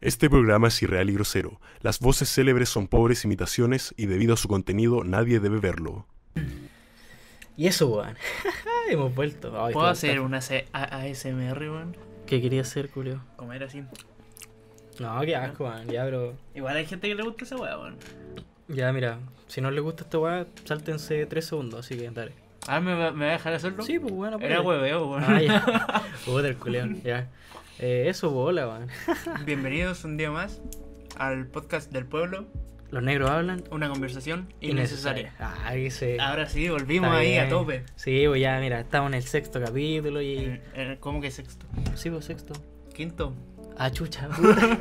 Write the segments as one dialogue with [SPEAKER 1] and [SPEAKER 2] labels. [SPEAKER 1] Este programa es irreal y grosero. Las voces célebres son pobres imitaciones y debido a su contenido nadie debe verlo.
[SPEAKER 2] Y eso, weón. Hemos vuelto. Ay,
[SPEAKER 3] ¿Puedo
[SPEAKER 2] qué
[SPEAKER 3] hacer una C- A- ASMR, weón?
[SPEAKER 2] gusto. ¿Qué quería hacer, Julio?
[SPEAKER 3] Comer así.
[SPEAKER 2] No, qué asco, weón. Ya, pero.
[SPEAKER 3] Igual hay gente que le gusta esa weá, weón.
[SPEAKER 2] Ya, mira. Si no les gusta esta weá, sáltense 3 segundos, así que dale.
[SPEAKER 3] Ah, ¿me va, me va a dejar hacerlo?
[SPEAKER 2] Sí, pues bueno,
[SPEAKER 3] Era hueveo, weón.
[SPEAKER 2] Ah, ya. Puta el culeón, ya. Eh, eso, bola, weón.
[SPEAKER 3] Bienvenidos un día más al podcast del pueblo,
[SPEAKER 2] Los negros hablan.
[SPEAKER 3] una conversación innecesaria.
[SPEAKER 2] Ah, ahí se.
[SPEAKER 3] Ahora sí, volvimos
[SPEAKER 2] Está
[SPEAKER 3] ahí a
[SPEAKER 2] bien.
[SPEAKER 3] tope.
[SPEAKER 2] Sí, pues ya, mira, estamos en el sexto capítulo y.
[SPEAKER 3] Eh, eh, ¿Cómo que sexto?
[SPEAKER 2] Sí, pues sexto.
[SPEAKER 3] ¿Quinto?
[SPEAKER 2] Ah, chucha. Ah.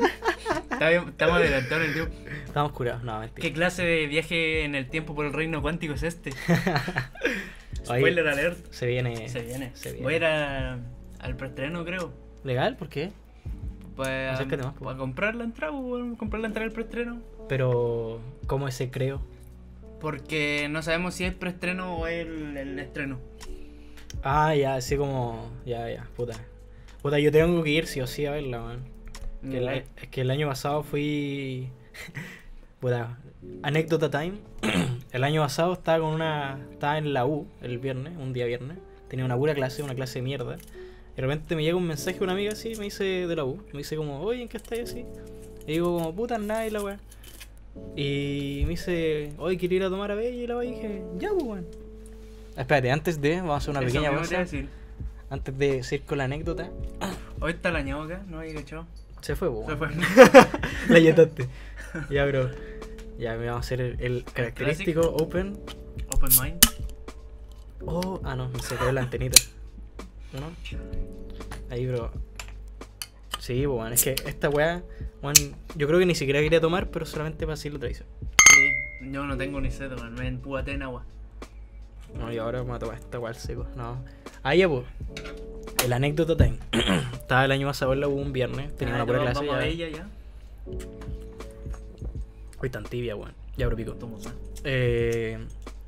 [SPEAKER 3] Está bien, Estamos adelantados en el tiempo.
[SPEAKER 2] Estamos curados, no,
[SPEAKER 3] ¿Qué
[SPEAKER 2] mentira.
[SPEAKER 3] clase de viaje en el tiempo por el reino cuántico es este?
[SPEAKER 2] Oye,
[SPEAKER 3] Spoiler alert.
[SPEAKER 2] Se viene.
[SPEAKER 3] Se viene.
[SPEAKER 2] Eh, se viene.
[SPEAKER 3] Voy a ir a- al preestreno, creo.
[SPEAKER 2] ¿Legal? ¿Por qué?
[SPEAKER 3] Pues, Para,
[SPEAKER 2] Acércate más, po.
[SPEAKER 3] comprar la entrada, pues, weón, comprar la entrada al preestreno.
[SPEAKER 2] Pero. ¿Cómo ese creo?
[SPEAKER 3] Porque no sabemos si es preestreno o el, el estreno.
[SPEAKER 2] Ah, ya, así como. Ya, ya, puta. Puta, yo tengo que ir sí o sí a verla, man. Que el-
[SPEAKER 3] Eh,
[SPEAKER 2] es que el año pasado fui. puta, anécdota time. el año pasado estaba con una. Estaba en la U el viernes, un día viernes. Tenía una pura clase, una clase de mierda. Y de repente me llega un mensaje de una amiga así, me dice de la U. Me dice como, oye, ¿en qué estás así? Y digo como, puta, en nada y la weá. Y me dice, oye, quiero ir a tomar a Bella y la weá. Y dije, ya, pues, weón. Espérate, antes de, vamos a hacer una
[SPEAKER 3] eso
[SPEAKER 2] pequeña
[SPEAKER 3] mismo te iba a
[SPEAKER 2] pausa.
[SPEAKER 3] decir.
[SPEAKER 2] Antes de decir con la anécdota,
[SPEAKER 3] Hoy está la ñauca, no hay cachado.
[SPEAKER 2] se fue, pues,
[SPEAKER 3] Se
[SPEAKER 2] weón.
[SPEAKER 3] fue.
[SPEAKER 2] La yetaste. Ya, bro. Ya, me vamos a hacer el, el característico open.
[SPEAKER 3] Open mind.
[SPEAKER 2] Oh, ah, no, se quedó la antenita. ¿No? Ahí, bro. Sí, pues, bueno, es que esta weá, bueno, yo creo que ni siquiera quería tomar, pero solamente para decirlo traición.
[SPEAKER 3] Sí, yo no tengo ni sed, weón. Me empúate en agua.
[SPEAKER 2] No, y ahora vamos a tomar esta weá al seco. No. Ah, ya, pues. El anécdota time. Estaba el año pasado en la U un viernes, tenía
[SPEAKER 3] Ah,
[SPEAKER 2] una pura
[SPEAKER 3] yo-
[SPEAKER 2] clase.
[SPEAKER 3] Vamos a
[SPEAKER 2] Ya.
[SPEAKER 3] ella ya.
[SPEAKER 2] Hoy tan tibia, weón. Ya, bro, pico.
[SPEAKER 3] Tomo sal.
[SPEAKER 2] Eh,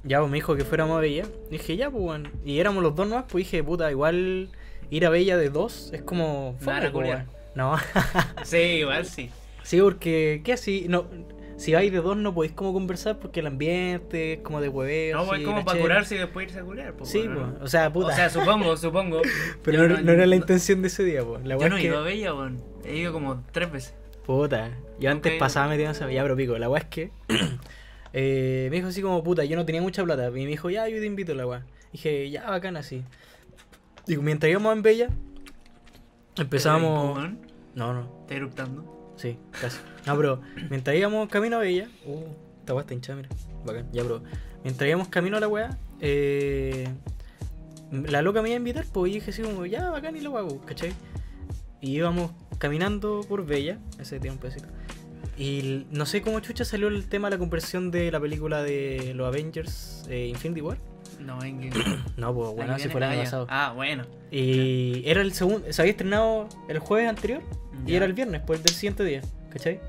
[SPEAKER 2] ya pues, me dijo que fuéramos a Bella. Dije, ya, pues, weón. Y éramos los dos nomás, pues dije, puta, igual ir a Bella de dos es como. fome,
[SPEAKER 3] Nada,
[SPEAKER 2] pues,
[SPEAKER 3] culiao.
[SPEAKER 2] weón. No,
[SPEAKER 3] Sí, igual sí.
[SPEAKER 2] sí, porque, ¿qué así? No, si vais de dos no podéis como conversar porque el ambiente es como de hueveo.
[SPEAKER 3] No,
[SPEAKER 2] así,
[SPEAKER 3] weón, como
[SPEAKER 2] la
[SPEAKER 3] para
[SPEAKER 2] chela.
[SPEAKER 3] curarse y después irse a curar, po,
[SPEAKER 2] Sí,
[SPEAKER 3] weón.
[SPEAKER 2] pues, o sea, puta.
[SPEAKER 3] O sea, supongo, supongo.
[SPEAKER 2] pero
[SPEAKER 3] Yo
[SPEAKER 2] no, no era la
[SPEAKER 3] no-
[SPEAKER 2] intención de ese día, pues. La
[SPEAKER 3] Yo
[SPEAKER 2] weá
[SPEAKER 3] no
[SPEAKER 2] es
[SPEAKER 3] he
[SPEAKER 2] que.
[SPEAKER 3] ido a Bella, weón. He ido como tres veces.
[SPEAKER 2] Puta, yo antes
[SPEAKER 3] Ok.
[SPEAKER 2] pasaba metiéndose. Ya, pero pico, la weá es que. eh, me dijo así como, puta, yo no tenía mucha plata. Y me dijo, ya, yo te invito la weá. Dije, ya, bacán así. Y mientras íbamos en Bella,
[SPEAKER 3] Te
[SPEAKER 2] empezamos.
[SPEAKER 3] eructó, weón.
[SPEAKER 2] No, no,
[SPEAKER 3] Está eruptando.
[SPEAKER 2] sí, casi. No, pero mientras íbamos camino a Bella. Uh, esta weá está hinchada, mira. Bacán, ya, pero. Mientras íbamos camino a la weá, eh, la loca me iba a invitar, pues, y dije así como, ya, bacán y la weá, pues, ¿cachai? Y íbamos caminando por Bella, ese tiene un pedacito. Y l- no sé cómo chucha salió el tema de la conversión de la película de los Avengers eh, Infinity War.
[SPEAKER 3] No, en
[SPEAKER 2] No, pues bueno,
[SPEAKER 3] Ahí
[SPEAKER 2] así
[SPEAKER 3] viene,
[SPEAKER 2] fue el
[SPEAKER 3] ah,
[SPEAKER 2] año
[SPEAKER 3] ya.
[SPEAKER 2] pasado.
[SPEAKER 3] Ah, bueno.
[SPEAKER 2] Y era el segundo, se había estrenado el jueves anterior y
[SPEAKER 3] Ya.
[SPEAKER 2] era el viernes, pues el del siguiente día, ¿cachai?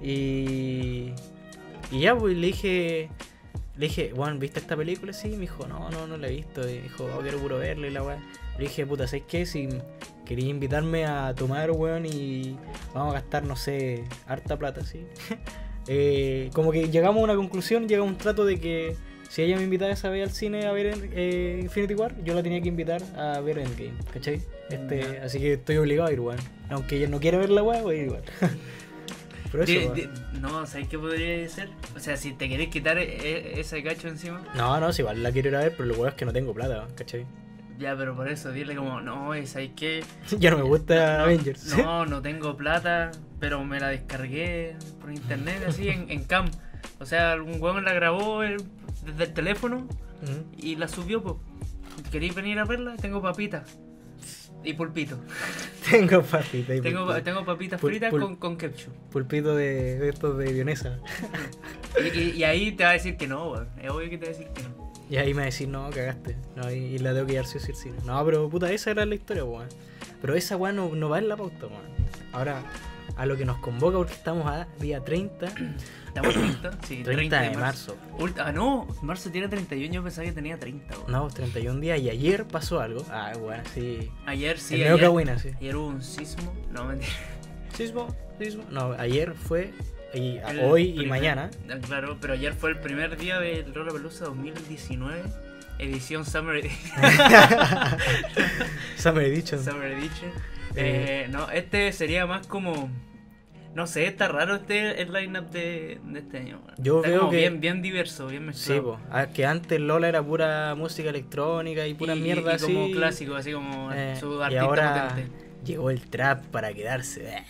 [SPEAKER 2] Y. Y ya, pues le dije. Le dije, Juan, ¿viste esta película? Sí, me dijo, no, no, no la he visto. Y dijo, oh, quiero puro verla y la weá. Le dije, puta, ¿sabes qué? Si quería invitarme a tomar, weón, y vamos a gastar, no sé, harta plata, sí. Eh, como que llegamos a una conclusión, llegamos a un trato de que si ella me invitaba esa vez al cine a ver eh, Infinity War, yo la tenía que invitar a ver Endgame, ¿cachai? Este,
[SPEAKER 3] Ya.
[SPEAKER 2] Así que estoy obligado a ir, weón. Aunque ella no quiera ver la weá, voy a ir igual. Pero eso,
[SPEAKER 3] Di-
[SPEAKER 2] weón.
[SPEAKER 3] di- no, ¿sabes qué podría ser? O sea, si te querés quitar e- e- ese gacho encima,
[SPEAKER 2] No, no, si igual la quiero ir a ver, pero lo weón es que no tengo plata, ¿cachai?
[SPEAKER 3] ya, pero por eso, dile como, no, eh, ¿sabes qué?
[SPEAKER 2] ya no me gusta
[SPEAKER 3] No,
[SPEAKER 2] Avengers.
[SPEAKER 3] No, no tengo plata, pero me la descargué por internet, así, en, en cam. O sea, algún weón la grabó el- desde el teléfono
[SPEAKER 2] Ujú.
[SPEAKER 3] y la subió, po. ¿Queréis venir a verla? Tengo papitas. Y pulpito.
[SPEAKER 2] Tengo papita y
[SPEAKER 3] Tengo,
[SPEAKER 2] pulpito.
[SPEAKER 3] tengo papitas
[SPEAKER 2] Pul-
[SPEAKER 3] fritas
[SPEAKER 2] pul-
[SPEAKER 3] con, con ketchup.
[SPEAKER 2] Pulpito de, de estos de Dionesa.
[SPEAKER 3] Y, y- y ahí te va a decir que no, weón. Es obvio que te va a decir que no.
[SPEAKER 2] Y ahí me va a decir, no, cagaste. No, y, y la tengo que llevar sí o sí al cine. No, pero puta, esa era la historia, weón. Pero esa weá no, no va en la pauta, weón. Ahora, a lo que nos convoca, porque estamos a día 30, 30,
[SPEAKER 3] ¿Estamos 30? Sí, 30
[SPEAKER 2] de marzo.
[SPEAKER 3] Ulta- Ah, no, marzo tiene 31, yo pensaba que tenía 30. weón.
[SPEAKER 2] No, 31 días y ayer pasó algo. Ah, weón, sí.
[SPEAKER 3] Ayer sí,
[SPEAKER 2] El
[SPEAKER 3] ayer,
[SPEAKER 2] Neo Kawina, sí.
[SPEAKER 3] ayer hubo un sismo. No, mentira.
[SPEAKER 2] Sismo, sismo. No, ayer fue, y hoy y
[SPEAKER 3] primer-
[SPEAKER 2] mañana.
[SPEAKER 3] Ah, Claro, pero ayer fue el primer día del Lollapalooza 2019, edición Summer Edition.
[SPEAKER 2] Summer Edition.
[SPEAKER 3] Summer Edition. Eh, no, este sería más como... No sé, está raro este el lineup de, de este año. bueno.
[SPEAKER 2] Yo
[SPEAKER 3] Está
[SPEAKER 2] veo
[SPEAKER 3] como
[SPEAKER 2] que-
[SPEAKER 3] bien, bien diverso, bien
[SPEAKER 2] Sí,
[SPEAKER 3] mezclado.
[SPEAKER 2] po. Ah, que antes Lola era pura música electrónica y pura
[SPEAKER 3] Y-
[SPEAKER 2] mierda
[SPEAKER 3] y
[SPEAKER 2] así.
[SPEAKER 3] como clásico, así como
[SPEAKER 2] Eh,
[SPEAKER 3] su
[SPEAKER 2] y
[SPEAKER 3] artista
[SPEAKER 2] ahora
[SPEAKER 3] potente.
[SPEAKER 2] llegó el trap para quedarse. Ah,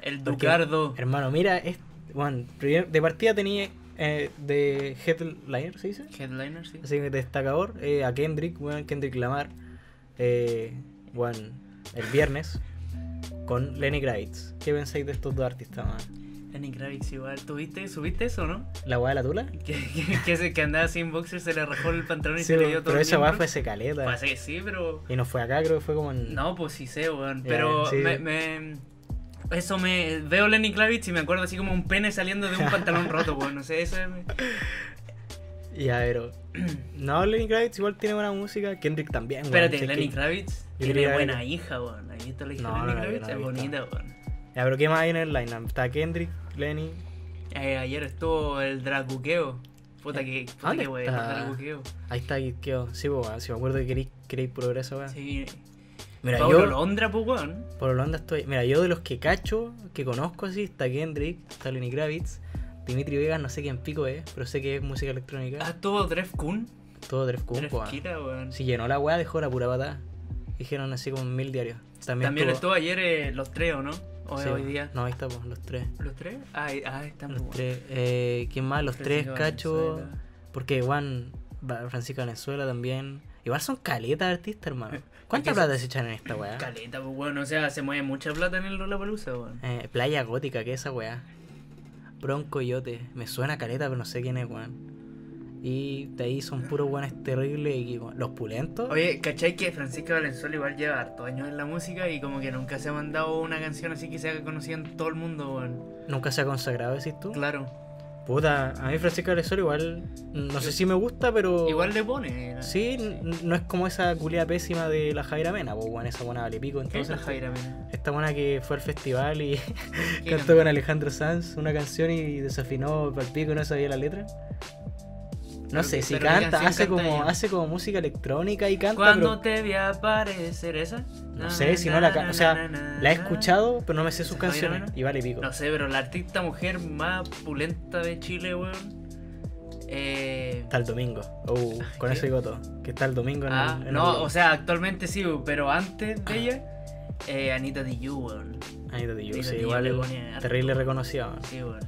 [SPEAKER 3] El
[SPEAKER 2] porque,
[SPEAKER 3] Ducardo.
[SPEAKER 2] Hermano, mira, es, bueno, primer- de partida tenía eh, de headliner, ¿se dice?
[SPEAKER 3] Headliner, sí.
[SPEAKER 2] Así que destacador eh, a Kendrick, bueno, Kendrick Lamar, eh, bueno, el viernes con Lenny Kravitz. ¿Qué pensáis de estos dos artistas, man?
[SPEAKER 3] Lenny Kravitz igual. ¿Tuviste, subiste eso, no?
[SPEAKER 2] ¿La weá de la tula?
[SPEAKER 3] Que, que, que ese que andaba sin boxer se le rajó el pantalón y
[SPEAKER 2] Sí,
[SPEAKER 3] se le dio todo
[SPEAKER 2] pero
[SPEAKER 3] el
[SPEAKER 2] esa weá
[SPEAKER 3] miembro.
[SPEAKER 2] fue secaleta.
[SPEAKER 3] Pues sí, sí, pero...
[SPEAKER 2] Y no fue acá, creo que fue como en.
[SPEAKER 3] No, pues sí sé, weón.
[SPEAKER 2] Ya,
[SPEAKER 3] Pero
[SPEAKER 2] sí.
[SPEAKER 3] me, me- Eso me... Veo Lenny Kravitz y me acuerdo así como un pene saliendo de un pantalón roto, weón. No sé, eso es...
[SPEAKER 2] Ya, pero. No, Lenny Kravitz igual tiene buena música. Kendrick también, weón.
[SPEAKER 3] Espérate,
[SPEAKER 2] si es que-
[SPEAKER 3] Lenny Kravitz
[SPEAKER 2] Yo
[SPEAKER 3] tiene
[SPEAKER 2] quería ver-
[SPEAKER 3] buena hija, weón. ¿Has visto la hija
[SPEAKER 2] No,
[SPEAKER 3] de
[SPEAKER 2] no
[SPEAKER 3] Lenny
[SPEAKER 2] la vi,
[SPEAKER 3] Kravitz?
[SPEAKER 2] no la
[SPEAKER 3] es
[SPEAKER 2] he
[SPEAKER 3] bonita,
[SPEAKER 2] visto.
[SPEAKER 3] weón.
[SPEAKER 2] Ya, pero ¿qué más hay en el lineup? Está Kendrick, Lenny.
[SPEAKER 3] Eh, ayer estuvo el Dracuqueo. Puta que... Puta
[SPEAKER 2] Eh, ¿dónde
[SPEAKER 3] que, weón,
[SPEAKER 2] está?
[SPEAKER 3] Dracuqueo.
[SPEAKER 2] Ahí está Kikeo. Sí, po, weón, Si me acuerdo que queréis, queréis progreso, weón.
[SPEAKER 3] Sí.
[SPEAKER 2] Mira,
[SPEAKER 3] Pablo
[SPEAKER 2] yo.
[SPEAKER 3] Londra, pues, weón.
[SPEAKER 2] Por Holanda estoy. Mira, yo de los que cacho, que conozco así, está Kendrick, está Lenny Kravitz. Dimitri Vegas, no sé quién pico es, pero sé que es música
[SPEAKER 3] Ah,
[SPEAKER 2] electrónica.
[SPEAKER 3] estuvo Dref Kun.
[SPEAKER 2] Todo Dref Kun,
[SPEAKER 3] Dref
[SPEAKER 2] po, weón.
[SPEAKER 3] Kita, weón.
[SPEAKER 2] Si llenó la weá, dejó la pura patada. Dijeron así como mil diarios. También,
[SPEAKER 3] También
[SPEAKER 2] estuvo-
[SPEAKER 3] estuvo ayer eh, los tres, ¿o no? O
[SPEAKER 2] sí,
[SPEAKER 3] hoy
[SPEAKER 2] po.
[SPEAKER 3] día.
[SPEAKER 2] No, ahí estamos, los tres.
[SPEAKER 3] ¿Los tres? Ah, eh, ah están
[SPEAKER 2] Los
[SPEAKER 3] muy buenos.
[SPEAKER 2] tres, eh, ¿Quién más? Los tres,
[SPEAKER 3] Francisco
[SPEAKER 2] cacho.
[SPEAKER 3] Valenzuela.
[SPEAKER 2] Porque Juan, va- Francisco Venezuela también. Igual son caletas de artistas, hermano. ¿Cuánta
[SPEAKER 3] que
[SPEAKER 2] plata se echan en esta weá?
[SPEAKER 3] Caleta, pues, weón. O sea, se mueve mucha plata en el Lollapalooza, weón.
[SPEAKER 2] Eh, playa gótica, ¿qué es esa weá? Bronco Yote. Me suena caleta, pero no sé quién es, weón. Y de ahí son puros weones terribles. Y, weón, los pulentos.
[SPEAKER 3] Oye, ¿cachai que Francisco Valenzuela igual lleva harto años en la música y como que nunca se ha mandado una canción así que se haga conocida en todo el mundo, weón?
[SPEAKER 2] Nunca se ha consagrado, decís tú.
[SPEAKER 3] Claro.
[SPEAKER 2] Puta, a mí Francisco Valenzuela igual. No sé si me gusta, pero.
[SPEAKER 3] Igual le pone. eh,
[SPEAKER 2] Sí, n- no es como esa culea pésima de la Jaira Mena, pues bueno, esa buena vale pico.
[SPEAKER 3] ¿Qué es la
[SPEAKER 2] Entonces,
[SPEAKER 3] Jaira, men?
[SPEAKER 2] esta buena que fue al festival y
[SPEAKER 3] ¿Qué
[SPEAKER 2] cantó con Alejandro Sanz una canción y desafinó para pico y no sabía la letra. No
[SPEAKER 3] Pero
[SPEAKER 2] sé,
[SPEAKER 3] que-
[SPEAKER 2] si
[SPEAKER 3] pero qué
[SPEAKER 2] canta,
[SPEAKER 3] canción
[SPEAKER 2] hace
[SPEAKER 3] canta
[SPEAKER 2] como,
[SPEAKER 3] ella.
[SPEAKER 2] hace como música electrónica y canta,
[SPEAKER 3] ¿Cuándo
[SPEAKER 2] pero
[SPEAKER 3] te vi aparecer esa?
[SPEAKER 2] no sé si no la can- O sea, la he escuchado, pero no me sé sus
[SPEAKER 3] ¿Esa Jaira
[SPEAKER 2] canciones
[SPEAKER 3] Mena?
[SPEAKER 2] y vale pico.
[SPEAKER 3] No sé, pero la artista mujer más pulenta de Chile, weón. Eh,
[SPEAKER 2] Está el domingo. Uh, con
[SPEAKER 3] ¿Qué?
[SPEAKER 2] eso digo todo. Que está el domingo en
[SPEAKER 3] ah,
[SPEAKER 2] el. en
[SPEAKER 3] no,
[SPEAKER 2] el-
[SPEAKER 3] o sea, actualmente sí, weón, pero antes de ella,
[SPEAKER 2] Ah.
[SPEAKER 3] eh, Anita Diyu, weón.
[SPEAKER 2] Ahí te digo,
[SPEAKER 3] Mira,
[SPEAKER 2] sí,
[SPEAKER 3] tío,
[SPEAKER 2] igual
[SPEAKER 3] le pone harto.
[SPEAKER 2] terrible reconocido. man.
[SPEAKER 3] Sí, weón.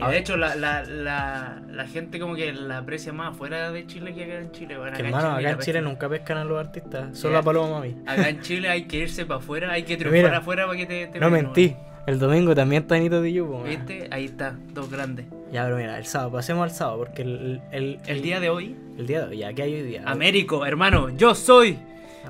[SPEAKER 3] Y
[SPEAKER 2] Ah.
[SPEAKER 3] de hecho, la, la, la, la gente como que la aprecia más afuera de Chile que acá en Chile, weón.
[SPEAKER 2] Que hermano, acá
[SPEAKER 3] la
[SPEAKER 2] en Chile
[SPEAKER 3] pescan.
[SPEAKER 2] nunca pescan a los artistas, solo
[SPEAKER 3] Sí.
[SPEAKER 2] a Paloma Mami.
[SPEAKER 3] Acá en Chile hay que irse para afuera, hay que
[SPEAKER 2] Mira,
[SPEAKER 3] triunfar afuera para que te, te
[SPEAKER 2] No
[SPEAKER 3] vean,
[SPEAKER 2] mentí, el domingo también está Anito de Yupo.
[SPEAKER 3] weón. ¿Viste? Ahí está, dos grandes.
[SPEAKER 2] Ya, pero mira, el sábado, pasemos al sábado, porque el, el,
[SPEAKER 3] El día de hoy,
[SPEAKER 2] el día de hoy, ya, ¿qué hay hoy día?
[SPEAKER 3] Américo, hermano, yo soy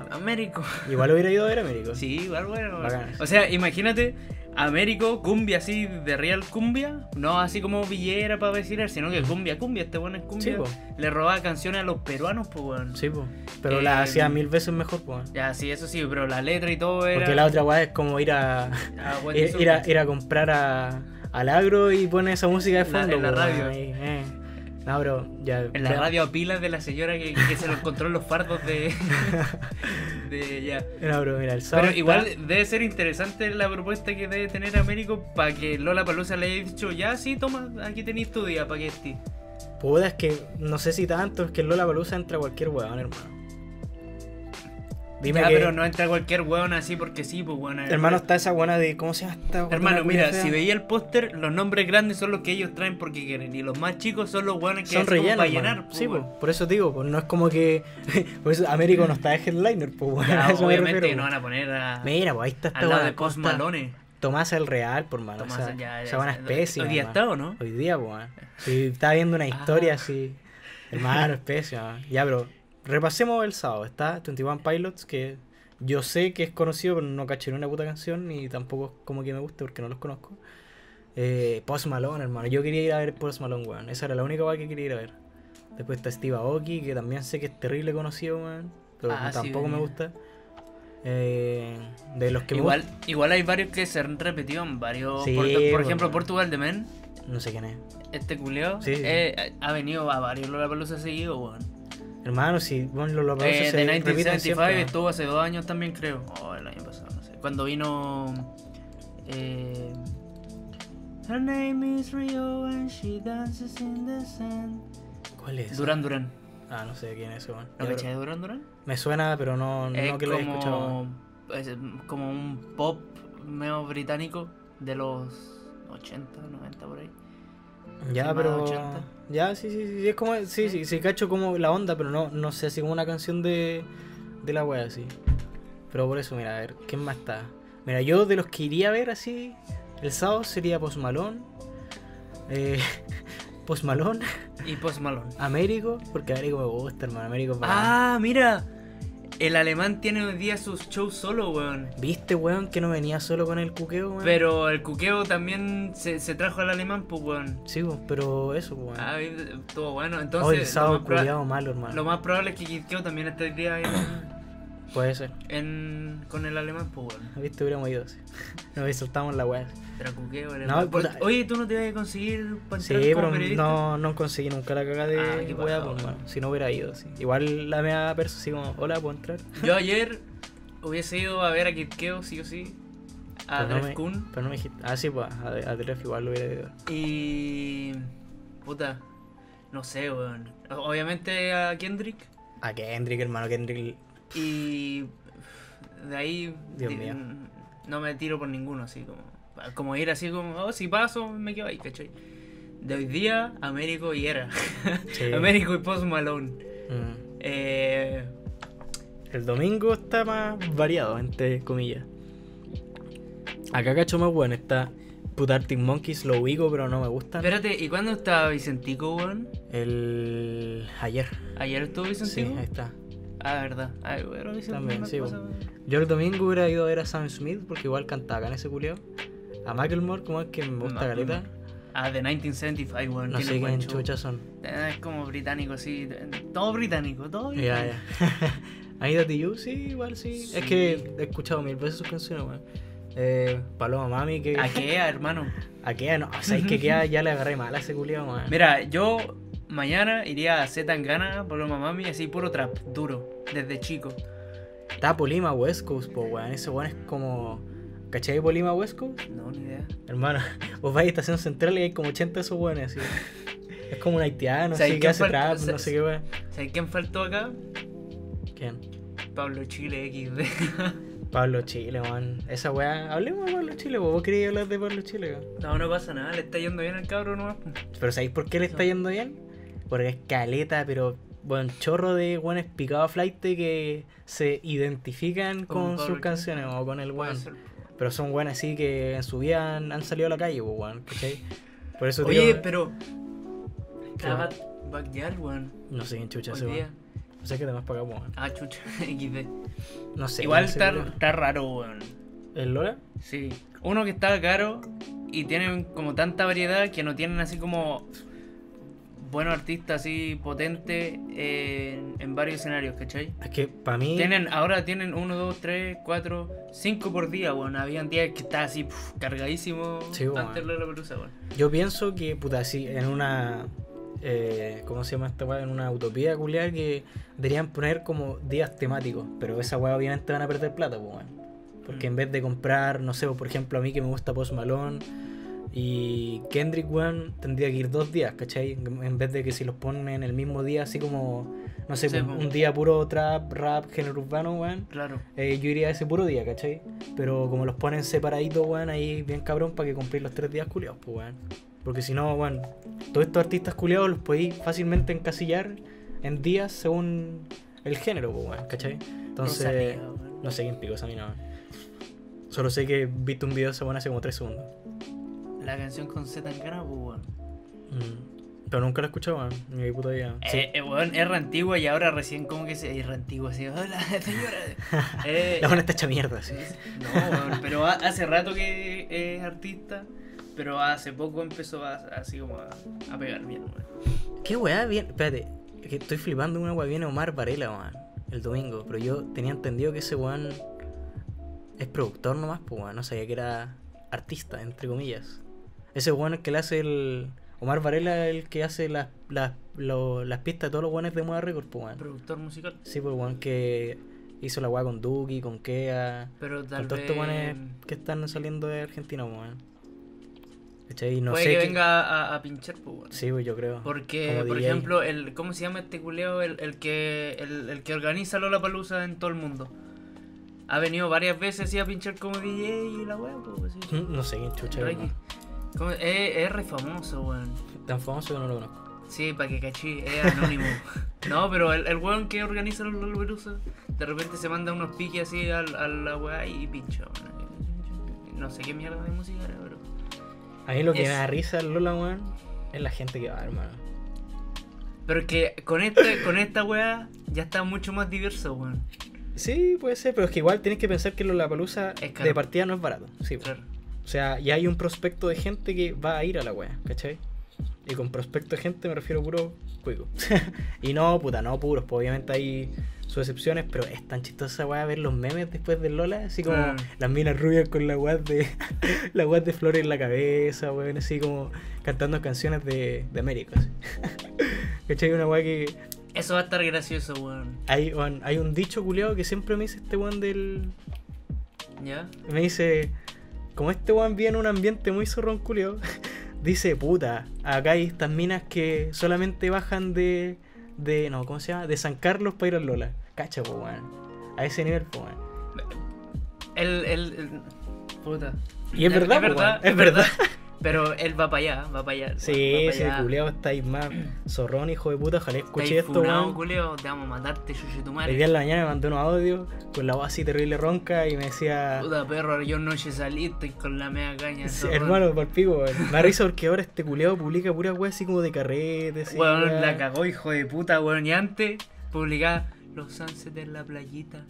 [SPEAKER 3] Américo.
[SPEAKER 2] Igual hubiera ido a ver Américo.
[SPEAKER 3] Sí, bárbaro.
[SPEAKER 2] Bacán.
[SPEAKER 3] O sea, imagínate Américo, cumbia así, de real cumbia. No así como villera para vacilar, sino que cumbia, cumbia, este bueno es
[SPEAKER 2] Sí,
[SPEAKER 3] cumbia.
[SPEAKER 2] po.
[SPEAKER 3] Le robaba canciones a los peruanos, pues weón.
[SPEAKER 2] Sí, po. Pero
[SPEAKER 3] Eh,
[SPEAKER 2] la hacía mil veces mejor, po.
[SPEAKER 3] Ya, sí, eso sí, pero la letra y todo era.
[SPEAKER 2] Porque la eh, otra weá es como ir a,
[SPEAKER 3] Ah, bueno,
[SPEAKER 2] ir,
[SPEAKER 3] eso-
[SPEAKER 2] ir a, ir a comprar a, al agro y poner esa música de
[SPEAKER 3] En la-
[SPEAKER 2] fondo.
[SPEAKER 3] en la
[SPEAKER 2] po,
[SPEAKER 3] radio.
[SPEAKER 2] ahí, eh. No, bro, ya.
[SPEAKER 3] En la radio a pilas de la señora que, que se lo encontró en los fardos de. de ya.
[SPEAKER 2] No, bro, mira, el sábado.
[SPEAKER 3] Pero
[SPEAKER 2] está-
[SPEAKER 3] igual debe ser interesante la propuesta que debe tener Américo para que Lola Palusa le haya dicho, ya sí, toma, aquí tenéis tu día, para que estés.
[SPEAKER 2] Puta, es que no sé si tanto, es que Lola Palusa entra cualquier weón, hermano. Dime
[SPEAKER 3] ya,
[SPEAKER 2] que,
[SPEAKER 3] pero no entra cualquier weón así porque sí, pues weón.
[SPEAKER 2] hermano, está esa buena de, ¿cómo se llama esta weona
[SPEAKER 3] Hermano,
[SPEAKER 2] culia
[SPEAKER 3] mira,
[SPEAKER 2] fea?
[SPEAKER 3] si veía el póster, los nombres grandes son los que ellos traen porque quieren. Y los más chicos son los weones que
[SPEAKER 2] Son rellenos,
[SPEAKER 3] para
[SPEAKER 2] hermano.
[SPEAKER 3] llenar. pues,
[SPEAKER 2] Sí,
[SPEAKER 3] weón.
[SPEAKER 2] po, por eso te digo, po, no es como que, por eso Américo no está de headliner, pues bueno,
[SPEAKER 3] Ya,
[SPEAKER 2] a eso me
[SPEAKER 3] obviamente
[SPEAKER 2] refiero,
[SPEAKER 3] no
[SPEAKER 2] po.
[SPEAKER 3] van a poner a,
[SPEAKER 2] Mira, pues ahí está esta
[SPEAKER 3] al lado
[SPEAKER 2] weona,
[SPEAKER 3] de Post
[SPEAKER 2] Costa-
[SPEAKER 3] Malone.
[SPEAKER 2] Tomás el Real, por mano,
[SPEAKER 3] Tomás,
[SPEAKER 2] esa,
[SPEAKER 3] ya,
[SPEAKER 2] esa
[SPEAKER 3] ya,
[SPEAKER 2] buena
[SPEAKER 3] ya.
[SPEAKER 2] especie.
[SPEAKER 3] Hoy día
[SPEAKER 2] hermano.
[SPEAKER 3] está, ¿o no?
[SPEAKER 2] Hoy día, pues, si estaba viendo una
[SPEAKER 3] Ah.
[SPEAKER 2] historia así, hermano, especie, weón. ya, pero repasemos el sábado, está 21 Pilots, que yo sé que es conocido, pero no caché ni una puta canción, y tampoco es como que me guste porque no los conozco. Eh, Post Malone, hermano. Yo quería ir a ver Post Malone, weón. Esa era la única weá que quería ir a ver. Después está Steve Aoki, que también sé que es terrible conocido, weón. Pero
[SPEAKER 3] Ah, sí,
[SPEAKER 2] tampoco me
[SPEAKER 3] venía.
[SPEAKER 2] gusta. eh, de los que me
[SPEAKER 3] Igual, igual hay varios que se han repetido en varios.
[SPEAKER 2] Sí, pues.
[SPEAKER 3] por, por
[SPEAKER 2] bueno.
[SPEAKER 3] ejemplo, Portugal de Men,
[SPEAKER 2] gustan. No sé quién es.
[SPEAKER 3] este culeo,
[SPEAKER 2] Sí, sí.
[SPEAKER 3] eh, ha venido a varios Lollapalooza seguido, weón.
[SPEAKER 2] Hermano, si bueno, los Lollapalooza
[SPEAKER 3] Eh,
[SPEAKER 2] se
[SPEAKER 3] de
[SPEAKER 2] repiten
[SPEAKER 3] 1975
[SPEAKER 2] siempre,
[SPEAKER 3] estuvo hace dos años también, creo. O el año pasado, no sé. Cuando vino. eh, Her name is Rio and she dances in the sand.
[SPEAKER 2] ¿Cuál es?
[SPEAKER 3] Duran Duran.
[SPEAKER 2] Ah, no sé quién es ese, weón.
[SPEAKER 3] ¿Lo
[SPEAKER 2] Ya,
[SPEAKER 3] cachai
[SPEAKER 2] pero-
[SPEAKER 3] de Duran Duran?
[SPEAKER 2] Me suena, pero no,
[SPEAKER 3] Es
[SPEAKER 2] no que lo haya escuchado. weón.
[SPEAKER 3] como, es como un pop medio británico de los 80, 90 por ahí.
[SPEAKER 2] Ya,
[SPEAKER 3] Encima
[SPEAKER 2] pero.
[SPEAKER 3] 80.
[SPEAKER 2] Ya, sí, sí, sí, sí, es como. Sí, sí, sí, cacho como la onda, pero no, no sé, así como una canción de, de la wea, así. Pero por eso, mira, a ver, ¿quién más está? Mira, yo de los que iría a ver así, el sábado sería Post Malone, eh, Post Malone,
[SPEAKER 3] Y Post Malone.
[SPEAKER 2] Américo, porque Américo me gusta, hermano, Américo es bacán.
[SPEAKER 3] Ah, mira. El alemán tiene hoy día sus shows solo, weón.
[SPEAKER 2] ¿Viste, weón, que no venía solo con el cuqueo, weón?
[SPEAKER 3] Pero el cuqueo también se, se trajo al alemán, pues, weón.
[SPEAKER 2] Sí, weón, pero eso, weón.
[SPEAKER 3] Ah, estuvo bueno.
[SPEAKER 2] Hoy el
[SPEAKER 3] Entonces, lo,
[SPEAKER 2] sábado
[SPEAKER 3] más proba-
[SPEAKER 2] culiado malo, hermano.
[SPEAKER 3] lo más probable es que Kikeo también esté hoy día en,
[SPEAKER 2] Puede ser.
[SPEAKER 3] en- con el alemán, pues, weón.
[SPEAKER 2] ¿Viste? Hubiéramos ido así. Nos soltamos la wea.
[SPEAKER 3] Pero cuqueo, alemán.
[SPEAKER 2] No, puta.
[SPEAKER 3] Oye, tú no te vas a conseguir para
[SPEAKER 2] Sí,
[SPEAKER 3] entrar como
[SPEAKER 2] pero
[SPEAKER 3] periodista?
[SPEAKER 2] no, no conseguí nunca la caga de
[SPEAKER 3] Ah, qué
[SPEAKER 2] wea,
[SPEAKER 3] paja,
[SPEAKER 2] pues,
[SPEAKER 3] weón.
[SPEAKER 2] mano, si no hubiera ido. sí. Igual la mea perso así como, hola, ¿puedo entrar?
[SPEAKER 3] Yo ayer hubiese ido a ver a Kid Keo, sí o sí, a
[SPEAKER 2] Pero no
[SPEAKER 3] Dref
[SPEAKER 2] me-
[SPEAKER 3] Kun
[SPEAKER 2] Pero no me dijiste, ah, sí, pues, a, a Dref igual lo hubiera ido.
[SPEAKER 3] y. puta, no sé, weón. Obviamente a Kendrick
[SPEAKER 2] A Kendrick, hermano, Kendrick.
[SPEAKER 3] y. de ahí.
[SPEAKER 2] Dios
[SPEAKER 3] di- mm,
[SPEAKER 2] mío.
[SPEAKER 3] No me tiro por ninguno, así como. Como ir así como, oh, si paso, me quedo ahí, ¿cachai? De hoy día, Américo y era.
[SPEAKER 2] Sí.
[SPEAKER 3] Américo y Post Malone.
[SPEAKER 2] Mm.
[SPEAKER 3] Eh,
[SPEAKER 2] El domingo está más variado, entre comillas. Acá cacho más bueno está Puta Arctic Monkeys, lo ubico, pero no me gustan.
[SPEAKER 3] espérate, ¿y cuándo estaba Vicentico, weón?
[SPEAKER 2] El. ayer.
[SPEAKER 3] ¿Ayer estuvo
[SPEAKER 2] Sí,
[SPEAKER 3] Vicentico?
[SPEAKER 2] ahí está.
[SPEAKER 3] Ah, verdad. Ay, bueno, dicen
[SPEAKER 2] También,
[SPEAKER 3] una
[SPEAKER 2] sí,
[SPEAKER 3] cosa-
[SPEAKER 2] Yo el domingo hubiera ido a ver a Sam Smith porque igual cantaba acá en ese culeo. A Macklemore, como es que me gusta
[SPEAKER 3] Macklemore.
[SPEAKER 2] caleta.
[SPEAKER 3] Ah, de 1975, weón.
[SPEAKER 2] No
[SPEAKER 3] tiene
[SPEAKER 2] sé
[SPEAKER 3] buen
[SPEAKER 2] quién
[SPEAKER 3] show.
[SPEAKER 2] chuchas son.
[SPEAKER 3] Ah, Es como británico, sí. Todo británico, todo
[SPEAKER 2] Ya,
[SPEAKER 3] británico.
[SPEAKER 2] ya. Aida T. You, sí, igual sí.
[SPEAKER 3] Sí.
[SPEAKER 2] Es que he escuchado mil veces sus canciones, weón. Eh, Paloma Mami, que.
[SPEAKER 3] ¿A qué, hermano?
[SPEAKER 2] ¿A qué? No, o sea, es que queda- ya le agarré mal a ese culeo, weón.
[SPEAKER 3] Mira, yo mañana iría a Z Tangana, Paloma Mami, así puro trap, duro, desde chico.
[SPEAKER 2] Está Polima West Coast, po, weón. Ese weón es como. ¿Cachai Polima West Coast?
[SPEAKER 3] No, ni idea.
[SPEAKER 2] Hermano, vos vais a Estación Central y hay como 80 de esos weones, así. Es como un haitiano,
[SPEAKER 3] O sea, ¿y
[SPEAKER 2] así que
[SPEAKER 3] quién
[SPEAKER 2] hace
[SPEAKER 3] fue el-
[SPEAKER 2] trap,
[SPEAKER 3] se-
[SPEAKER 2] no sé qué weón.
[SPEAKER 3] ¿Sabes quién faltó acá?
[SPEAKER 2] ¿Quién?
[SPEAKER 3] Pablo Chile XD.
[SPEAKER 2] Pablo Chile, weón. Esa weá. Hablemos de Pablo Chile, po. vos querías hablar de Pablo Chile, weón.
[SPEAKER 3] No, no pasa nada, le está yendo bien al cabro nomás. pues.
[SPEAKER 2] Pero ¿sabéis por qué le está yendo bien? Porque es caleta, pero bueno, chorro de weones picado a flight que se identifican
[SPEAKER 3] Con
[SPEAKER 2] con,
[SPEAKER 3] Pablo
[SPEAKER 2] sus
[SPEAKER 3] Chile.
[SPEAKER 2] canciones o con el
[SPEAKER 3] Puede
[SPEAKER 2] weón.
[SPEAKER 3] ser.
[SPEAKER 2] Pero son weones así que en su vida han, han salido a la calle, pues, weón, ¿cachai? Por eso te
[SPEAKER 3] Oye,
[SPEAKER 2] digo,
[SPEAKER 3] pero. Estaba
[SPEAKER 2] ¿Qué?
[SPEAKER 3] Backyard, weón.
[SPEAKER 2] no sé quién chucha
[SPEAKER 3] Hoy
[SPEAKER 2] ese
[SPEAKER 3] día.
[SPEAKER 2] weón. No sé qué demás para acá, weón.
[SPEAKER 3] Ah, chucha, XD.
[SPEAKER 2] No sé.
[SPEAKER 3] Igual
[SPEAKER 2] no sé
[SPEAKER 3] está,
[SPEAKER 2] qué weón.
[SPEAKER 3] está raro, weón.
[SPEAKER 2] ¿El Lola?
[SPEAKER 3] Sí. Uno que está caro y tienen como tanta variedad que no tienen así como buenos artistas así potentes eh, en, en varios escenarios, ¿cachai?
[SPEAKER 2] Es que para mí.
[SPEAKER 3] Tienen, ahora tienen uno, dos, tres, cuatro, cinco por día, weón. Habían días que estaba así puf, cargadísimo
[SPEAKER 2] Sí, weón.
[SPEAKER 3] antes de la pelusa, weón.
[SPEAKER 2] Yo pienso que, puta, sí, en una. eh, ¿Cómo se llama esta weá? En una utopía culiar que deberían poner como días temáticos. Pero esa weá obviamente van a perder plata, pues, weón. Porque
[SPEAKER 3] Mm.
[SPEAKER 2] en vez de comprar, no sé, por ejemplo, a mí que me gusta Post Malone y Kendrick, weón, tendría que ir dos días, ¿cachai? En en vez de que si los ponen en el mismo día, así como, no sé,
[SPEAKER 3] Sí,
[SPEAKER 2] un,
[SPEAKER 3] po.
[SPEAKER 2] un día puro trap, rap, género urbano, weón.
[SPEAKER 3] Claro.
[SPEAKER 2] eh, yo iría a ese puro día, ¿cachai? Pero como los ponen separaditos, weón, ahí bien cabrón para que cumplir los tres días culiados, pues, weón. Porque si no, weón, todos estos artistas culiados los podéis fácilmente encasillar en días según el género, pues, weón, ¿cachai? Entonces,
[SPEAKER 3] Rosalía, weón.
[SPEAKER 2] no sé quién picó esa mina, weón. Solo sé que viste un video de esa weón hace como tres segundos.
[SPEAKER 3] La canción con Z tan cara, pues, weón.
[SPEAKER 2] Mm. Pero nunca la he escuchado, weón, ni de puta idea. Sí.
[SPEAKER 3] Eh, eh, weón, es re antigua y ahora recién como que se es re antigua así. Hola, señora. Eh,
[SPEAKER 2] La buena está hecha mierda, sí.
[SPEAKER 3] No, weón, pero ha- hace rato que es artista, pero hace poco empezó a- así como a, a pegar bien, weón.
[SPEAKER 2] ¿Qué weá bien? Espérate, es que estoy flipando una weá. Viene Omar Varela, weón, el domingo. Pero yo tenía entendido que ese weón es productor nomás, pues weón, no sabía que era artista, entre comillas. Ese weón es que le hace el. Omar Varela es el que hace las, las, lo- las pistas de todos los weones de Moda Record, pues weón.
[SPEAKER 3] Productor musical.
[SPEAKER 2] Sí, pues weón, que hizo la weá con Duki, con Kea,
[SPEAKER 3] Pero tal
[SPEAKER 2] con todos
[SPEAKER 3] vez.
[SPEAKER 2] estos weones que están saliendo de Argentina, pues weón. ¿Cachai? Y No
[SPEAKER 3] puede
[SPEAKER 2] sé.
[SPEAKER 3] que
[SPEAKER 2] qué-
[SPEAKER 3] venga a, a pinchar, pues, weón.
[SPEAKER 2] Sí, pues yo creo.
[SPEAKER 3] Porque,
[SPEAKER 2] como
[SPEAKER 3] por
[SPEAKER 2] DJ.
[SPEAKER 3] ejemplo, el ¿cómo se llama este culeo? El, el que el, el que organiza Lola Palusa en todo el mundo. Ha venido varias veces sí, a pinchar como DJ y la weá, pues. sí.
[SPEAKER 2] No sé quién chucha,
[SPEAKER 3] Rocky.
[SPEAKER 2] weón.
[SPEAKER 3] ¿Cómo- Es, es re famoso, weón.
[SPEAKER 2] Tan famoso que no lo conozco.
[SPEAKER 3] Sí, para que cachí, es anónimo. no, pero el, el weón que organiza los Lola de repente se manda unos piques así al- a, la weá y pincha, weón. No sé qué mierda de música era, pero.
[SPEAKER 2] A mí lo que
[SPEAKER 3] Es-
[SPEAKER 2] me da risa del Lola, weón, es la gente que va, hermano.
[SPEAKER 3] Pero que con este, con esta weá ya está mucho más diverso, weón.
[SPEAKER 2] Sí, puede ser, pero es que igual tienes que pensar que la palusa
[SPEAKER 3] Es caro.
[SPEAKER 2] de partida no es barato. Sí, pues.
[SPEAKER 3] Claro.
[SPEAKER 2] O sea, ya hay un prospecto de gente que va a ir a la wea, ¿cachai? Y con prospecto de gente me refiero a puro cuico. y no, puta, no puros, pues obviamente hay sus excepciones, pero es tan chistosa wea ver los memes después del Lola, así como
[SPEAKER 3] Mm.
[SPEAKER 2] las minas rubias con la wea de la wea de flores en la cabeza, weón, así como cantando canciones de, de América. así. ¿Cachai? Una wea que
[SPEAKER 3] Eso va a estar gracioso, weón.
[SPEAKER 2] hay, weón, hay un dicho culiado que siempre me dice este weón del,
[SPEAKER 3] ¿Ya?
[SPEAKER 2] me dice, como este weón vive en un ambiente muy zorrón culio, dice, puta, acá hay estas minas que solamente bajan de, de, no, ¿cómo se llama? De San Carlos para ir al Lola. Cacha, po, weón. A ese nivel, po, weón.
[SPEAKER 3] El, el, el- Puta.
[SPEAKER 2] Y es verdad, po,
[SPEAKER 3] verdad,
[SPEAKER 2] weón,
[SPEAKER 3] es verdad. Pero él va para allá, va para allá.
[SPEAKER 2] Sí, ese culiao está ahí más zorrón, hijo de puta. Ojalá escuché esto,
[SPEAKER 3] weón.
[SPEAKER 2] weón.
[SPEAKER 3] culeo, te vamos a matarte, chuche tu
[SPEAKER 2] El
[SPEAKER 3] madre.
[SPEAKER 2] día en la mañana me mandó unos audios con la voz así terrible ronca y me decía...
[SPEAKER 3] Puta perro, yo noche salí, estoy con la mega caña.
[SPEAKER 2] Sí,
[SPEAKER 3] zorrón.
[SPEAKER 2] hermano, por pico, weón. Me da risa porque ahora este culiao publica pura weá así como de carrete, así,
[SPEAKER 3] Weón,
[SPEAKER 2] weá.
[SPEAKER 3] la cagó, hijo de puta, weón. Y antes publicaba los sunsets en la playita.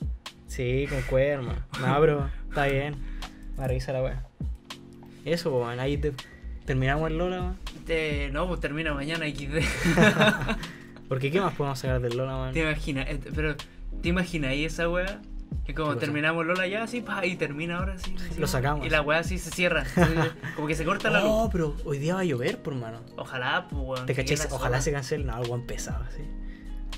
[SPEAKER 2] Sí, con cuerno. No, pero está bien. Me revisa la weá. Eso, po, man. Ahí te- terminamos el Lola, man.
[SPEAKER 3] Este, no, pues termina mañana XD.
[SPEAKER 2] Porque ¿qué más podemos sacar del Lola, man?
[SPEAKER 3] ¿Te imaginas? Eh, Pero, ¿te imaginas ahí esa weá? Que como
[SPEAKER 2] ¿Qué cosa?
[SPEAKER 3] terminamos Lola ya así, pa, y termina ahora así. así,
[SPEAKER 2] Lo sacamos.
[SPEAKER 3] Y la weá así se cierra. así, como que se corta la luz.
[SPEAKER 2] No, pero hoy día va a llover, por mano.
[SPEAKER 3] Ojalá, pues, weón.
[SPEAKER 2] ¿Te
[SPEAKER 3] que
[SPEAKER 2] caché?
[SPEAKER 3] llegue la
[SPEAKER 2] Ojalá se
[SPEAKER 3] zona.
[SPEAKER 2] cancele. No, algo empezado, sí.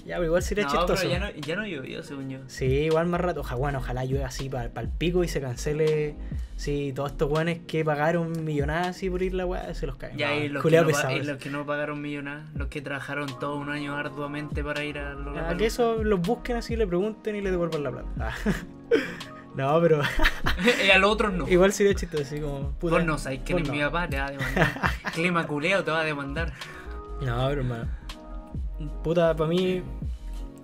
[SPEAKER 2] Ya, pero igual sería
[SPEAKER 3] No,
[SPEAKER 2] chistoso.
[SPEAKER 3] pero ya no, ya no llovió, según yo.
[SPEAKER 2] Sí, igual más rato. Ojalá, bueno, ojalá llueva así para el pico y se cancele. Sí, todos estos weones que pagaron millonadas así por ir la weá, se los caen.
[SPEAKER 3] Ya, y los, que
[SPEAKER 2] Julián
[SPEAKER 3] no, pa-
[SPEAKER 2] pesado.
[SPEAKER 3] y
[SPEAKER 2] eso.
[SPEAKER 3] los que no pagaron millonadas, los que trabajaron todo un año arduamente para ir a Lola.
[SPEAKER 2] Ah, que eso los busquen así, le pregunten y le devuelvan la plata. Ah. No, pero
[SPEAKER 3] y a los otros no.
[SPEAKER 2] igual sería chistoso, así como. puta,
[SPEAKER 3] Vos no sabés quién
[SPEAKER 2] vos
[SPEAKER 3] es
[SPEAKER 2] no.
[SPEAKER 3] mi papá, te va a demandar. Clima culeo te va a demandar.
[SPEAKER 2] No, pero hermano. Puta, para mí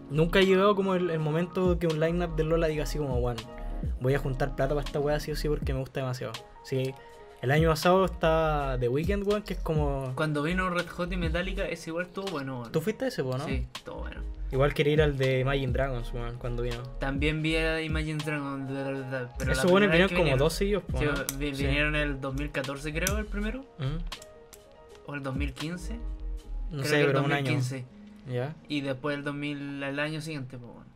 [SPEAKER 2] nunca ha llegado como el, el momento que un lineup de Lola diga así como, bueno, voy a juntar plata para esta wea sí o sí porque me gusta demasiado. Sí, el año pasado está The Weeknd, weón, que es como.
[SPEAKER 3] Cuando vino Red Hot y Metallica, ese igual estuvo bueno, weón.
[SPEAKER 2] Tú fuiste a ese, po, ¿no?
[SPEAKER 3] Sí, estuvo bueno.
[SPEAKER 2] Igual quería ir al de Imagine Dragons, weón, cuando vino.
[SPEAKER 3] También vi a Imagine Dragon. bla, bla, bla, Pero
[SPEAKER 2] Esos buenos
[SPEAKER 3] vinieron
[SPEAKER 2] vinieron como dos seguidos, po, ¿no?
[SPEAKER 3] vi-
[SPEAKER 2] Sí. ¿Mm?
[SPEAKER 3] vinieron el 2014 creo el primero
[SPEAKER 2] Ujú.
[SPEAKER 3] o el 2015.
[SPEAKER 2] No
[SPEAKER 3] creo
[SPEAKER 2] sé,
[SPEAKER 3] que el
[SPEAKER 2] pero un año.
[SPEAKER 3] 2015.
[SPEAKER 2] Ya.
[SPEAKER 3] Y después el 2000 el año siguiente, pues bueno.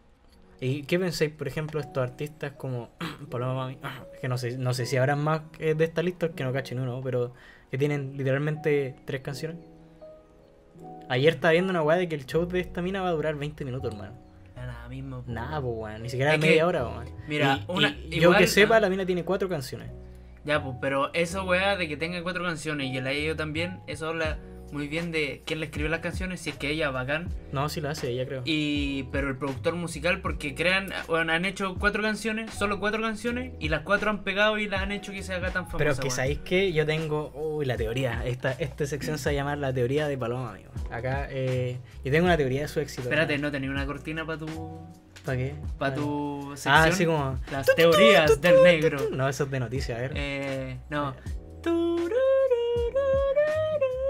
[SPEAKER 2] ¿Y qué pensáis, por ejemplo, estos artistas como Paloma Mami? Es que no sé, no sé si habrán más eh, de esta lista, que no cachen uno, pero que tienen literalmente tres canciones. Ayer estaba viendo una weá de que el show de esta mina va a durar 20 minutos, hermano.
[SPEAKER 3] Nada mismo. po,
[SPEAKER 2] Nada,
[SPEAKER 3] weón.
[SPEAKER 2] pues weón, ni siquiera
[SPEAKER 3] Es que-
[SPEAKER 2] media hora, po, weón.
[SPEAKER 3] Mira,
[SPEAKER 2] Y-
[SPEAKER 3] una-
[SPEAKER 2] y yo
[SPEAKER 3] igual-
[SPEAKER 2] que sepa,
[SPEAKER 3] ah.
[SPEAKER 2] la mina tiene cuatro canciones.
[SPEAKER 3] Ya, pues, pero eso weá de que tenga cuatro canciones y el haya yo también, eso habla muy bien de quién le escribió las canciones, si es que ella, bacán.
[SPEAKER 2] No, sí la hace ella, creo.
[SPEAKER 3] Y, pero el productor musical, porque crean, bueno, han hecho cuatro canciones, solo cuatro canciones, y las cuatro han pegado y las han hecho que se haga tan famosa.
[SPEAKER 2] pero es que
[SPEAKER 3] weón.
[SPEAKER 2] sabéis que yo tengo. Uy, la teoría. Esta, esta sección se va a llamar la teoría de Paloma, amigo. Acá, eh, yo tengo una teoría de su éxito.
[SPEAKER 3] Espérate, no tenía una cortina para tu.
[SPEAKER 2] ¿Para qué?
[SPEAKER 3] para
[SPEAKER 2] Ah,
[SPEAKER 3] tu sección.
[SPEAKER 2] Ah, así como.
[SPEAKER 3] Las teorías del negro.
[SPEAKER 2] No, eso es de noticias, a ver.
[SPEAKER 3] Eh, no.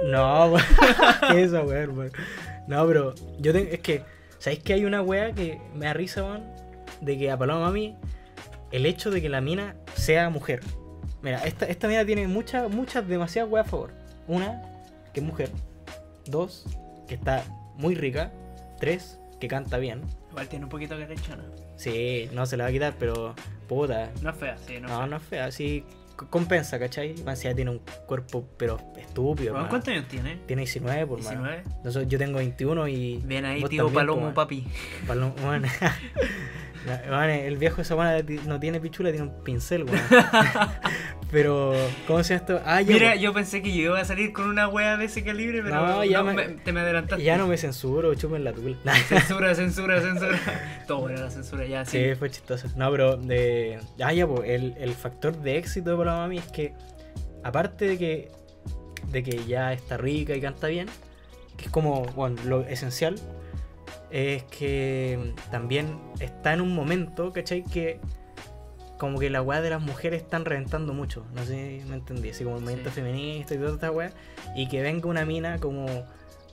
[SPEAKER 2] No, weón. ¿Qué es esa weá, hermano? No, pero yo tengo. Es que, ¿sabéis que hay una weá que me da risa, weón? De que a Paloma Mami, el hecho de que la mina sea mujer. Mira, esta, esta mina tiene muchas, muchas, demasiadas weas a favor. Una, que es mujer. Dos, que está muy rica. Tres, que canta bien.
[SPEAKER 3] Igual tiene un poquito de carrechona.
[SPEAKER 2] Sí, no se la va a quitar, pero puta.
[SPEAKER 3] No es fea, sí, no. es
[SPEAKER 2] No,
[SPEAKER 3] fea.
[SPEAKER 2] no es fea, sí c- compensa, ¿cachai? Más si ya tiene un cuerpo, pero estúpido.
[SPEAKER 3] Weón,
[SPEAKER 2] hermano.
[SPEAKER 3] ¿Cuántos años tiene?
[SPEAKER 2] Tiene 19, por mano.
[SPEAKER 3] 19.
[SPEAKER 2] Nosotros- yo tengo 21 y.
[SPEAKER 3] Bien ahí,
[SPEAKER 2] vos
[SPEAKER 3] tío
[SPEAKER 2] también, po,
[SPEAKER 3] Palomo,
[SPEAKER 2] man.
[SPEAKER 3] papi.
[SPEAKER 2] Palomo, weón. No, weón, el viejo esa weá no tiene pichula, tiene un pincel, weón. Pero, ¿cómo se llama esto? Ah, ya,
[SPEAKER 3] Mira,
[SPEAKER 2] po.
[SPEAKER 3] yo pensé que yo iba a salir con una wea de ese calibre, pero
[SPEAKER 2] No, ya me-
[SPEAKER 3] me- te me adelantaste.
[SPEAKER 2] ya no me censuro, chupen la tula.
[SPEAKER 3] Censura, censura, censura. Todo era la censura, ya, Ah, sí.
[SPEAKER 2] Sí, fue chistoso. No, pero de. Ah, ya, pues, el, el factor de éxito para la mami es que, aparte de que, de que ya está rica y canta bien, que es como, bueno, lo esencial, es que también está en un momento, ¿cachai? Que como que la weá de las mujeres están reventando mucho. No sé si me entendí. Así como el movimiento
[SPEAKER 3] Sí.
[SPEAKER 2] feminista y toda esta weá. Y que venga una mina como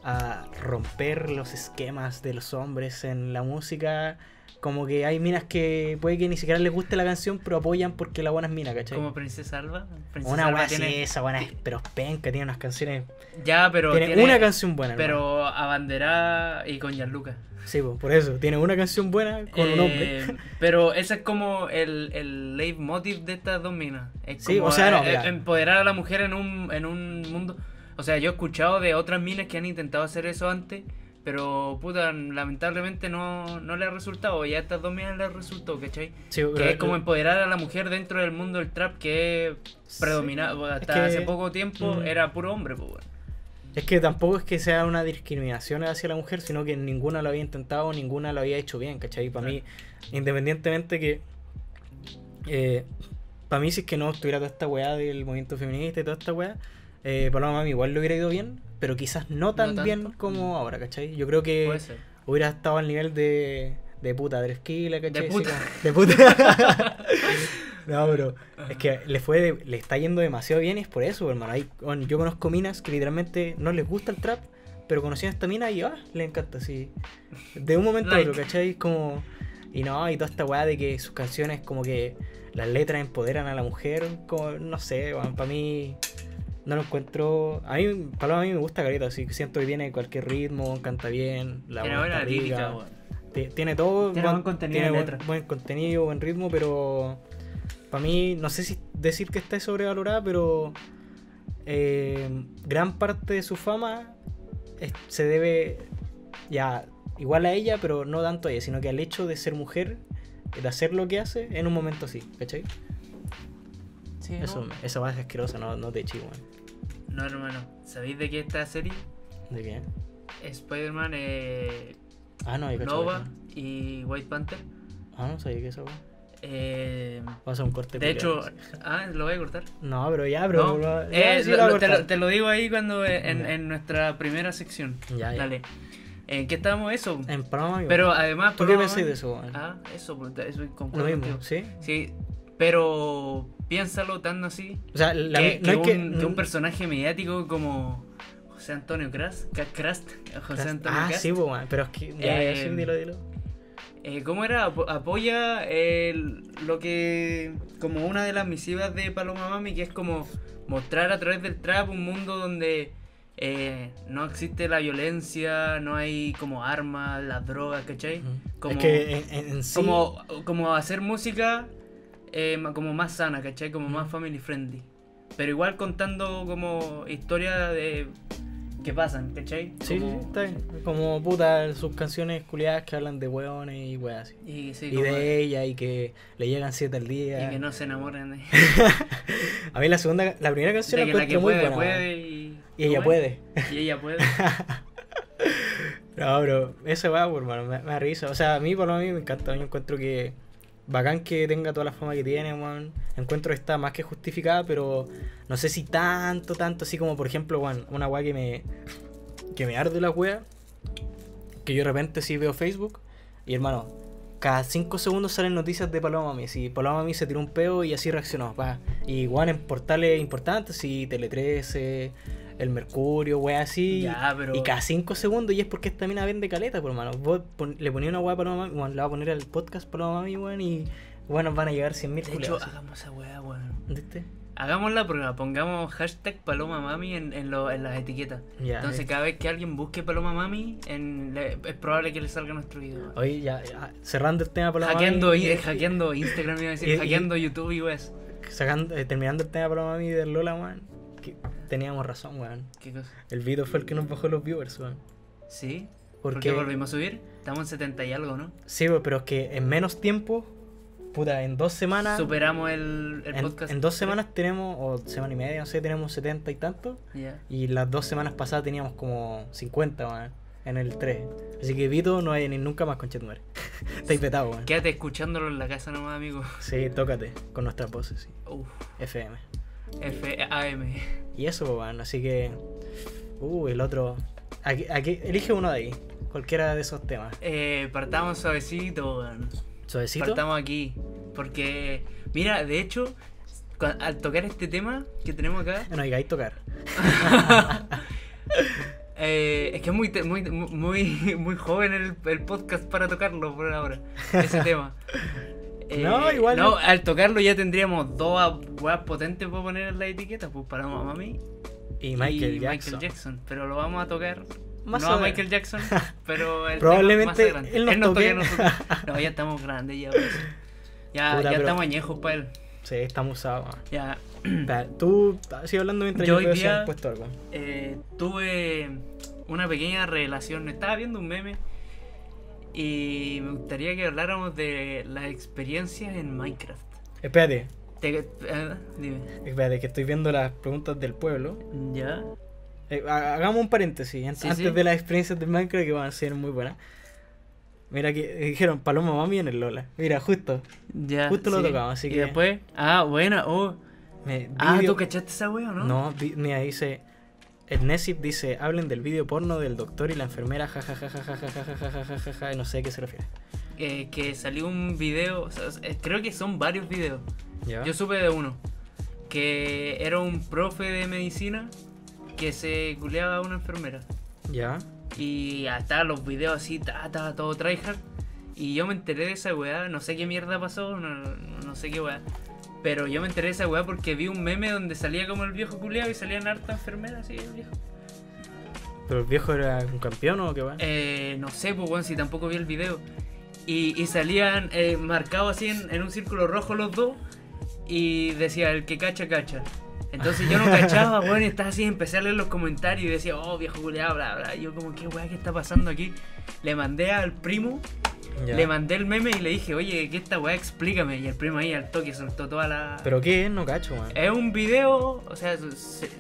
[SPEAKER 2] a romper los esquemas de los hombres en la música. Como que hay minas que puede que ni siquiera les guste la canción, pero apoyan porque la buena es mina, ¿cachai?
[SPEAKER 3] Como Princesa Alba. Princesa
[SPEAKER 2] una
[SPEAKER 3] Alba
[SPEAKER 2] weá así, esa buena es pero es penca, tiene unas canciones.
[SPEAKER 3] Ya, pero.
[SPEAKER 2] tiene,
[SPEAKER 3] tiene-
[SPEAKER 2] una canción buena, hermano.
[SPEAKER 3] Pero abanderada y con Gianluca.
[SPEAKER 2] Sí, po, por eso, tiene una canción buena con un hombre.
[SPEAKER 3] Eh, pero ese es como el, el leitmotiv de estas dos minas. Es
[SPEAKER 2] Sí,
[SPEAKER 3] como
[SPEAKER 2] o sea, no,
[SPEAKER 3] eh,
[SPEAKER 2] mira.
[SPEAKER 3] empoderar a la mujer en un, en un mundo. O sea, yo he escuchado de otras minas que han intentado hacer eso antes, pero puta, lamentablemente no, no le ha resultado. Y a estas dos minas les resultó, ¿cachai?
[SPEAKER 2] Sí, pero-
[SPEAKER 3] Que es como empoderar a la mujer dentro del mundo del trap que
[SPEAKER 2] Sí.
[SPEAKER 3] predominaba hasta
[SPEAKER 2] que-
[SPEAKER 3] hace poco tiempo
[SPEAKER 2] Mm.
[SPEAKER 3] era puro hombre, pues, weón.
[SPEAKER 2] Es que tampoco es que sea una discriminación hacia la mujer, sino que ninguna lo había intentado, ninguna lo había hecho bien, ¿cachai? Para mí, independientemente que... para mí, si es que no estuviera toda esta weá del movimiento feminista y toda esta weá, eh, Paloma Mami igual le hubiera ido bien, pero quizás no tan
[SPEAKER 3] tanto. Mm.
[SPEAKER 2] bien como ahora, ¿cachai? Yo creo que
[SPEAKER 3] Puede ser.
[SPEAKER 2] hubiera estado al nivel de, de puta, de esquila, ¿cachai?
[SPEAKER 3] De
[SPEAKER 2] Sí,
[SPEAKER 3] puta.
[SPEAKER 2] como- de puta. no, pero es que le fue de- le está yendo demasiado bien y es por eso, hermano. Hay, bueno, yo conozco minas que literalmente no les gusta el trap, pero conocían esta mina y ah, le encanta, así. De un momento a
[SPEAKER 3] Like.
[SPEAKER 2] otro, ¿cachai? Como. Y no, y toda esta weá de que sus canciones, como que las letras empoderan a la mujer, como, no sé, para mí. No lo encuentro. A mí, Paloma, a mí me gusta Carita, así que siento que tiene cualquier ritmo, canta bien, la
[SPEAKER 3] Tiene
[SPEAKER 2] voz
[SPEAKER 3] buena
[SPEAKER 2] está rica.
[SPEAKER 3] lírica, weón.
[SPEAKER 2] Ti- Tiene todo.
[SPEAKER 3] Tiene buen contenido
[SPEAKER 2] tiene
[SPEAKER 3] de
[SPEAKER 2] buen,
[SPEAKER 3] letra.
[SPEAKER 2] buen contenido, buen ritmo, pero. Para mí, no sé si decir que está sobrevalorada, pero. eh, gran parte de su fama es- se debe. Ya, igual a ella, pero no tanto a ella, sino que al hecho de ser mujer, de hacer lo que hace en un momento así, ¿cachai?
[SPEAKER 3] Sí, ¿no?
[SPEAKER 2] Eso, esa base asquerosa, no, no te eché, weón.
[SPEAKER 3] No, hermano. ¿Sabéis de qué esta serie?
[SPEAKER 2] ¿De qué?
[SPEAKER 3] Spider-Man, eh,
[SPEAKER 2] Ah, no, hay
[SPEAKER 3] Nova y White Panther.
[SPEAKER 2] Ah, no sabía que esa, weón.
[SPEAKER 3] Eh,
[SPEAKER 2] Vamos a hacer un corte.
[SPEAKER 3] de
[SPEAKER 2] culiao,
[SPEAKER 3] hecho, ah, lo voy a cortar.
[SPEAKER 2] No, pero ya, pero.
[SPEAKER 3] No.
[SPEAKER 2] pero- ya,
[SPEAKER 3] Eh,
[SPEAKER 2] sí,
[SPEAKER 3] lo-
[SPEAKER 2] lo voy a
[SPEAKER 3] te,
[SPEAKER 2] cortar.
[SPEAKER 3] lo, te lo digo ahí cuando eh, en,
[SPEAKER 2] Ya.
[SPEAKER 3] en nuestra primera sección.
[SPEAKER 2] Ya, ya.
[SPEAKER 3] Dale. Eh, ¿En qué estábamos eso?
[SPEAKER 2] En Paloma, amigo.
[SPEAKER 3] Pero además,
[SPEAKER 2] ¿Tú
[SPEAKER 3] por
[SPEAKER 2] qué
[SPEAKER 3] lo-
[SPEAKER 2] pensáis de eso, weón?
[SPEAKER 3] Ah, eso, por- eso
[SPEAKER 2] Lo
[SPEAKER 3] concuerdo
[SPEAKER 2] mismo,
[SPEAKER 3] contigo.
[SPEAKER 2] ¿sí?
[SPEAKER 3] Sí, pero piénsalo tanto así.
[SPEAKER 2] O sea, la-
[SPEAKER 3] que,
[SPEAKER 2] no
[SPEAKER 3] que
[SPEAKER 2] es que.
[SPEAKER 3] un, que un personaje mediático como José Antonio Kras, Ka- Krast, José Antonio
[SPEAKER 2] Ah,
[SPEAKER 3] Krast,
[SPEAKER 2] sí, po, weón, pero es que. Ya, ya, sí,
[SPEAKER 3] Eh,
[SPEAKER 2] dilo, dilo.
[SPEAKER 3] Eh, ¿Cómo era? Apo- apoya el- lo que. como una de las misivas de Paloma Mami, que es como mostrar a través del trap un mundo donde eh, no existe la violencia, no hay como armas, las drogas, ¿cachai? como-
[SPEAKER 2] es que en, en- en sí.
[SPEAKER 3] Como, como hacer música eh, ma- como más sana, ¿cachai? Como más
[SPEAKER 2] Ujú.
[SPEAKER 3] family friendly. Pero igual contando como historias de. que pasan, ¿cachai?
[SPEAKER 2] Sí,
[SPEAKER 3] Como-
[SPEAKER 2] sí, está bien. Como puta, sus canciones culiadas que hablan de weones y weas así.
[SPEAKER 3] Y, sí,
[SPEAKER 2] Y
[SPEAKER 3] como-
[SPEAKER 2] de ella, y que le llegan siete al día.
[SPEAKER 3] y que no se enamoren de.
[SPEAKER 2] A mí la segunda, la primera
[SPEAKER 3] De
[SPEAKER 2] canción la
[SPEAKER 3] que la que
[SPEAKER 2] encuentro muy
[SPEAKER 3] puede,
[SPEAKER 2] buena.
[SPEAKER 3] puede y...
[SPEAKER 2] Y ella
[SPEAKER 3] ¿cómo
[SPEAKER 2] puede.
[SPEAKER 3] es? Y ella puede.
[SPEAKER 2] No, pero esa va, por hermano, me, me da risa. O sea, a mí por lo menos me encanta. Yo encuentro que bacán que tenga toda la fama que tiene, weón. Encuentro que está más que justificada, pero no sé si tanto, tanto, así como por ejemplo, weón, una weá que me, que me arde la wea. Que yo de repente sí veo Facebook y hermano, cada 5 segundos salen noticias de Paloma Mami. Si Paloma Mami se tiró un peo y así reaccionó, pa. Y weón, en portales importantes, sí, Tele 13, El Mercurio, weá así.
[SPEAKER 3] ya, pero.
[SPEAKER 2] Y cada 5 segundos, y es porque esta mina vende caleta, por hermano. Vos pon- le ponía una weá para Paloma Mami, weón, la va a poner al podcast Paloma Mami, weón, y bueno, van a llegar 100.000
[SPEAKER 3] De hecho, ah,
[SPEAKER 2] culiados.
[SPEAKER 3] hagamos esa weá, weón.
[SPEAKER 2] ¿Entendiste?
[SPEAKER 3] Hagamos la prueba, pongamos hashtag Paloma Mami en, en, lo- en las etiquetas.
[SPEAKER 2] Ya,
[SPEAKER 3] Entonces cada vez que alguien busque Paloma Mami, en- le- es probable que le salga nuestro video.
[SPEAKER 2] Oye, ya, ya, cerrando el tema Paloma
[SPEAKER 3] Hackeando,
[SPEAKER 2] Mami,
[SPEAKER 3] i- hackeando Instagram, iba a decir,
[SPEAKER 2] y- y-
[SPEAKER 3] hackeando YouTube y US.
[SPEAKER 2] sacando- eh, terminando el tema Paloma Mami de Lola, weón. que Teníamos razón, weón.
[SPEAKER 3] ¿Qué cosa?
[SPEAKER 2] El Vito fue el que nos bajó los viewers, weón.
[SPEAKER 3] ¿Sí? ¿Por
[SPEAKER 2] Porque,
[SPEAKER 3] qué volvimos a subir? Estamos en 70 y algo, ¿no?
[SPEAKER 2] sí, weón, pero es que en menos tiempo, puta, en dos semanas.
[SPEAKER 3] Superamos el, el
[SPEAKER 2] en,
[SPEAKER 3] podcast.
[SPEAKER 2] en dos semanas tenemos, o semana y media, no sé, tenemos 70 y tanto.
[SPEAKER 3] Ya.
[SPEAKER 2] Y las dos semanas pasadas teníamos como 50, weón. En el 3. Así que Vito no hay ni nunca más con Chetumare. Estáis petado, weón.
[SPEAKER 3] Quédate escuchándolo en la casa nomás, amigo.
[SPEAKER 2] Sí, tócate con nuestras voces, sí.
[SPEAKER 3] Uf,
[SPEAKER 2] FM.
[SPEAKER 3] F-A-M.
[SPEAKER 2] Y eso, pues, weón. Así que. Uh, el otro. Aquí, aquí- elige uno de ahí. Cualquiera de esos temas.
[SPEAKER 3] Eh, partamos suavecito, weón.
[SPEAKER 2] Suavecito.
[SPEAKER 3] Partamos aquí. Porque, mira, de hecho, cua- al tocar este tema que tenemos acá,
[SPEAKER 2] No digáis tocar.
[SPEAKER 3] eh, es que es muy, te- muy, muy, muy joven el, el podcast para tocarlo por ahora. Ese tema. Eh,
[SPEAKER 2] No, igual
[SPEAKER 3] No,
[SPEAKER 2] no.
[SPEAKER 3] al tocarlo ya tendríamos dos a- weas potentes para poner en la etiqueta, pues para mami
[SPEAKER 2] Y Michael
[SPEAKER 3] y
[SPEAKER 2] Jackson.
[SPEAKER 3] Michael Jackson. Pero lo vamos a tocar.
[SPEAKER 2] Más
[SPEAKER 3] no a
[SPEAKER 2] adelante.
[SPEAKER 3] Michael Jackson, pero el
[SPEAKER 2] Probablemente
[SPEAKER 3] tema más adelante.
[SPEAKER 2] él nos
[SPEAKER 3] toque a
[SPEAKER 2] toque.
[SPEAKER 3] nosotros. No, ya estamos grandes, ya. pues. Ya,
[SPEAKER 2] Puta,
[SPEAKER 3] ya
[SPEAKER 2] pero-
[SPEAKER 3] estamos añejos para él.
[SPEAKER 2] Sí, estamos usados. weón.
[SPEAKER 3] Ya,
[SPEAKER 2] Espera, Tú ah, sigue hablando mientras
[SPEAKER 3] Yo
[SPEAKER 2] yo,
[SPEAKER 3] hoy
[SPEAKER 2] veo si
[SPEAKER 3] día-
[SPEAKER 2] han puesto algo.
[SPEAKER 3] eh, tuve una pequeña relación. Estaba viendo un meme y me gustaría que habláramos de las experiencias en Minecraft.
[SPEAKER 2] Espérate,
[SPEAKER 3] Te- eh, dime.
[SPEAKER 2] espérate, que estoy viendo las preguntas del pueblo.
[SPEAKER 3] Ya.
[SPEAKER 2] Eh, ha- hagamos un paréntesis an-
[SPEAKER 3] Sí,
[SPEAKER 2] antes
[SPEAKER 3] sí.
[SPEAKER 2] de las experiencias de Minecraft que van a ser muy buenas. Mira que eh, dijeron Paloma Mami en el Lola. Mira, justo.
[SPEAKER 3] Ya.
[SPEAKER 2] Justo lo tocamos, así
[SPEAKER 3] Y
[SPEAKER 2] que-
[SPEAKER 3] después. Ah, buena. Oh.
[SPEAKER 2] Me-
[SPEAKER 3] Ah,
[SPEAKER 2] video-
[SPEAKER 3] ¿tú cachaste esa wea o no?
[SPEAKER 2] No, vi- mira, dice. Ednesip dice, hablen del video porno del doctor y la enfermera, jajajajajajajajajajaja, y no sé a qué se refiere.
[SPEAKER 3] Eh, que salió un video. o sea, eh, creo que son varios videos.
[SPEAKER 2] ¿Ya?
[SPEAKER 3] Yo supe de uno. Que era un profe de medicina que se culeaba a una enfermera.
[SPEAKER 2] ¿Ya?
[SPEAKER 3] Y hasta los videos así, ta, ta, todo tryhard. Y yo me enteré de esa weá, no sé qué mierda pasó, no, no sé qué weá. Pero yo me enteré de esa weá porque vi un meme donde salía como el viejo culeado y salían harta enfermera, así el viejo.
[SPEAKER 2] ¿Pero el viejo era un campeón o qué va?
[SPEAKER 3] Eh, no sé, pues weón, si tampoco vi el video. Y, y salían eh, marcados así en, en un círculo rojo los dos. Y decía, el que cacha, cacha. Entonces yo no cachaba, weón, y estaba así, empecé a leer los comentarios y decía, oh, viejo culeado, bla, bla. Y yo como, qué weá, ¿qué está pasando aquí? Le mandé al primo,
[SPEAKER 2] Ya.
[SPEAKER 3] le mandé el meme y le dije, oye, ¿qué esta weá? Explícame. Y el primo ahí al toque soltó toda la...
[SPEAKER 2] ¿Pero qué es? No cacho, weón.
[SPEAKER 3] Es un video, o sea, se-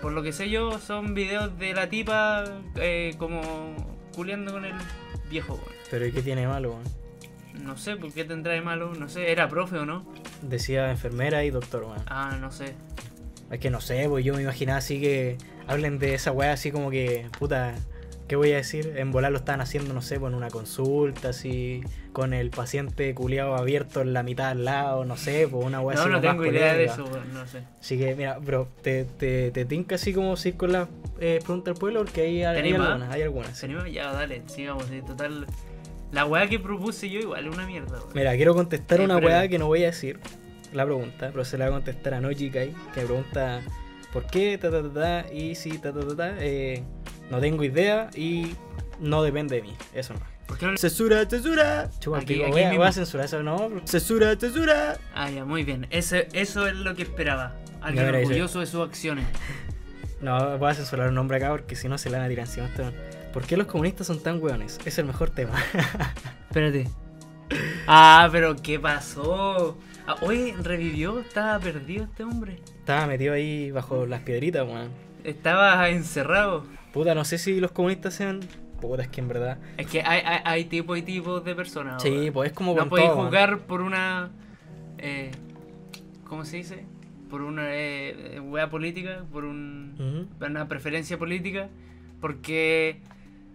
[SPEAKER 3] por lo que sé yo, son videos de la tipa eh, como culeando con el viejo. weón.
[SPEAKER 2] ¿Pero ¿y qué tiene de malo, weón?
[SPEAKER 3] No sé por qué tendrá de malo, no sé, ¿era profe o no?
[SPEAKER 2] Decía enfermera y doctor, weón.
[SPEAKER 3] Ah, no sé.
[SPEAKER 2] Es que no sé, pues yo me imaginaba así que hablen de esa weá así como que, puta, ¿qué voy a decir? En volar lo están haciendo, no sé, pues en una consulta, así, con el paciente culiado abierto en la mitad al lado, no sé, pues una weá
[SPEAKER 3] No,
[SPEAKER 2] así.
[SPEAKER 3] no
[SPEAKER 2] como más
[SPEAKER 3] tengo idea de
[SPEAKER 2] polémica.
[SPEAKER 3] eso, weón, no sé.
[SPEAKER 2] Así que, mira, bro, te, te, te tinca así como si con las eh, preguntas del pueblo, porque hay, hay
[SPEAKER 3] ¿Tenéis más?
[SPEAKER 2] algunas, hay algunas. sí.
[SPEAKER 3] ¿Se anima? Ya, dale, sigamos. sí, total, la weá que propuse yo igual es una mierda, weón.
[SPEAKER 2] Mira, quiero contestar
[SPEAKER 3] Sí,
[SPEAKER 2] una
[SPEAKER 3] pero-
[SPEAKER 2] weá que no voy a decir la pregunta, pero se la voy a contestar a Noji Kai, que me pregunta por qué, ta ta ta ta, y si ta ta ta ta, eh, no tengo idea y no depende de mí, eso no.
[SPEAKER 3] ¿Por qué no le-
[SPEAKER 2] Censura, censura. Chupa,
[SPEAKER 3] Aquí-
[SPEAKER 2] pico,
[SPEAKER 3] aquí
[SPEAKER 2] voy, a,
[SPEAKER 3] mismo.
[SPEAKER 2] voy a censurar eso, no. bro. Censura, censura.
[SPEAKER 3] Ah, ya, muy bien. Eso, eso es lo que esperaba.
[SPEAKER 2] Ya,
[SPEAKER 3] Alguien
[SPEAKER 2] mira, dice-
[SPEAKER 3] orgulloso de sus acciones.
[SPEAKER 2] No, voy a censurar un nombre acá porque si no se la van a tirar encima. este weón. ¿Por qué los comunistas son tan weones? Es el mejor tema.
[SPEAKER 3] Espérate. Ah, pero ¿qué pasó? Ah, oye, revivió, estaba perdido este hombre.
[SPEAKER 2] Estaba metido ahí bajo las piedritas, weón.
[SPEAKER 3] Estaba encerrado.
[SPEAKER 2] Puta, no sé si los comunistas sean. Puta, es que en verdad.
[SPEAKER 3] Es que hay, hay, hay tipos y tipos de personas.
[SPEAKER 2] Sí,
[SPEAKER 3] Ah, weón.
[SPEAKER 2] pues es como
[SPEAKER 3] no
[SPEAKER 2] con
[SPEAKER 3] podéis
[SPEAKER 2] todo, weón.
[SPEAKER 3] jugar por una. eh, ¿Cómo se dice? Por una eh, eh, wea política, por un.
[SPEAKER 2] Ujú.
[SPEAKER 3] una preferencia política, porque,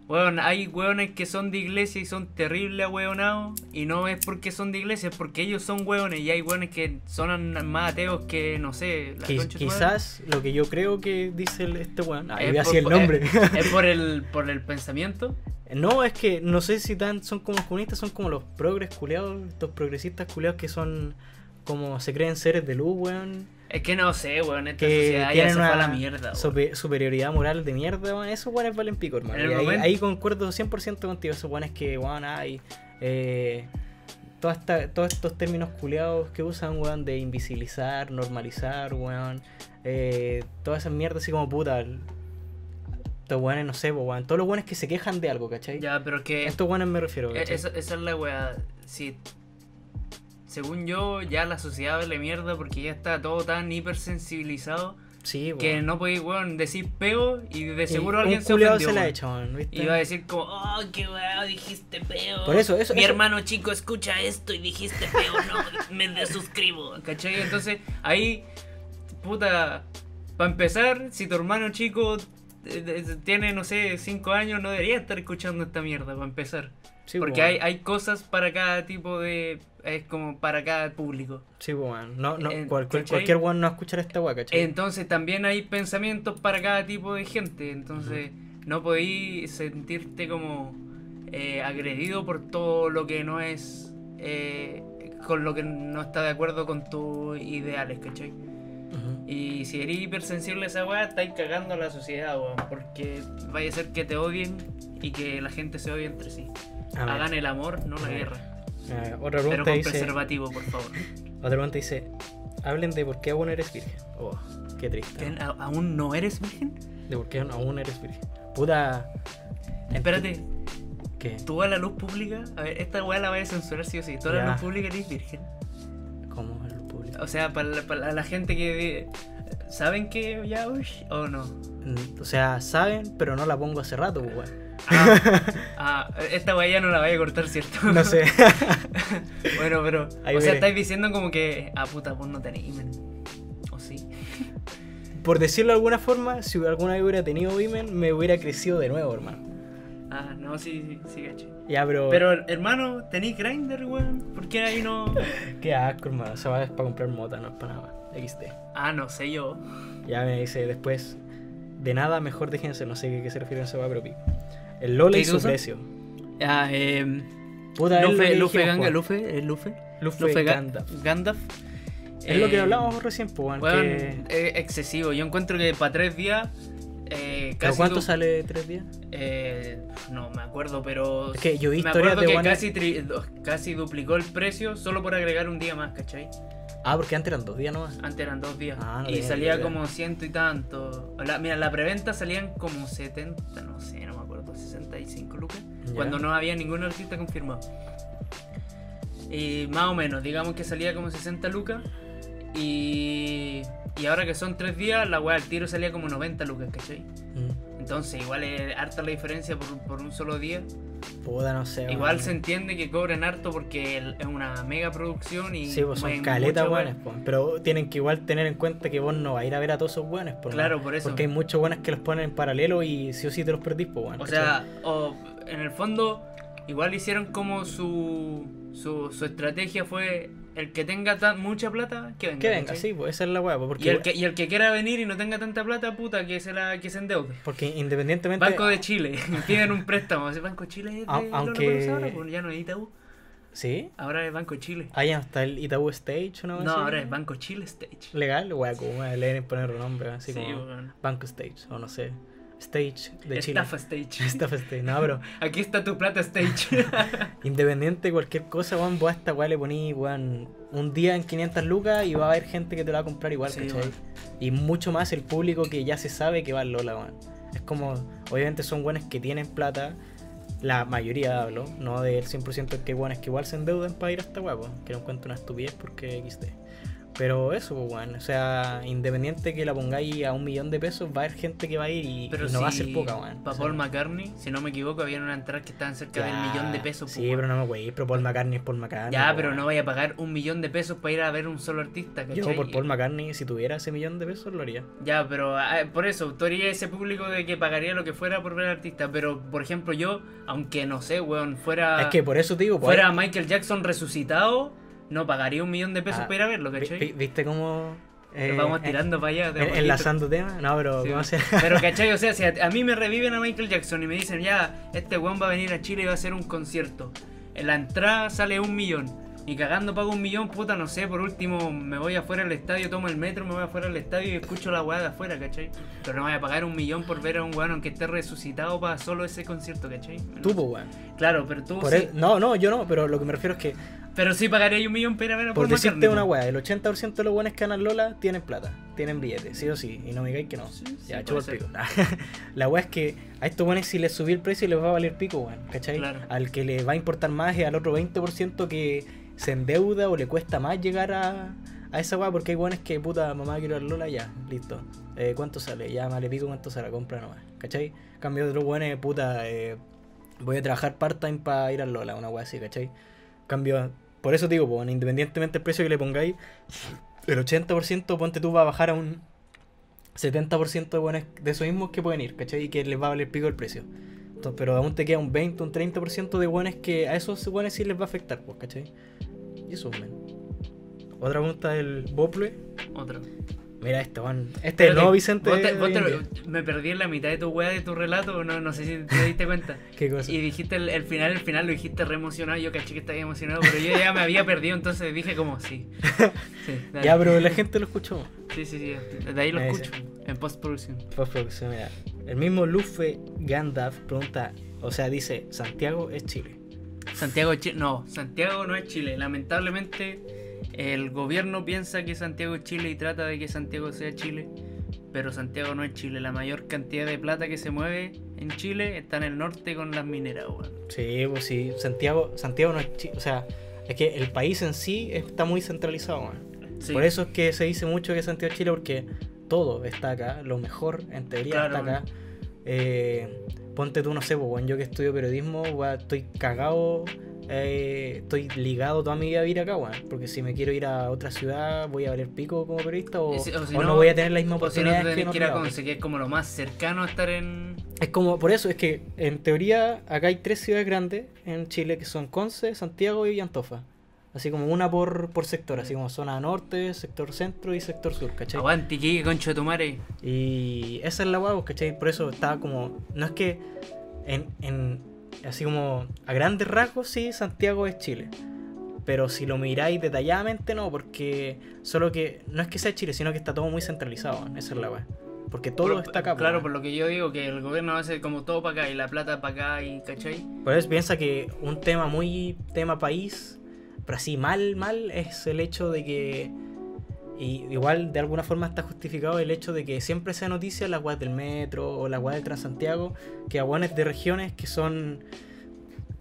[SPEAKER 3] weón, hay weones que son de iglesia y son terribles weonados, y no es porque son de iglesia, es porque ellos son weones, y hay weones que son más ateos que, no sé, la
[SPEAKER 2] Quiz-
[SPEAKER 3] concha de su madre.
[SPEAKER 2] quizás lo que yo creo que dice el- este weón. Ah, yo
[SPEAKER 3] Es por- eh.
[SPEAKER 2] así el nombre.
[SPEAKER 3] Es, es por, el, por el pensamiento.
[SPEAKER 2] no, es que no sé si tan son como los comunistas, son como los progres culeados, estos progresistas culeados que son como se creen seres de luz, weón.
[SPEAKER 3] Es que no sé, weón, esta
[SPEAKER 2] que
[SPEAKER 3] sociedad ya
[SPEAKER 2] tienen
[SPEAKER 3] se fue a
[SPEAKER 2] una
[SPEAKER 3] la mierda, weón.
[SPEAKER 2] super- superioridad moral de mierda, weón. Esos weones valen pico, hermano.
[SPEAKER 3] En el
[SPEAKER 2] Y ahí,
[SPEAKER 3] momento-
[SPEAKER 2] ahí concuerdo 100% contigo. Esos weones que, weón, hay. eh, toda esta- todos estos términos culeados que usan, weón, de invisibilizar, normalizar, weón. Eh, todas esas mierdas así como puta. el- Estos weones, no sé, po, weón. Todos los weones que se quejan de algo, ¿cachai?
[SPEAKER 3] Ya, pero es que
[SPEAKER 2] Estos weones me refiero,
[SPEAKER 3] e-
[SPEAKER 2] ¿cachai?
[SPEAKER 3] esa, esa es la weá. Si, según yo, ya la sociedad vale mierda porque ya está todo tan hipersensibilizado
[SPEAKER 2] Sí, weón.
[SPEAKER 3] que no podéis, weón, decir pego y de
[SPEAKER 2] Y
[SPEAKER 3] seguro
[SPEAKER 2] un
[SPEAKER 3] alguien se
[SPEAKER 2] culeado
[SPEAKER 3] ofendió,
[SPEAKER 2] se la ha
[SPEAKER 3] weón.
[SPEAKER 2] hecho, weón, ¿viste?
[SPEAKER 3] Y va a decir como, oh, qué weá, dijiste peo.
[SPEAKER 2] Por eso, eso-
[SPEAKER 3] Mi
[SPEAKER 2] eso-
[SPEAKER 3] hermano chico escucha esto y dijiste peo, no, me desuscribo. ¿Cachai? Entonces, ahí, puta, para empezar, si tu hermano chico eh, eh, tiene, no sé, 5 años, no debería estar escuchando esta mierda, para empezar.
[SPEAKER 2] Sí,
[SPEAKER 3] Porque
[SPEAKER 2] weón.
[SPEAKER 3] hay, hay cosas para cada tipo de... Es como para cada público.
[SPEAKER 2] Sí, po, weón. No, no,
[SPEAKER 3] En-
[SPEAKER 2] cual- cual-
[SPEAKER 3] ¿cachai?
[SPEAKER 2] cualquier weón no va a escuchar esta weá, ¿cachai?
[SPEAKER 3] Entonces también hay pensamientos para cada tipo de gente. Entonces no podéis sentirte como eh, agredido por todo lo que no es... eh, con lo que no está de acuerdo con tus ideales, ¿cachai?
[SPEAKER 2] Ujú.
[SPEAKER 3] Y si eres hipersensible a esa weá, estáis cagando a la sociedad, weón. Porque vaya a ser que te odien y que la gente se odie entre sí.
[SPEAKER 2] A ver,
[SPEAKER 3] Hagan el amor, no la
[SPEAKER 2] Amén.
[SPEAKER 3] guerra.
[SPEAKER 2] eh, otra
[SPEAKER 3] Pero
[SPEAKER 2] pregunta
[SPEAKER 3] con
[SPEAKER 2] dice.
[SPEAKER 3] preservativo, por favor.
[SPEAKER 2] Otra pregunta dice. Hablen de por qué aún eres virgen. Oh, qué triste.
[SPEAKER 3] ¿Ken, a- ¿Aún no eres virgen?
[SPEAKER 2] De por qué aún eres virgen. Puta.
[SPEAKER 3] Espérate,
[SPEAKER 2] ¿Qué?
[SPEAKER 3] ¿tú a la luz pública? A ver, esta weá la voy a censurar sí o sí. ¿Tú a
[SPEAKER 2] Ya.
[SPEAKER 3] la luz pública eres virgen?
[SPEAKER 2] ¿Cómo es el público?
[SPEAKER 3] O sea, para la, para la gente que... de- ¿Saben que ya uy, o no?
[SPEAKER 2] Mm, O sea, saben, pero no la pongo hace rato, po, weón.
[SPEAKER 3] Ah, ah, esta weá ya no la vaya a cortar, ¿cierto?
[SPEAKER 2] No sé.
[SPEAKER 3] bueno, pero...
[SPEAKER 2] Ahí
[SPEAKER 3] o
[SPEAKER 2] veré.
[SPEAKER 3] sea, estáis diciendo como que... Ah, puta, vos no tenés imen. ¿O sí?
[SPEAKER 2] por decirlo de alguna forma, si alguna vez hubiera tenido Imen, me hubiera crecido de nuevo, hermano.
[SPEAKER 3] Ah, no, sí, sí, sí, caché.
[SPEAKER 2] Ya, pero.
[SPEAKER 3] Pero, hermano, ¿tenéis grinder, weón? ¿Por qué ahí no...?
[SPEAKER 2] Qué asco, hermano. O sea, va- es para comprar mota, no es para nada. XD.
[SPEAKER 3] Ah, no sé yo.
[SPEAKER 2] Ya me dice después, de nada mejor déjense, no sé a qué se refiere esa va, pero pico. El Lola
[SPEAKER 3] ¿Qué
[SPEAKER 2] y su
[SPEAKER 3] cosa?
[SPEAKER 2] precio.
[SPEAKER 3] Ah, eh...
[SPEAKER 2] Puta, es lo que
[SPEAKER 3] Luffy, Luffy
[SPEAKER 2] dijimos,
[SPEAKER 3] Ganga,
[SPEAKER 2] po.
[SPEAKER 3] Luffy, ¿es Luffy?
[SPEAKER 2] Luffy
[SPEAKER 3] Luffy Ga-
[SPEAKER 2] Gandalf.
[SPEAKER 3] Gandalf.
[SPEAKER 2] Es lo que
[SPEAKER 3] Eh,
[SPEAKER 2] hablábamos recién, po, weón,
[SPEAKER 3] weón,
[SPEAKER 2] que-
[SPEAKER 3] eh, excesivo. Yo encuentro que para tres días. Eh,
[SPEAKER 2] ¿Pero
[SPEAKER 3] casi
[SPEAKER 2] cuánto
[SPEAKER 3] tu-
[SPEAKER 2] sale tres días?
[SPEAKER 3] eh, no me acuerdo, pero.
[SPEAKER 2] Es que yo vi
[SPEAKER 3] me
[SPEAKER 2] historias
[SPEAKER 3] acuerdo
[SPEAKER 2] de
[SPEAKER 3] que
[SPEAKER 2] buenas-
[SPEAKER 3] casi, tri- dos- casi duplicó el precio solo por agregar un día más, ¿cachai?
[SPEAKER 2] Ah, porque antes eran dos días nomás.
[SPEAKER 3] Antes eran dos días.
[SPEAKER 2] Ah, no
[SPEAKER 3] y
[SPEAKER 2] tenía
[SPEAKER 3] salía
[SPEAKER 2] idea.
[SPEAKER 3] como ciento y tanto. La- mira, la preventa salían como 70, no sé, no me acuerdo, 65 lucas.
[SPEAKER 2] Ya.
[SPEAKER 3] Cuando no había ningún artista confirmado. Y más o menos, digamos que salía como 60 lucas. Y, y ahora que son tres días, la weá al tiro salía como 90 lucas, ¿cachai?
[SPEAKER 2] Mm.
[SPEAKER 3] Entonces, igual es harta la diferencia por, por un solo día.
[SPEAKER 2] Puta, no sé.
[SPEAKER 3] Igual
[SPEAKER 2] weón.
[SPEAKER 3] se entiende que cobren harto porque el- es una mega producción y.
[SPEAKER 2] Sí, pues son
[SPEAKER 3] mueven
[SPEAKER 2] caletas
[SPEAKER 3] mucha weá.
[SPEAKER 2] buenas, pero tienen que igual tener en cuenta que vos no vas a ir a ver a todos esos buenos,
[SPEAKER 3] Claro, por eso.
[SPEAKER 2] Porque hay muchos buenos que los ponen en paralelo y sí o sí te los perdís, pues, weón,
[SPEAKER 3] O
[SPEAKER 2] ¿cachai?
[SPEAKER 3] sea, o- en el fondo, igual hicieron como su, su, su estrategia fue el que tenga tan, mucha plata, que venga.
[SPEAKER 2] que venga,
[SPEAKER 3] ¿cachai?
[SPEAKER 2] sí, pues esa es la weá, pues, porque,
[SPEAKER 3] Y el, que, y el que quiera venir y no tenga tanta plata, puta, que se, la, que se endeude.
[SPEAKER 2] porque independientemente.
[SPEAKER 3] Banco de Chile, piden un préstamo. Ese Banco Chile es de
[SPEAKER 2] Au-
[SPEAKER 3] Lola
[SPEAKER 2] ah. aunque-
[SPEAKER 3] Palusa ahora, pues, ya no es Itaú,
[SPEAKER 2] ¿Sí?
[SPEAKER 3] ahora es Banco Chile.
[SPEAKER 2] Ah, ya está el Itaú Stage, ¿o ¿no?
[SPEAKER 3] No,
[SPEAKER 2] Así.
[SPEAKER 3] ahora es Banco Chile Stage.
[SPEAKER 2] Legal, weá, como weá, le deben poner un nombre, así
[SPEAKER 3] Sí,
[SPEAKER 2] como
[SPEAKER 3] weón.
[SPEAKER 2] Banco Stage, o no sé. Stage de Chile.
[SPEAKER 3] Estafa Stage.
[SPEAKER 2] Estafa Stage. No, pero
[SPEAKER 3] Aquí está tu plata Stage.
[SPEAKER 2] independiente de cualquier cosa, weón, vos a esta weá le poní, weón, un día en 500 lucas y va a haber gente que te la va a comprar igual,
[SPEAKER 3] Sí,
[SPEAKER 2] ¿cachai?
[SPEAKER 3] weón.
[SPEAKER 2] Y mucho más el público que ya se sabe que va al Lola, weón. Es como, obviamente son weones que tienen plata, la mayoría hablo, no del 100% que hay weones que igual se endeudan para ir a esta weá, po, que no encuentro una estupidez porque XD. Pero eso, pues, weón. O sea, independiente que la pongáis a un millón de pesos, va a haber gente que va a ir y,
[SPEAKER 3] Pero
[SPEAKER 2] y no va a
[SPEAKER 3] si
[SPEAKER 2] ser poca, weón.
[SPEAKER 3] Pa'
[SPEAKER 2] O sea,
[SPEAKER 3] Paul McCartney, si no me equivoco, había una entrada que estaban cerca
[SPEAKER 2] ya,
[SPEAKER 3] del millón de pesos.
[SPEAKER 2] Sí,
[SPEAKER 3] pues, weón.
[SPEAKER 2] pero no me wey, pero Paul McCartney es Paul McCartney.
[SPEAKER 3] ya,
[SPEAKER 2] po,
[SPEAKER 3] pero
[SPEAKER 2] weón.
[SPEAKER 3] no vaya a pagar un millón de pesos para ir a ver un solo artista, ¿cachai?
[SPEAKER 2] Yo por Paul McCartney, si tuviera ese millón de pesos, lo haría.
[SPEAKER 3] Ya, pero ah, por eso, tú harías ese público de que pagaría lo que fuera por ver al artista. Pero, por ejemplo, yo, aunque no sé, weón, fuera,
[SPEAKER 2] es que por eso te digo, pues,
[SPEAKER 3] Ah, fuera Michael Jackson resucitado, no pagaría un millón de pesos
[SPEAKER 2] Ah,
[SPEAKER 3] para ir a verlo,
[SPEAKER 2] vi-
[SPEAKER 3] ¿cachai?
[SPEAKER 2] vi- ¿Viste cómo. eh,
[SPEAKER 3] Nos vamos
[SPEAKER 2] en-
[SPEAKER 3] tirando para allá. de
[SPEAKER 2] en-
[SPEAKER 3] a
[SPEAKER 2] enlazando temas. No, pero
[SPEAKER 3] poquito.
[SPEAKER 2] ¿cómo
[SPEAKER 3] Sí.
[SPEAKER 2] se-
[SPEAKER 3] Pero, ¿cachai? O sea, si a, a mí me reviven a Michael Jackson y me dicen, ya, este weón va a venir a Chile y va a hacer un concierto. En la entrada sale un millón. Y cagando pago un millón, puta, no sé, por último me voy afuera al estadio, tomo el metro, me voy afuera al estadio y escucho la weá de afuera, ¿cachai? Pero no voy a pagar un millón por ver a un weón aunque esté resucitado para solo ese concierto, ¿cachai? No
[SPEAKER 2] Tú,
[SPEAKER 3] sé.
[SPEAKER 2] pues, weón.
[SPEAKER 3] Claro, pero tú
[SPEAKER 2] Por
[SPEAKER 3] Oh, sí.
[SPEAKER 2] el- No, no, yo no, pero lo que me refiero es que,
[SPEAKER 3] Pero sí pagaría un millón para ver a
[SPEAKER 2] por
[SPEAKER 3] Paul
[SPEAKER 2] decirte
[SPEAKER 3] McCartney. pues.
[SPEAKER 2] una weá, el 80% de los weones que ganan Lola tienen plata, tienen billetes, sí o sí, y no me digáis que no.
[SPEAKER 3] Sí, sí,
[SPEAKER 2] ya, chupa
[SPEAKER 3] puede
[SPEAKER 2] el
[SPEAKER 3] ser.
[SPEAKER 2] pico. la weá es que a estos weones si les subí el precio les va a valer pico, weón, ¿cachai?
[SPEAKER 3] Claro.
[SPEAKER 2] Al que le va a importar más es al otro 20% que se endeuda o le cuesta más llegar a, a esa weá, porque hay weones que, puta, mamá, quiero ver Lola, ya, listo. Eh, ¿Cuánto sale? Ya, vale pico, ¿cuánto sale? Compra nomás, ¿cachai? Cambio de otros weones, puta, eh, voy a trabajar part-time para ir al Lola, una weá así, ¿cachai? Cambio, por eso te digo, pues, independientemente del precio que le pongáis, el 80% ponte tú va a bajar a un 70% de, buenas, de esos mismos que pueden ir, ¿cachai? Y que les va a valer pico el precio. Entonces, pero aún te queda un 20, un 30% de buenas que a esos buenos sí les va a afectar, pues, ¿cachai? Y eso, men. Otra pregunta del Bople.
[SPEAKER 3] Otro.
[SPEAKER 2] Mira este, Juan. Este es
[SPEAKER 3] Pero
[SPEAKER 2] el nuevo Vicente.
[SPEAKER 3] vos te-
[SPEAKER 2] de
[SPEAKER 3] vos te-
[SPEAKER 2] hoy en día.
[SPEAKER 3] me perdí en la mitad de tu weá de tu relato, no, no sé si te diste cuenta.
[SPEAKER 2] ¿Qué cosa?
[SPEAKER 3] Y dijiste el, el final, el final lo dijiste re emocionado. Yo caché que estaba emocionado, pero yo ya me había perdido, entonces dije como sí. Sí, dale.
[SPEAKER 2] Ya, pero la gente lo escuchó.
[SPEAKER 3] sí, sí, sí. De ahí lo
[SPEAKER 2] Ahí
[SPEAKER 3] escucho. En postproducción.
[SPEAKER 2] Postproducción, mira. El mismo Luffy Gandalf pregunta, o sea, dice, Santiago es Chile.
[SPEAKER 3] Santiago de Chile. No, Santiago no es Chile. Lamentablemente, el gobierno piensa que Santiago es Chile y trata de que Santiago sea Chile. Pero Santiago no es Chile. La mayor cantidad de plata que se mueve en Chile está en el norte con las mineras, weón.
[SPEAKER 2] Sí, pues sí. Santiago, Santiago no es Chile. O sea, es que el país en sí está muy centralizado, man.
[SPEAKER 3] Sí.
[SPEAKER 2] Por eso es que se dice mucho que Santiago es Chile, porque todo está acá, lo mejor en teoría
[SPEAKER 3] Claro,
[SPEAKER 2] está acá. Eh, ponte tú, no sé, pues, weón, yo que estudio periodismo, weón, estoy cagado, eh, estoy ligado toda mi vida a ir acá, weón, porque si me quiero ir a otra ciudad voy a valer pico como periodista o,
[SPEAKER 3] Y si- o si
[SPEAKER 2] o no,
[SPEAKER 3] no-
[SPEAKER 2] voy a tener la misma
[SPEAKER 3] O si no
[SPEAKER 2] oportunidad
[SPEAKER 3] tenés
[SPEAKER 2] que en
[SPEAKER 3] que
[SPEAKER 2] otro
[SPEAKER 3] ir a
[SPEAKER 2] lado,
[SPEAKER 3] conseguir como lo más cercano a estar en.
[SPEAKER 2] es como, por eso es que en teoría acá hay tres ciudades grandes en Chile que son Conce, Santiago y Antofa. Así como una por, por sector, así como zona norte, sector centro y sector sur, ¿cachai?
[SPEAKER 3] Aguante, Quique, concho de tu madre.
[SPEAKER 2] Y esa es la hueá, pues, ¿cachai? Por eso estaba como. No es que. En, en- así como. A grandes rasgos, sí, Santiago es Chile. Pero si lo miráis detalladamente, no, porque. Solo que. No es que sea Chile, sino que está todo muy centralizado. ¿no? Esa es la hueá. Porque todo
[SPEAKER 3] Por-
[SPEAKER 2] está acá. pues,
[SPEAKER 3] Claro,
[SPEAKER 2] ¿no?
[SPEAKER 3] por lo que yo digo, que el gobierno hace como todo para acá y la plata para acá y cachai.
[SPEAKER 2] Por eso piensa que un tema muy tema país, pero así mal, mal, es el hecho de que. Y igual de alguna forma está justificado el hecho de que siempre sea noticia la weas del metro o la weas del Transantiago, que a weones de regiones que son.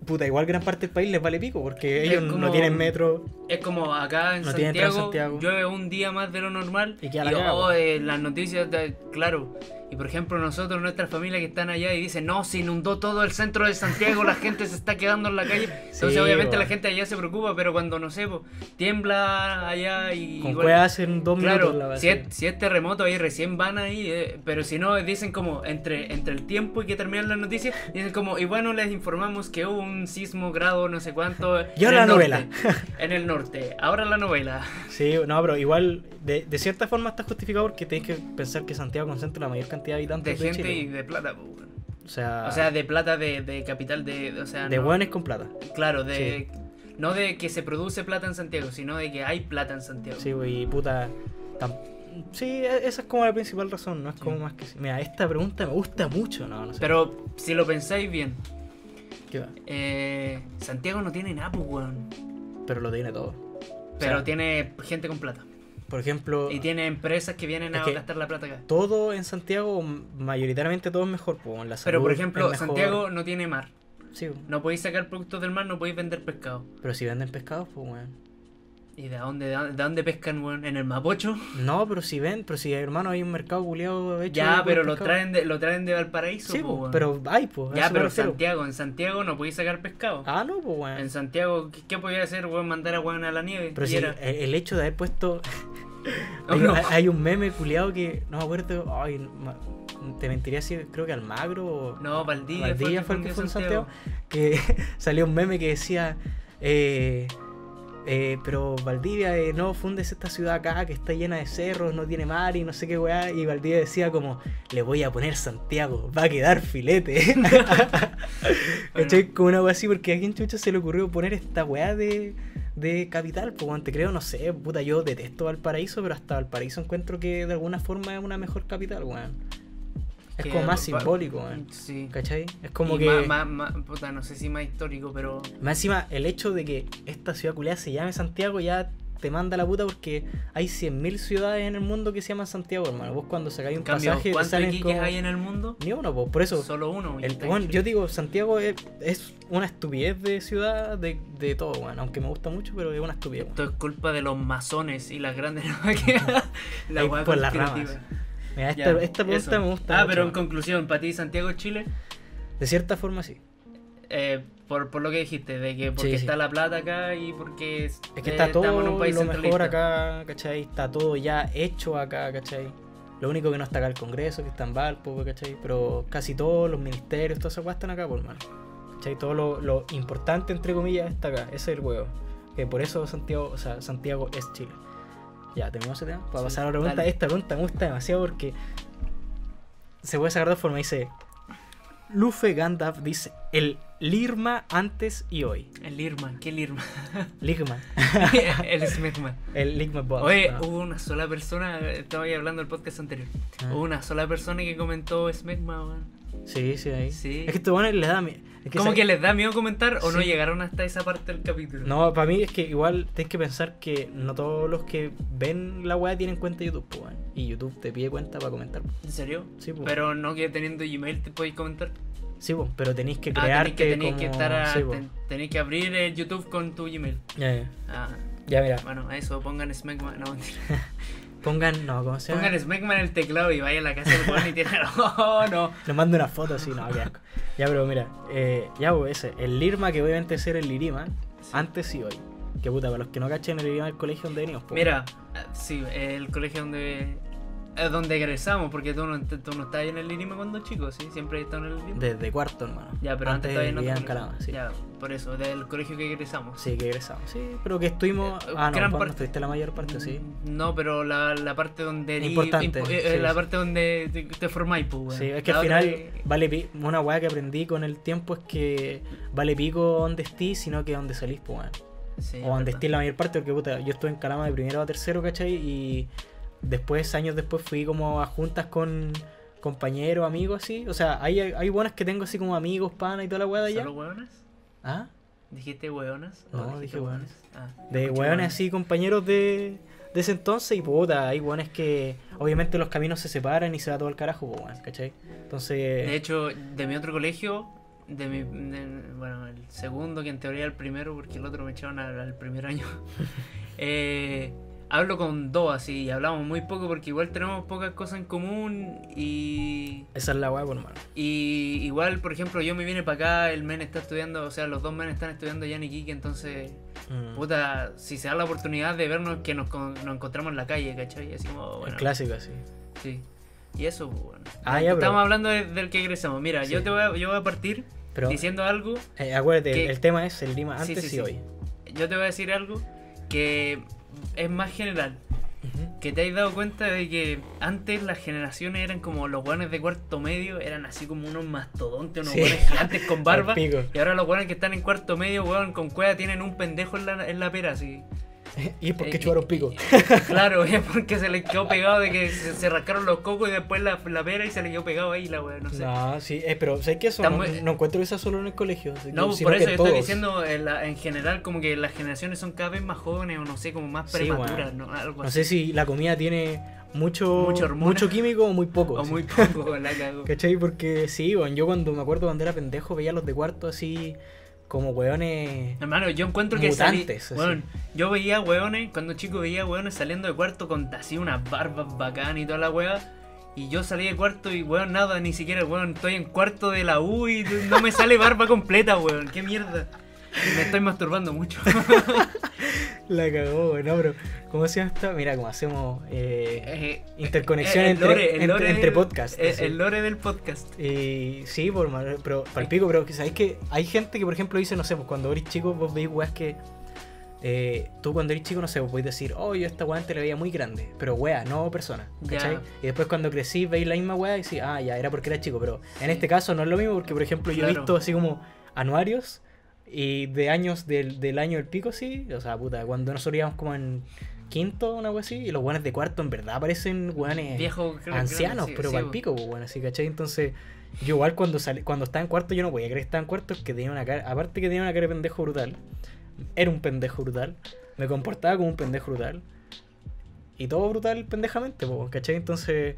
[SPEAKER 2] Puta, igual gran parte del país les vale pico, porque
[SPEAKER 3] Es
[SPEAKER 2] ellos
[SPEAKER 3] como-
[SPEAKER 2] no tienen metro.
[SPEAKER 3] Es como acá en
[SPEAKER 2] No tiene
[SPEAKER 3] Santiago,
[SPEAKER 2] Transantiago.
[SPEAKER 3] llueve un día más de lo normal
[SPEAKER 2] Y queda la
[SPEAKER 3] oh,
[SPEAKER 2] cagada. pues.
[SPEAKER 3] eh, las noticias, de- claro. Y por ejemplo nosotros, nuestras familias que están allá y dicen, no, se inundó todo el centro de Santiago, la gente se está quedando en la calle. Entonces
[SPEAKER 2] Sí, pues.
[SPEAKER 3] obviamente
[SPEAKER 2] weón.
[SPEAKER 3] la gente allá se preocupa, pero cuando no sé, po, tiembla allá y...
[SPEAKER 2] Con
[SPEAKER 3] igual-
[SPEAKER 2] weas hacen dos
[SPEAKER 3] Claro,
[SPEAKER 2] minutos la wea,
[SPEAKER 3] si
[SPEAKER 2] sí.
[SPEAKER 3] es, si es terremoto ahí recién van ahí, eh, pero si no dicen como entre, entre el tiempo y que terminan las noticias, dicen como, y bueno, les informamos que hubo un sismo grado no sé cuánto.
[SPEAKER 2] Y
[SPEAKER 3] en
[SPEAKER 2] ahora
[SPEAKER 3] el
[SPEAKER 2] la novela.
[SPEAKER 3] norte". en el norte, ahora la novela.
[SPEAKER 2] Sí, no, pero igual de, de cierta forma está justificado porque tenés que pensar que Santiago concentra la mayor cantidad de
[SPEAKER 3] De
[SPEAKER 2] habitantes de,
[SPEAKER 3] gente
[SPEAKER 2] Chile.
[SPEAKER 3] y de plata, po, weón.
[SPEAKER 2] O sea,
[SPEAKER 3] o sea, de plata de, de capital de... O sea,
[SPEAKER 2] de
[SPEAKER 3] no-
[SPEAKER 2] hueones con plata.
[SPEAKER 3] Claro, de... No de que se produce plata en Santiago, sino de que hay plata en Santiago.
[SPEAKER 2] Sí, güey, y puta. tam- Sí, e- esa es como la principal razón, no es como más que. Mira, esta pregunta me gusta mucho, no, no sé.
[SPEAKER 3] Pero si lo pensáis bien,
[SPEAKER 2] ¿Qué va?
[SPEAKER 3] eh, Santiago no tiene nada, po, weón.
[SPEAKER 2] Pero lo tiene todo.
[SPEAKER 3] Pero
[SPEAKER 2] O sea,
[SPEAKER 3] tiene gente con plata.
[SPEAKER 2] Por ejemplo,
[SPEAKER 3] Y tiene empresas que vienen
[SPEAKER 2] Es
[SPEAKER 3] a
[SPEAKER 2] que-
[SPEAKER 3] gastar la plata acá.
[SPEAKER 2] todo en Santiago, m- mayoritariamente todo es mejor, pues, en la salud.
[SPEAKER 3] Pero por
[SPEAKER 2] es
[SPEAKER 3] ejemplo,
[SPEAKER 2] mejor.
[SPEAKER 3] Santiago no tiene mar.
[SPEAKER 2] Sí, güey,
[SPEAKER 3] No podéis sacar productos del mar, no podéis vender pescado.
[SPEAKER 2] pero si venden pescados, pues, weón.
[SPEAKER 3] ¿Y de dónde, de dónde, de dónde pescan, weón? ¿En el Mapocho?
[SPEAKER 2] No, pero si ven, pero si hermano hay un mercado culiado hecho. de
[SPEAKER 3] ya,
[SPEAKER 2] puro
[SPEAKER 3] pero lo
[SPEAKER 2] pescado.
[SPEAKER 3] traen, de, lo traen de Valparaíso.
[SPEAKER 2] Sí,
[SPEAKER 3] po,
[SPEAKER 2] pues,
[SPEAKER 3] weón.
[SPEAKER 2] pero hay, pues. a
[SPEAKER 3] Ya,
[SPEAKER 2] eso me
[SPEAKER 3] pero
[SPEAKER 2] refiero.
[SPEAKER 3] Santiago, en Santiago no podéis sacar pescado.
[SPEAKER 2] Ah, no, pues, weón.
[SPEAKER 3] En Santiago, ¿qué, qué podía hacer, weón? Mandar a weón a la nieve.
[SPEAKER 2] Pero
[SPEAKER 3] Y
[SPEAKER 2] si
[SPEAKER 3] era-
[SPEAKER 2] el, el hecho de haber puesto.
[SPEAKER 3] No,
[SPEAKER 2] hay,
[SPEAKER 3] no.
[SPEAKER 2] hay un meme culiado que no me acuerdo. Ay, ma- te mentiría si creo que Almagro o.
[SPEAKER 3] No, Valdivia,
[SPEAKER 2] Valdivia fue el que
[SPEAKER 3] fundió
[SPEAKER 2] fue en Santiago. Que salió un meme que decía. eh, eh, pero Valdivia, eh, no fundes esta ciudad acá que está llena de cerros, no tiene mar y no sé qué weá. Y Valdivia decía como, le voy a poner Santiago, va a quedar filete. ¿Cachai? Como una weá así, porque a quién chucha se le ocurrió poner esta weá de, de capital, pues weón, te creo, no sé, puta, yo detesto Valparaíso, pero hasta Valparaíso encuentro que de alguna forma es una mejor capital, weón. Es
[SPEAKER 3] Que
[SPEAKER 2] como más
[SPEAKER 3] va-
[SPEAKER 2] simbólico, weón.
[SPEAKER 3] Mm, Sí.
[SPEAKER 2] ¿Cachai? Es como
[SPEAKER 3] Y
[SPEAKER 2] que.
[SPEAKER 3] más- más- más- puta, no sé si más histórico, pero.
[SPEAKER 2] Más encima, el hecho de que esta ciudad culiada se llame Santiago ya te manda la puta porque hay 100.000 ciudades en el mundo que se llaman Santiago, hermano. Vos cuando sacáis
[SPEAKER 3] En
[SPEAKER 2] un
[SPEAKER 3] cambio,
[SPEAKER 2] pasaje te
[SPEAKER 3] ¿cuántos
[SPEAKER 2] salen
[SPEAKER 3] Iquiques
[SPEAKER 2] como-
[SPEAKER 3] hay en el mundo?
[SPEAKER 2] Ni uno, po. por eso.
[SPEAKER 3] Solo uno. y
[SPEAKER 2] el-
[SPEAKER 3] está
[SPEAKER 2] bueno,
[SPEAKER 3] en
[SPEAKER 2] yo
[SPEAKER 3] Chile.
[SPEAKER 2] digo, Santiago es, es una estupidez de ciudad, de, de todo, bueno, aunque me gusta mucho, pero es una estupidez. weón.
[SPEAKER 3] Esto es culpa de los masones y las grandes que
[SPEAKER 2] Ahí
[SPEAKER 3] hueá
[SPEAKER 2] por las
[SPEAKER 3] conspirativa.
[SPEAKER 2] ramas. Mira, esta,
[SPEAKER 3] Ya,
[SPEAKER 2] esta pregunta
[SPEAKER 3] eso.
[SPEAKER 2] me gusta.
[SPEAKER 3] Ah,
[SPEAKER 2] mucho,
[SPEAKER 3] pero en
[SPEAKER 2] weón.
[SPEAKER 3] conclusión, para ti Santiago Chile,
[SPEAKER 2] De cierta forma sí.
[SPEAKER 3] eh, por, por lo que dijiste, de que porque
[SPEAKER 2] Sí, sí.
[SPEAKER 3] está la plata acá y porque es-
[SPEAKER 2] Es que
[SPEAKER 3] eh,
[SPEAKER 2] está todo
[SPEAKER 3] estamos en un país
[SPEAKER 2] lo mejor
[SPEAKER 3] centralista.
[SPEAKER 2] acá, ¿cachai? Está todo ya hecho acá, ¿cachai? Lo único que no está acá el Congreso, que está en Valpo, pues, ¿cachai? Pero casi todos los ministerios, todas esas cosas están acá, por mano. ¿Cachai? Todo lo, lo importante, entre comillas, está acá. Ese es el huevo. Que por eso Santiago, o sea, Santiago es Chile. Ya, terminamos ese tema. Para
[SPEAKER 3] Sí,
[SPEAKER 2] pasar a la pregunta,
[SPEAKER 3] dale.
[SPEAKER 2] esta pregunta me gusta demasiado porque se puede sacar de dos formas. Dice, Luffy Gandalf dice, el Lirma antes y hoy.
[SPEAKER 3] El Irma, ¿qué Irma?
[SPEAKER 2] Ligma.
[SPEAKER 3] el Smegma.
[SPEAKER 2] El Ligma Boss.
[SPEAKER 3] Oye,
[SPEAKER 2] ¿no?
[SPEAKER 3] hubo una sola persona, estaba ahí hablando del podcast anterior,
[SPEAKER 2] Ah.
[SPEAKER 3] hubo una sola persona que comentó Smegma, weón.
[SPEAKER 2] Sí, sí, ahí.
[SPEAKER 3] Sí.
[SPEAKER 2] Es que estos buenos les da miedo. Es
[SPEAKER 3] Como
[SPEAKER 2] ¿sabes?
[SPEAKER 3] que les da miedo comentar o no
[SPEAKER 2] Sí.
[SPEAKER 3] llegaron hasta esa parte del capítulo.
[SPEAKER 2] No, para mí es que igual tienes que pensar que no todos los que ven la weá tienen cuenta de YouTube, pues, weón. Y YouTube te pide cuenta para comentar.
[SPEAKER 3] ¿En serio?
[SPEAKER 2] Sí, pues.
[SPEAKER 3] Pero no que teniendo Gmail te podéis comentar.
[SPEAKER 2] Sí, pues, pero tenéis que
[SPEAKER 3] Ah, tenéis
[SPEAKER 2] crearte
[SPEAKER 3] que, tenéis que
[SPEAKER 2] como-
[SPEAKER 3] estar a-
[SPEAKER 2] sí, pues.
[SPEAKER 3] ten- tenéis que abrir el YouTube con tu Gmail.
[SPEAKER 2] Ya, ya.
[SPEAKER 3] Ah,
[SPEAKER 2] Ya, mira.
[SPEAKER 3] bueno, eso, pongan Smegma, no mentira.
[SPEAKER 2] Pongan, no, ¿cómo se llama?
[SPEAKER 3] Pongan Smegma en el teclado y vaya a la casa del weón y tiene. Oh, no.
[SPEAKER 2] Nos manda una foto así, no, qué asco. Ya, pero mira, eh, ya, pues ese, el Lirma que obviamente es el Lirima, antes y hoy. Que puta, para los que no cachen el Lirima del colegio donde venimos, pues.
[SPEAKER 3] Mira, ah, sí, el colegio donde. eh, Donde egresamos, porque tú no, tú no estabas en el Lirima cuando chico, ¿sí? Siempre estás en el Lirima.
[SPEAKER 2] Desde cuarto, hermano.
[SPEAKER 3] Ya, pero antes, todavía no
[SPEAKER 2] vivían en
[SPEAKER 3] te-
[SPEAKER 2] Calama, sí.
[SPEAKER 3] Ya, por eso, del colegio que egresamos.
[SPEAKER 2] Sí, que egresamos. Sí, pero que estuvimos.
[SPEAKER 3] Eh,
[SPEAKER 2] ah, no,
[SPEAKER 3] gran
[SPEAKER 2] vos
[SPEAKER 3] parte-
[SPEAKER 2] no estuviste la mayor parte, sí.
[SPEAKER 3] Mm, No, pero la, la parte donde... di-
[SPEAKER 2] Importante,
[SPEAKER 3] impo- eh, eh,
[SPEAKER 2] sí,
[SPEAKER 3] la
[SPEAKER 2] sí.
[SPEAKER 3] parte donde te, te formáis, pues, weón.
[SPEAKER 2] Sí, es que
[SPEAKER 3] La
[SPEAKER 2] al
[SPEAKER 3] otra
[SPEAKER 2] final,
[SPEAKER 3] es-
[SPEAKER 2] vale pi- una weá que aprendí con el tiempo es que vale pico donde estés, sino que donde salís, pues, weón.
[SPEAKER 3] sí,
[SPEAKER 2] O donde
[SPEAKER 3] verdad.
[SPEAKER 2] estés la mayor parte, porque puta, yo estuve en Calama de primero a tercero, ¿cachai? Y después, años después, fui como a juntas con compañeros, amigos, así. O sea, hay, hay buenas que tengo así como amigos, pana y toda la weá de allá.
[SPEAKER 3] ¿Solo hueonas?
[SPEAKER 2] ¿Ah?
[SPEAKER 3] ¿Dijiste hueonas? ¿O
[SPEAKER 2] No,
[SPEAKER 3] dijiste
[SPEAKER 2] dije
[SPEAKER 3] Ah,
[SPEAKER 2] De
[SPEAKER 3] escuché
[SPEAKER 2] hueones así, compañeros de, de ese entonces, y puta, hay hueones que obviamente los caminos se separan y se va todo al carajo, pues, hueón, ¿cachai?
[SPEAKER 3] De
[SPEAKER 2] Entonces,
[SPEAKER 3] hecho, de mi otro colegio, de mi... de- bueno, el segundo, que en teoría era el primero, porque el otro me echaron al, al primer año. eh, hablo con dos, así, y hablamos muy poco, porque igual tenemos pocas cosas en común y...
[SPEAKER 2] esa es la hueá, por hermano.
[SPEAKER 3] Y igual, por ejemplo, yo me vine para acá, el men está estudiando, o sea, los dos men están estudiando ya en Iquique, entonces,
[SPEAKER 2] Mm,
[SPEAKER 3] puta, si se da la oportunidad de vernos, que nos, con- nos encontramos en la calle, ¿cachai? Así como, bueno,
[SPEAKER 2] Es clásico, así.
[SPEAKER 3] sí. Y eso, pues, bueno.
[SPEAKER 2] Ah, ya,
[SPEAKER 3] Estamos
[SPEAKER 2] pero,
[SPEAKER 3] hablando de- del que egresamos. Mira, yo
[SPEAKER 2] Sí.
[SPEAKER 3] te voy a, yo voy a partir
[SPEAKER 2] pero
[SPEAKER 3] diciendo algo,
[SPEAKER 2] eh, acuérdate,
[SPEAKER 3] que-
[SPEAKER 2] el tema es el Lima
[SPEAKER 3] Sí,
[SPEAKER 2] antes y
[SPEAKER 3] sí, sí.
[SPEAKER 2] hoy.
[SPEAKER 3] yo te voy a decir algo que es más general.
[SPEAKER 2] Ujú.
[SPEAKER 3] Que te hayas dado cuenta de que antes las generaciones eran como los guanes de cuarto medio, eran así como unos mastodontes, unos
[SPEAKER 2] Sí.
[SPEAKER 3] guanes gigantes con barba.
[SPEAKER 2] Pico.
[SPEAKER 3] Y ahora los weones que están en cuarto medio, weón, con cueva tienen un pendejo en la, en la pera, así.
[SPEAKER 2] ¿Y por qué
[SPEAKER 3] Eh,
[SPEAKER 2] chuparon
[SPEAKER 3] eh,
[SPEAKER 2] pico?
[SPEAKER 3] eh, claro, es porque se les quedó pegado de que se, se rascaron los cocos y después la, la pera y se les quedó pegado ahí la weón, no sé. No,
[SPEAKER 2] No, sí, eh, pero ¿sabes qué? Eso,
[SPEAKER 3] Estamos-
[SPEAKER 2] no, no encuentro que sea solo en el colegio. sino
[SPEAKER 3] por
[SPEAKER 2] que
[SPEAKER 3] eso yo estoy
[SPEAKER 2] todos.
[SPEAKER 3] diciendo en, la- en general como que las generaciones son cada vez más jóvenes o no sé, como más
[SPEAKER 2] Sí,
[SPEAKER 3] prematuras,
[SPEAKER 2] weón.
[SPEAKER 3] ¿no? Algo
[SPEAKER 2] No
[SPEAKER 3] así.
[SPEAKER 2] sé si la comida tiene mucho,
[SPEAKER 3] Mucha
[SPEAKER 2] mucho,
[SPEAKER 3] hormona.
[SPEAKER 2] químico o muy poco.
[SPEAKER 3] o
[SPEAKER 2] sí.
[SPEAKER 3] muy poco, la cago.
[SPEAKER 2] ¿Cachai? Porque sí, weón, yo cuando me acuerdo cuando era pendejo veía a los de cuarto así como weones.
[SPEAKER 3] Hermano, yo encuentro que salí,
[SPEAKER 2] Mutantes, así.
[SPEAKER 3] weón, yo veía weones, cuando chico veía weones saliendo de cuarto con así unas barbas bacanas y toda la wea. Y yo salí de cuarto y weón, nada, ni siquiera weón, estoy en cuarto de la U y no me sale barba completa, weón, qué mierda. Y me estoy masturbando mucho.
[SPEAKER 2] La cagó, weón, no, pero ¿cómo se llama esta? Mira, como hacemos eh,
[SPEAKER 3] Eh,
[SPEAKER 2] interconexión
[SPEAKER 3] eh, el
[SPEAKER 2] entre,
[SPEAKER 3] lore, el
[SPEAKER 2] entre,
[SPEAKER 3] lore
[SPEAKER 2] entre
[SPEAKER 3] del-
[SPEAKER 2] podcasts.
[SPEAKER 3] eh,
[SPEAKER 2] así.
[SPEAKER 3] El lore del podcast.
[SPEAKER 2] Y eh, sí, por mal- pero palpico, pero que sabéis que hay gente que, por ejemplo, dice, no sé, pues cuando eres chico, vos veis weas que. eh, tú cuando eres chico, no sé, vos podéis decir, oh, yo esta wea antes la veía muy grande, pero wea, no persona,
[SPEAKER 3] Ya.
[SPEAKER 2] ¿cachai? Y después cuando crecí, veis la misma wea y decís, ah, ya, era porque era chico, pero en este caso no es lo mismo, porque, por ejemplo, yo he
[SPEAKER 3] Claro.
[SPEAKER 2] visto así como anuarios Y de años del, del año del pico, sí. O sea, puta, cuando nosotros íbamos como en quinto, una wea así, y los guanes de cuarto en verdad parecen guanes
[SPEAKER 3] Viejo, creo-
[SPEAKER 2] ancianos,
[SPEAKER 3] creo que sí,
[SPEAKER 2] Eh, pero
[SPEAKER 3] sí,
[SPEAKER 2] para
[SPEAKER 3] po.
[SPEAKER 2] pico, pues, bueno, así, ¿cachai? Entonces, yo igual cuando salí, cuando estaba en cuarto, yo no podía creer que estaba en cuarto, que tenía una cara, aparte que tenía una cara de pendejo brutal, era un pendejo brutal, me comportaba como un pendejo brutal, y todo brutal pendejamente, pues, ¿cachai? Entonces,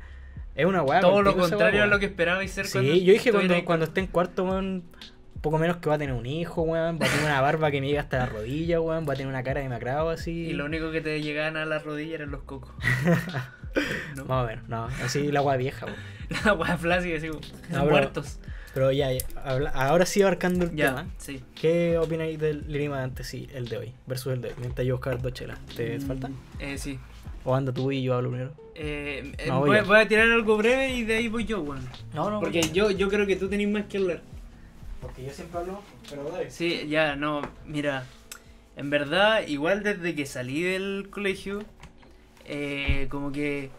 [SPEAKER 2] es una weá.
[SPEAKER 3] Todo
[SPEAKER 2] pa'l
[SPEAKER 3] lo
[SPEAKER 2] pico esa
[SPEAKER 3] contrario
[SPEAKER 2] weá, pues,
[SPEAKER 3] a lo
[SPEAKER 2] weón.
[SPEAKER 3] que esperaba y ser
[SPEAKER 2] Sí,
[SPEAKER 3] cuando
[SPEAKER 2] yo dije cuando,
[SPEAKER 3] estuviera ahí.
[SPEAKER 2] cuando esté en cuarto, weón, poco menos que va a tener un hijo, weón, va a tener una barba que me llega hasta la rodilla, weón, va a tener una cara de macrado así.
[SPEAKER 3] Y lo único que te llegaban a la rodilla eran los cocos. ¿no?
[SPEAKER 2] Más o menos, no, así la weá vieja, pues. weón.
[SPEAKER 3] La hueá flácida, así,
[SPEAKER 2] pero-
[SPEAKER 3] muertos.
[SPEAKER 2] Pero ya, ya, habla- ahora sí abarcando el
[SPEAKER 3] Ya,
[SPEAKER 2] tema.
[SPEAKER 3] sí.
[SPEAKER 2] ¿Qué opináis del Lima de antes y el de hoy? Versus el de hoy. Mientras yo buscar dos chelas. ¿Te falta?
[SPEAKER 3] Eh, sí.
[SPEAKER 2] ¿O anda tú y yo hablo primero?
[SPEAKER 3] Eh, eh,
[SPEAKER 2] No,
[SPEAKER 3] voy,
[SPEAKER 2] ya.
[SPEAKER 3] voy a tirar algo breve y de ahí voy yo, weón.
[SPEAKER 2] No, no.
[SPEAKER 3] Porque yo, yo creo que tú tenés más que hablar.
[SPEAKER 2] porque yo siempre hablo, pero
[SPEAKER 3] Sí, ya, no, mira, en verdad, igual desde que salí del colegio, eh, como que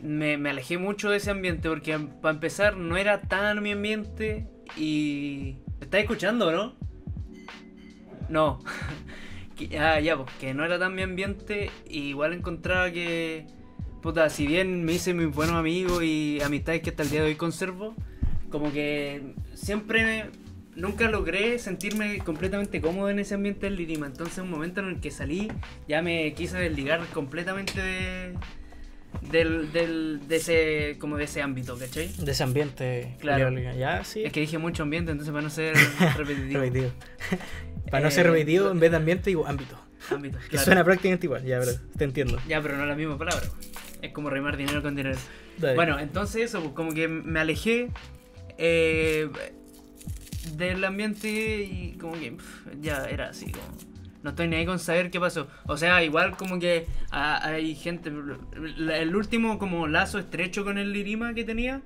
[SPEAKER 3] me, me alejé mucho de ese ambiente, porque para empezar no era tan mi ambiente y... ¿Me estás escuchando, no? No. Que- ah, ya, pues, que no era tan mi ambiente, y igual encontraba que... Puta, si bien me hice mis buenos amigos y amistades que hasta el día de hoy conservo, como que siempre nunca logré sentirme completamente cómodo en ese ambiente del Lirima. Entonces, un momento en el que salí, ya me quise desligar completamente de, del, del- de, ese, como de ese ámbito, ¿cachai?
[SPEAKER 2] De ese ambiente.
[SPEAKER 3] Claro.
[SPEAKER 2] culiao, Ya, sí.
[SPEAKER 3] Es que dije mucho ambiente, entonces para no ser repetitivo.
[SPEAKER 2] repetido. Para no ser
[SPEAKER 3] Eh,
[SPEAKER 2] repetido, en vez de ambiente, digo ámbito.
[SPEAKER 3] ámbito,
[SPEAKER 2] Que
[SPEAKER 3] claro.
[SPEAKER 2] suena prácticamente igual, ya, pero te entiendo.
[SPEAKER 3] Ya, pero no es la misma palabra. Es como rimar dinero con dinero.
[SPEAKER 2] Dale.
[SPEAKER 3] Bueno, entonces eso, pues, como que me alejé eh, del ambiente y como que pf, ya era así, como... No estoy ni ahí con saber qué pasó. O sea, igual como que ah, hay gente... la- El último como lazo estrecho con el Lirima que tenía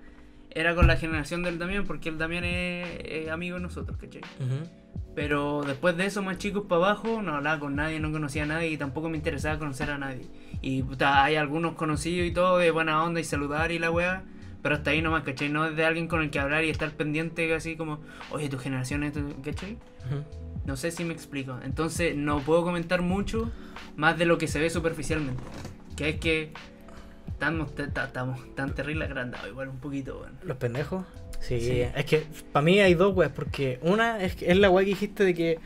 [SPEAKER 3] era con la generación del Damián, porque el Damián es, es amigo de nosotros, ¿cachai?
[SPEAKER 2] Ujú.
[SPEAKER 3] Pero después de eso, más chicos para abajo, no hablaba con nadie, no conocía a nadie y tampoco me interesaba conocer a nadie. Y puta, hay algunos conocidos y todo de buena onda y saludar y la weá. Pero hasta ahí nomás, ¿cachai? No es de alguien con el que hablar y estar pendiente así como, oye, tu generación es, tu-", ¿cachai?
[SPEAKER 2] Ujú.
[SPEAKER 3] No sé si me explico. Entonces no puedo comentar mucho más de lo que se ve superficialmente. Que es que estamos, te- ta- estamos tan terrible agrandados, igual un poquito, bueno.
[SPEAKER 2] Los pendejos. Sí,
[SPEAKER 3] Sí.
[SPEAKER 2] es que para mí hay dos weas, porque una es, que- es la wea que dijiste de que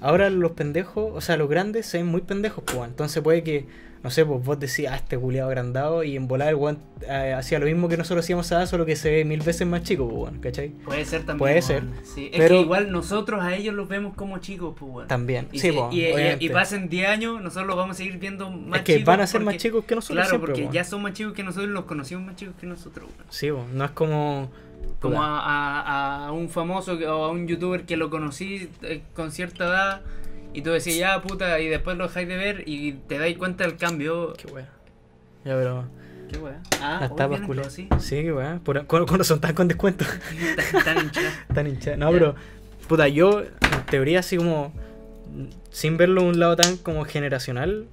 [SPEAKER 2] ahora los pendejos, o sea, los grandes se ven muy pendejos, pues, weón. entonces puede que, no sé, pues vos decís, ah, este culiado agrandado, y en volar el weón eh, hacía lo mismo que nosotros hacíamos a solo que se ve mil veces más chico, pues, weón, ¿cachai?
[SPEAKER 3] Puede ser también.
[SPEAKER 2] Puede
[SPEAKER 3] weón.
[SPEAKER 2] ser,
[SPEAKER 3] Sí. Es
[SPEAKER 2] pero-
[SPEAKER 3] que igual nosotros a ellos los vemos como chicos, pues, bueno.
[SPEAKER 2] También,
[SPEAKER 3] Y,
[SPEAKER 2] sí,
[SPEAKER 3] si-
[SPEAKER 2] pues,
[SPEAKER 3] y- y- y
[SPEAKER 2] obviamente.
[SPEAKER 3] pasen 10 años, nosotros los vamos a seguir viendo más
[SPEAKER 2] es que
[SPEAKER 3] chicos
[SPEAKER 2] van a ser más
[SPEAKER 3] porque-
[SPEAKER 2] chicos que nosotros
[SPEAKER 3] Claro,
[SPEAKER 2] siempre,
[SPEAKER 3] porque
[SPEAKER 2] weón.
[SPEAKER 3] ya son más chicos que nosotros, los conocimos más chicos que nosotros. weón.
[SPEAKER 2] Sí, pues, no es como...
[SPEAKER 3] Como
[SPEAKER 2] Puta.
[SPEAKER 3] a, a- a un famoso que- o a un youtuber que lo conocí eh, con cierta edad y tú decís, ya puta, y después lo dejáis de ver y te dais cuenta del cambio.
[SPEAKER 2] Qué wea. Ya, pero...
[SPEAKER 3] Qué weá. Ah,
[SPEAKER 2] las
[SPEAKER 3] hoy
[SPEAKER 2] tapas,
[SPEAKER 3] vienen
[SPEAKER 2] culiao.
[SPEAKER 3] todos así.
[SPEAKER 2] Sí, qué wea. Por- Con, con razón están con descuento.
[SPEAKER 3] Tan- tan hinchadas.
[SPEAKER 2] Tan hinchada. No,
[SPEAKER 3] Ya.
[SPEAKER 2] pero, puta, yo, en teoría, así como, mm, sin verlo de un lado tan como generacional,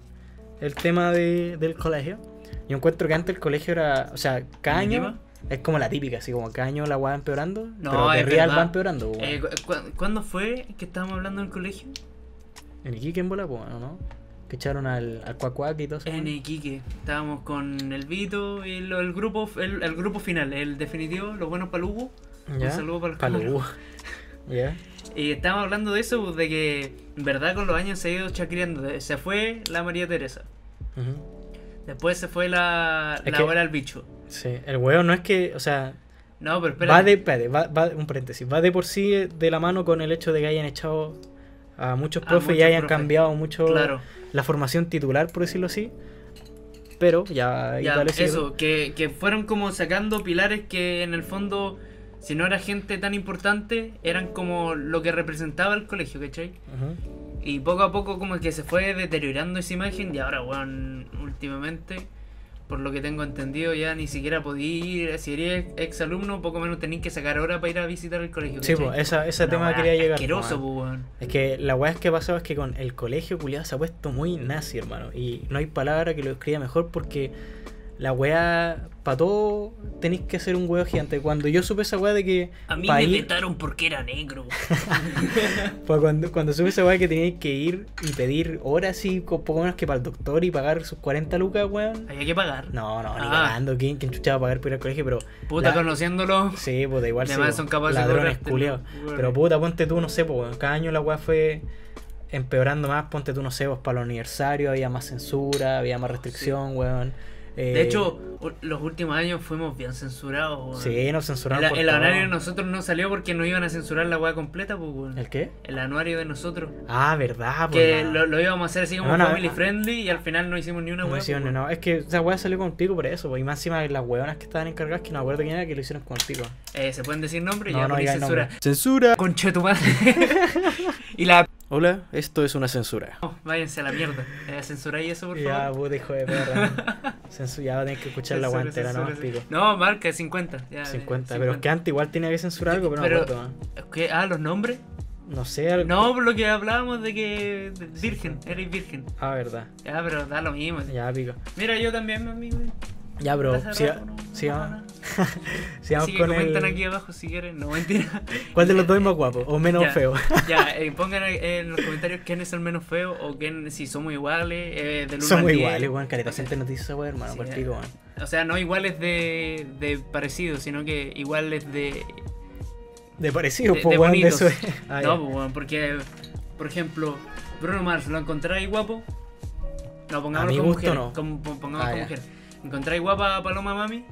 [SPEAKER 2] el tema de- del colegio, yo encuentro que antes el colegio era, o sea, cada
[SPEAKER 3] ¿En
[SPEAKER 2] año es como la típica, así como cada año la weá va empeorando,
[SPEAKER 3] No,
[SPEAKER 2] pero de
[SPEAKER 3] es
[SPEAKER 2] real va
[SPEAKER 3] verdad.
[SPEAKER 2] empeorando, weón.
[SPEAKER 3] Eh, cu- cu- ¿Cuándo fue que estábamos hablando en el colegio?
[SPEAKER 2] En Iquique en bola, pues, ¿no? ¿no? Que echaron al, al cuacuac y todo eso.
[SPEAKER 3] En Iquique, estábamos con el Vito y lo- el grupo el, el grupo final, el definitivo, los buenos palugos. Un saludo para los cabros.
[SPEAKER 2] ¿Ya?
[SPEAKER 3] Y estábamos hablando de eso, de que en verdad con los años se ha ido chacreando. De- Se fue la María Teresa,
[SPEAKER 2] Ujú.
[SPEAKER 3] después se fue la,
[SPEAKER 2] Es
[SPEAKER 3] la
[SPEAKER 2] que-
[SPEAKER 3] abuela al bicho.
[SPEAKER 2] Sí, el weón no es que, o sea,
[SPEAKER 3] No, pero espera.
[SPEAKER 2] Va de, espérate, va, va- un paréntesis, va de por sí eh, de la mano con el hecho de que hayan echado a muchos
[SPEAKER 3] A
[SPEAKER 2] profes y
[SPEAKER 3] muchos
[SPEAKER 2] hayan
[SPEAKER 3] profes.
[SPEAKER 2] cambiado mucho
[SPEAKER 3] Claro,
[SPEAKER 2] la formación titular, por decirlo así. Pero ya,
[SPEAKER 3] ya,
[SPEAKER 2] Italia sigue-
[SPEAKER 3] eso, que, que fueron como sacando pilares que en el fondo, si no era gente tan importante, eran como lo que representaba el colegio, ¿cachai?
[SPEAKER 2] Ujú.
[SPEAKER 3] Y poco a poco como que se fue deteriorando esa imagen y ahora, weón, últimamente, por lo que tengo entendido, ya ni siquiera podía ir, si eres ex alumno, poco menos tenéis que sacar hora para ir a visitar el colegio.
[SPEAKER 2] Sí,
[SPEAKER 3] ¿cachai?
[SPEAKER 2] pues, esa- ese
[SPEAKER 3] Una
[SPEAKER 2] tema
[SPEAKER 3] weá
[SPEAKER 2] quería llegar.
[SPEAKER 3] Asqueroso,
[SPEAKER 2] po,
[SPEAKER 3] pues, weón.
[SPEAKER 2] man. es que la weá que ha pasado es que con el colegio culiado se ha puesto muy nazi, hermano. Y no hay palabra que lo escriba mejor porque la weá, para todo tenéis que hacer un huevo gigante. Cuando yo supe esa weá de que.
[SPEAKER 3] A mí
[SPEAKER 2] pa'
[SPEAKER 3] me
[SPEAKER 2] ir-
[SPEAKER 3] vetaron porque era negro.
[SPEAKER 2] Pues cuando, cuando supe esa weá que teníais que ir y pedir horas y co- poco menos que para el doctor y pagar sus 40 lucas, weón.
[SPEAKER 3] Había que pagar.
[SPEAKER 2] No, no, ni
[SPEAKER 3] Ah.
[SPEAKER 2] cagando. ¿Quién, quién chucha va a pagar por ir al colegio? Pero.
[SPEAKER 3] Puta,
[SPEAKER 2] la-
[SPEAKER 3] conociéndolo.
[SPEAKER 2] Sí, puta, igual sí.
[SPEAKER 3] Además
[SPEAKER 2] po,
[SPEAKER 3] son capaces de
[SPEAKER 2] ladrones
[SPEAKER 3] cobrarte,
[SPEAKER 2] culiados.
[SPEAKER 3] ¿no? Bueno.
[SPEAKER 2] Pero puta, ponte tú, no sé, po, weón, cada año la weá fue empeorando más. Ponte tú, no sé, pues para los aniversarios había más censura, había más restricción, weón.
[SPEAKER 3] Ah, De
[SPEAKER 2] Eh,
[SPEAKER 3] hecho, u- los últimos años fuimos bien censurados. weón.
[SPEAKER 2] sí, nos censuraron.
[SPEAKER 3] El,
[SPEAKER 2] por
[SPEAKER 3] el
[SPEAKER 2] todo.
[SPEAKER 3] anuario de nosotros no salió porque no iban a censurar la weá completa, pues, weón.
[SPEAKER 2] ¿El qué?
[SPEAKER 3] El anuario de nosotros.
[SPEAKER 2] Ah, verdad,
[SPEAKER 3] Que
[SPEAKER 2] pues.
[SPEAKER 3] lo, lo íbamos a hacer así como
[SPEAKER 2] No, no,
[SPEAKER 3] family
[SPEAKER 2] ah.
[SPEAKER 3] friendly y al final no hicimos ni una
[SPEAKER 2] No,
[SPEAKER 3] weá.
[SPEAKER 2] hicieron,
[SPEAKER 3] pues,
[SPEAKER 2] no, Es que esa weá salió con pico por eso, po, y más encima las weonas que estaban encargadas, que no me acuerdo quién era, que lo hicieron con pico.
[SPEAKER 3] weón. Eh, ¿Se pueden decir nombres?
[SPEAKER 2] No,
[SPEAKER 3] ya,
[SPEAKER 2] no
[SPEAKER 3] poní
[SPEAKER 2] digáis
[SPEAKER 3] censura.
[SPEAKER 2] nombre.
[SPEAKER 3] ¡Censura! Conche tu madre. y la... p-
[SPEAKER 2] Hola, esto es una censura.
[SPEAKER 3] no, váyanse a la mierda. Eh, ¿Censuráis eso, por
[SPEAKER 2] Ya,
[SPEAKER 3] favor?
[SPEAKER 2] puta hijo de perra. Censu- ya va a tener que escuchar la
[SPEAKER 3] Censura,
[SPEAKER 2] guantera, no
[SPEAKER 3] censura,
[SPEAKER 2] más
[SPEAKER 3] sí.
[SPEAKER 2] pico.
[SPEAKER 3] No, marca 50. ya, eh,
[SPEAKER 2] 50, pero es que antes igual tenía que censurar algo, pero,
[SPEAKER 3] Pero-
[SPEAKER 2] no me acuerdo. man.
[SPEAKER 3] ¿Qué? Ah, los nombres.
[SPEAKER 2] No sé, algo.
[SPEAKER 3] No, por lo que hablábamos de que. de- virgen, eres virgen.
[SPEAKER 2] Ah, verdad.
[SPEAKER 3] Ya, pero da lo mismo.
[SPEAKER 2] Ya, pico.
[SPEAKER 3] Mira, yo también, mi amigo.
[SPEAKER 2] Ya, bro,
[SPEAKER 3] Hace
[SPEAKER 2] siga-
[SPEAKER 3] rato no- no pasa
[SPEAKER 2] sigamos
[SPEAKER 3] nada.
[SPEAKER 2] sigamos
[SPEAKER 3] Así que
[SPEAKER 2] con
[SPEAKER 3] comentan
[SPEAKER 2] el...
[SPEAKER 3] aquí abajo si quieren. No, mentira.
[SPEAKER 2] ¿Cuál de los dos es más guapo o menos
[SPEAKER 3] Ya.
[SPEAKER 2] feo?
[SPEAKER 3] Ya, eh, pongan en los comentarios quién es el menos feo o quién, si somos iguales. Eh, del uno
[SPEAKER 2] Somos
[SPEAKER 3] al diez.
[SPEAKER 2] iguales, weón. Caleta gente nos dice esa weón, hermano,
[SPEAKER 3] Sí,
[SPEAKER 2] por
[SPEAKER 3] ya.
[SPEAKER 2] pico, weón.
[SPEAKER 3] O sea, no iguales de, de parecido, sino que iguales de.
[SPEAKER 2] De parecido,
[SPEAKER 3] De-
[SPEAKER 2] pues,
[SPEAKER 3] de
[SPEAKER 2] weón, de
[SPEAKER 3] bonitos.
[SPEAKER 2] eso. Ah,
[SPEAKER 3] no,
[SPEAKER 2] ya.
[SPEAKER 3] pues, bueno, porque, por ejemplo, Bruno Mars, ¿lo encontráis guapo? No, pongámoslo
[SPEAKER 2] mi
[SPEAKER 3] como
[SPEAKER 2] gusto,
[SPEAKER 3] mujer.
[SPEAKER 2] no.
[SPEAKER 3] como- pon- pongamos
[SPEAKER 2] Ah,
[SPEAKER 3] como
[SPEAKER 2] ya.
[SPEAKER 3] mujer. ¿Encontráis guapa a Paloma Mami?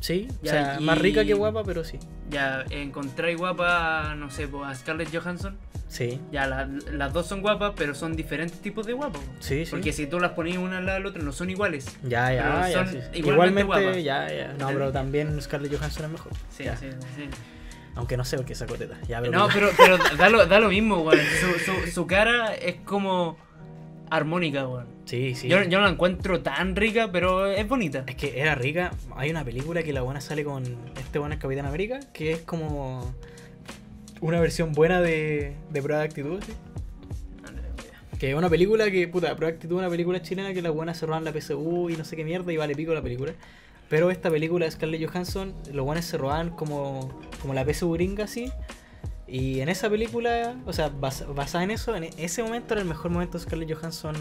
[SPEAKER 2] Sí,
[SPEAKER 3] Ya,
[SPEAKER 2] o sea, más
[SPEAKER 3] y-
[SPEAKER 2] rica que guapa, pero sí.
[SPEAKER 3] Ya, ¿encontráis guapa, no sé, pues, a Scarlett Johansson?
[SPEAKER 2] Sí.
[SPEAKER 3] Ya, la- las dos son guapas, pero son diferentes tipos de guapos.
[SPEAKER 2] Sí, sí.
[SPEAKER 3] Porque si tú las pones una al lado de la otra, no son iguales.
[SPEAKER 2] Ya,
[SPEAKER 3] Pero
[SPEAKER 2] ya, ya.
[SPEAKER 3] son
[SPEAKER 2] sí.
[SPEAKER 3] igualmente guapas.
[SPEAKER 2] ya, ya. No, pero también Scarlett Johansson es mejor.
[SPEAKER 3] Sí,
[SPEAKER 2] Ya.
[SPEAKER 3] sí, sí.
[SPEAKER 2] Aunque no sé por qué sacó teta. Ya, pero
[SPEAKER 3] No,
[SPEAKER 2] pico.
[SPEAKER 3] pero, pero da, lo, da lo mismo, weón. Su, su- su cara es como armónica, weón.
[SPEAKER 2] Sí, sí.
[SPEAKER 3] Yo, yo no la encuentro tan rica, pero es bonita.
[SPEAKER 2] Es que era rica. Hay una película que la buena sale con este bueno el Capitán América, que es como una versión buena de, de Prueba de Actitud. ¿sí? Que es una película que, puta, Prueba de Actitud es una película chilena que las buenas se roban la PSU y no sé qué mierda y vale pico la película. Pero esta película de Scarlett Johansson, los buenos se roban como, como la PSU gringa así. Y en esa película, o sea, basa- basada en eso, en ese momento era el mejor momento de Scarlett Johansson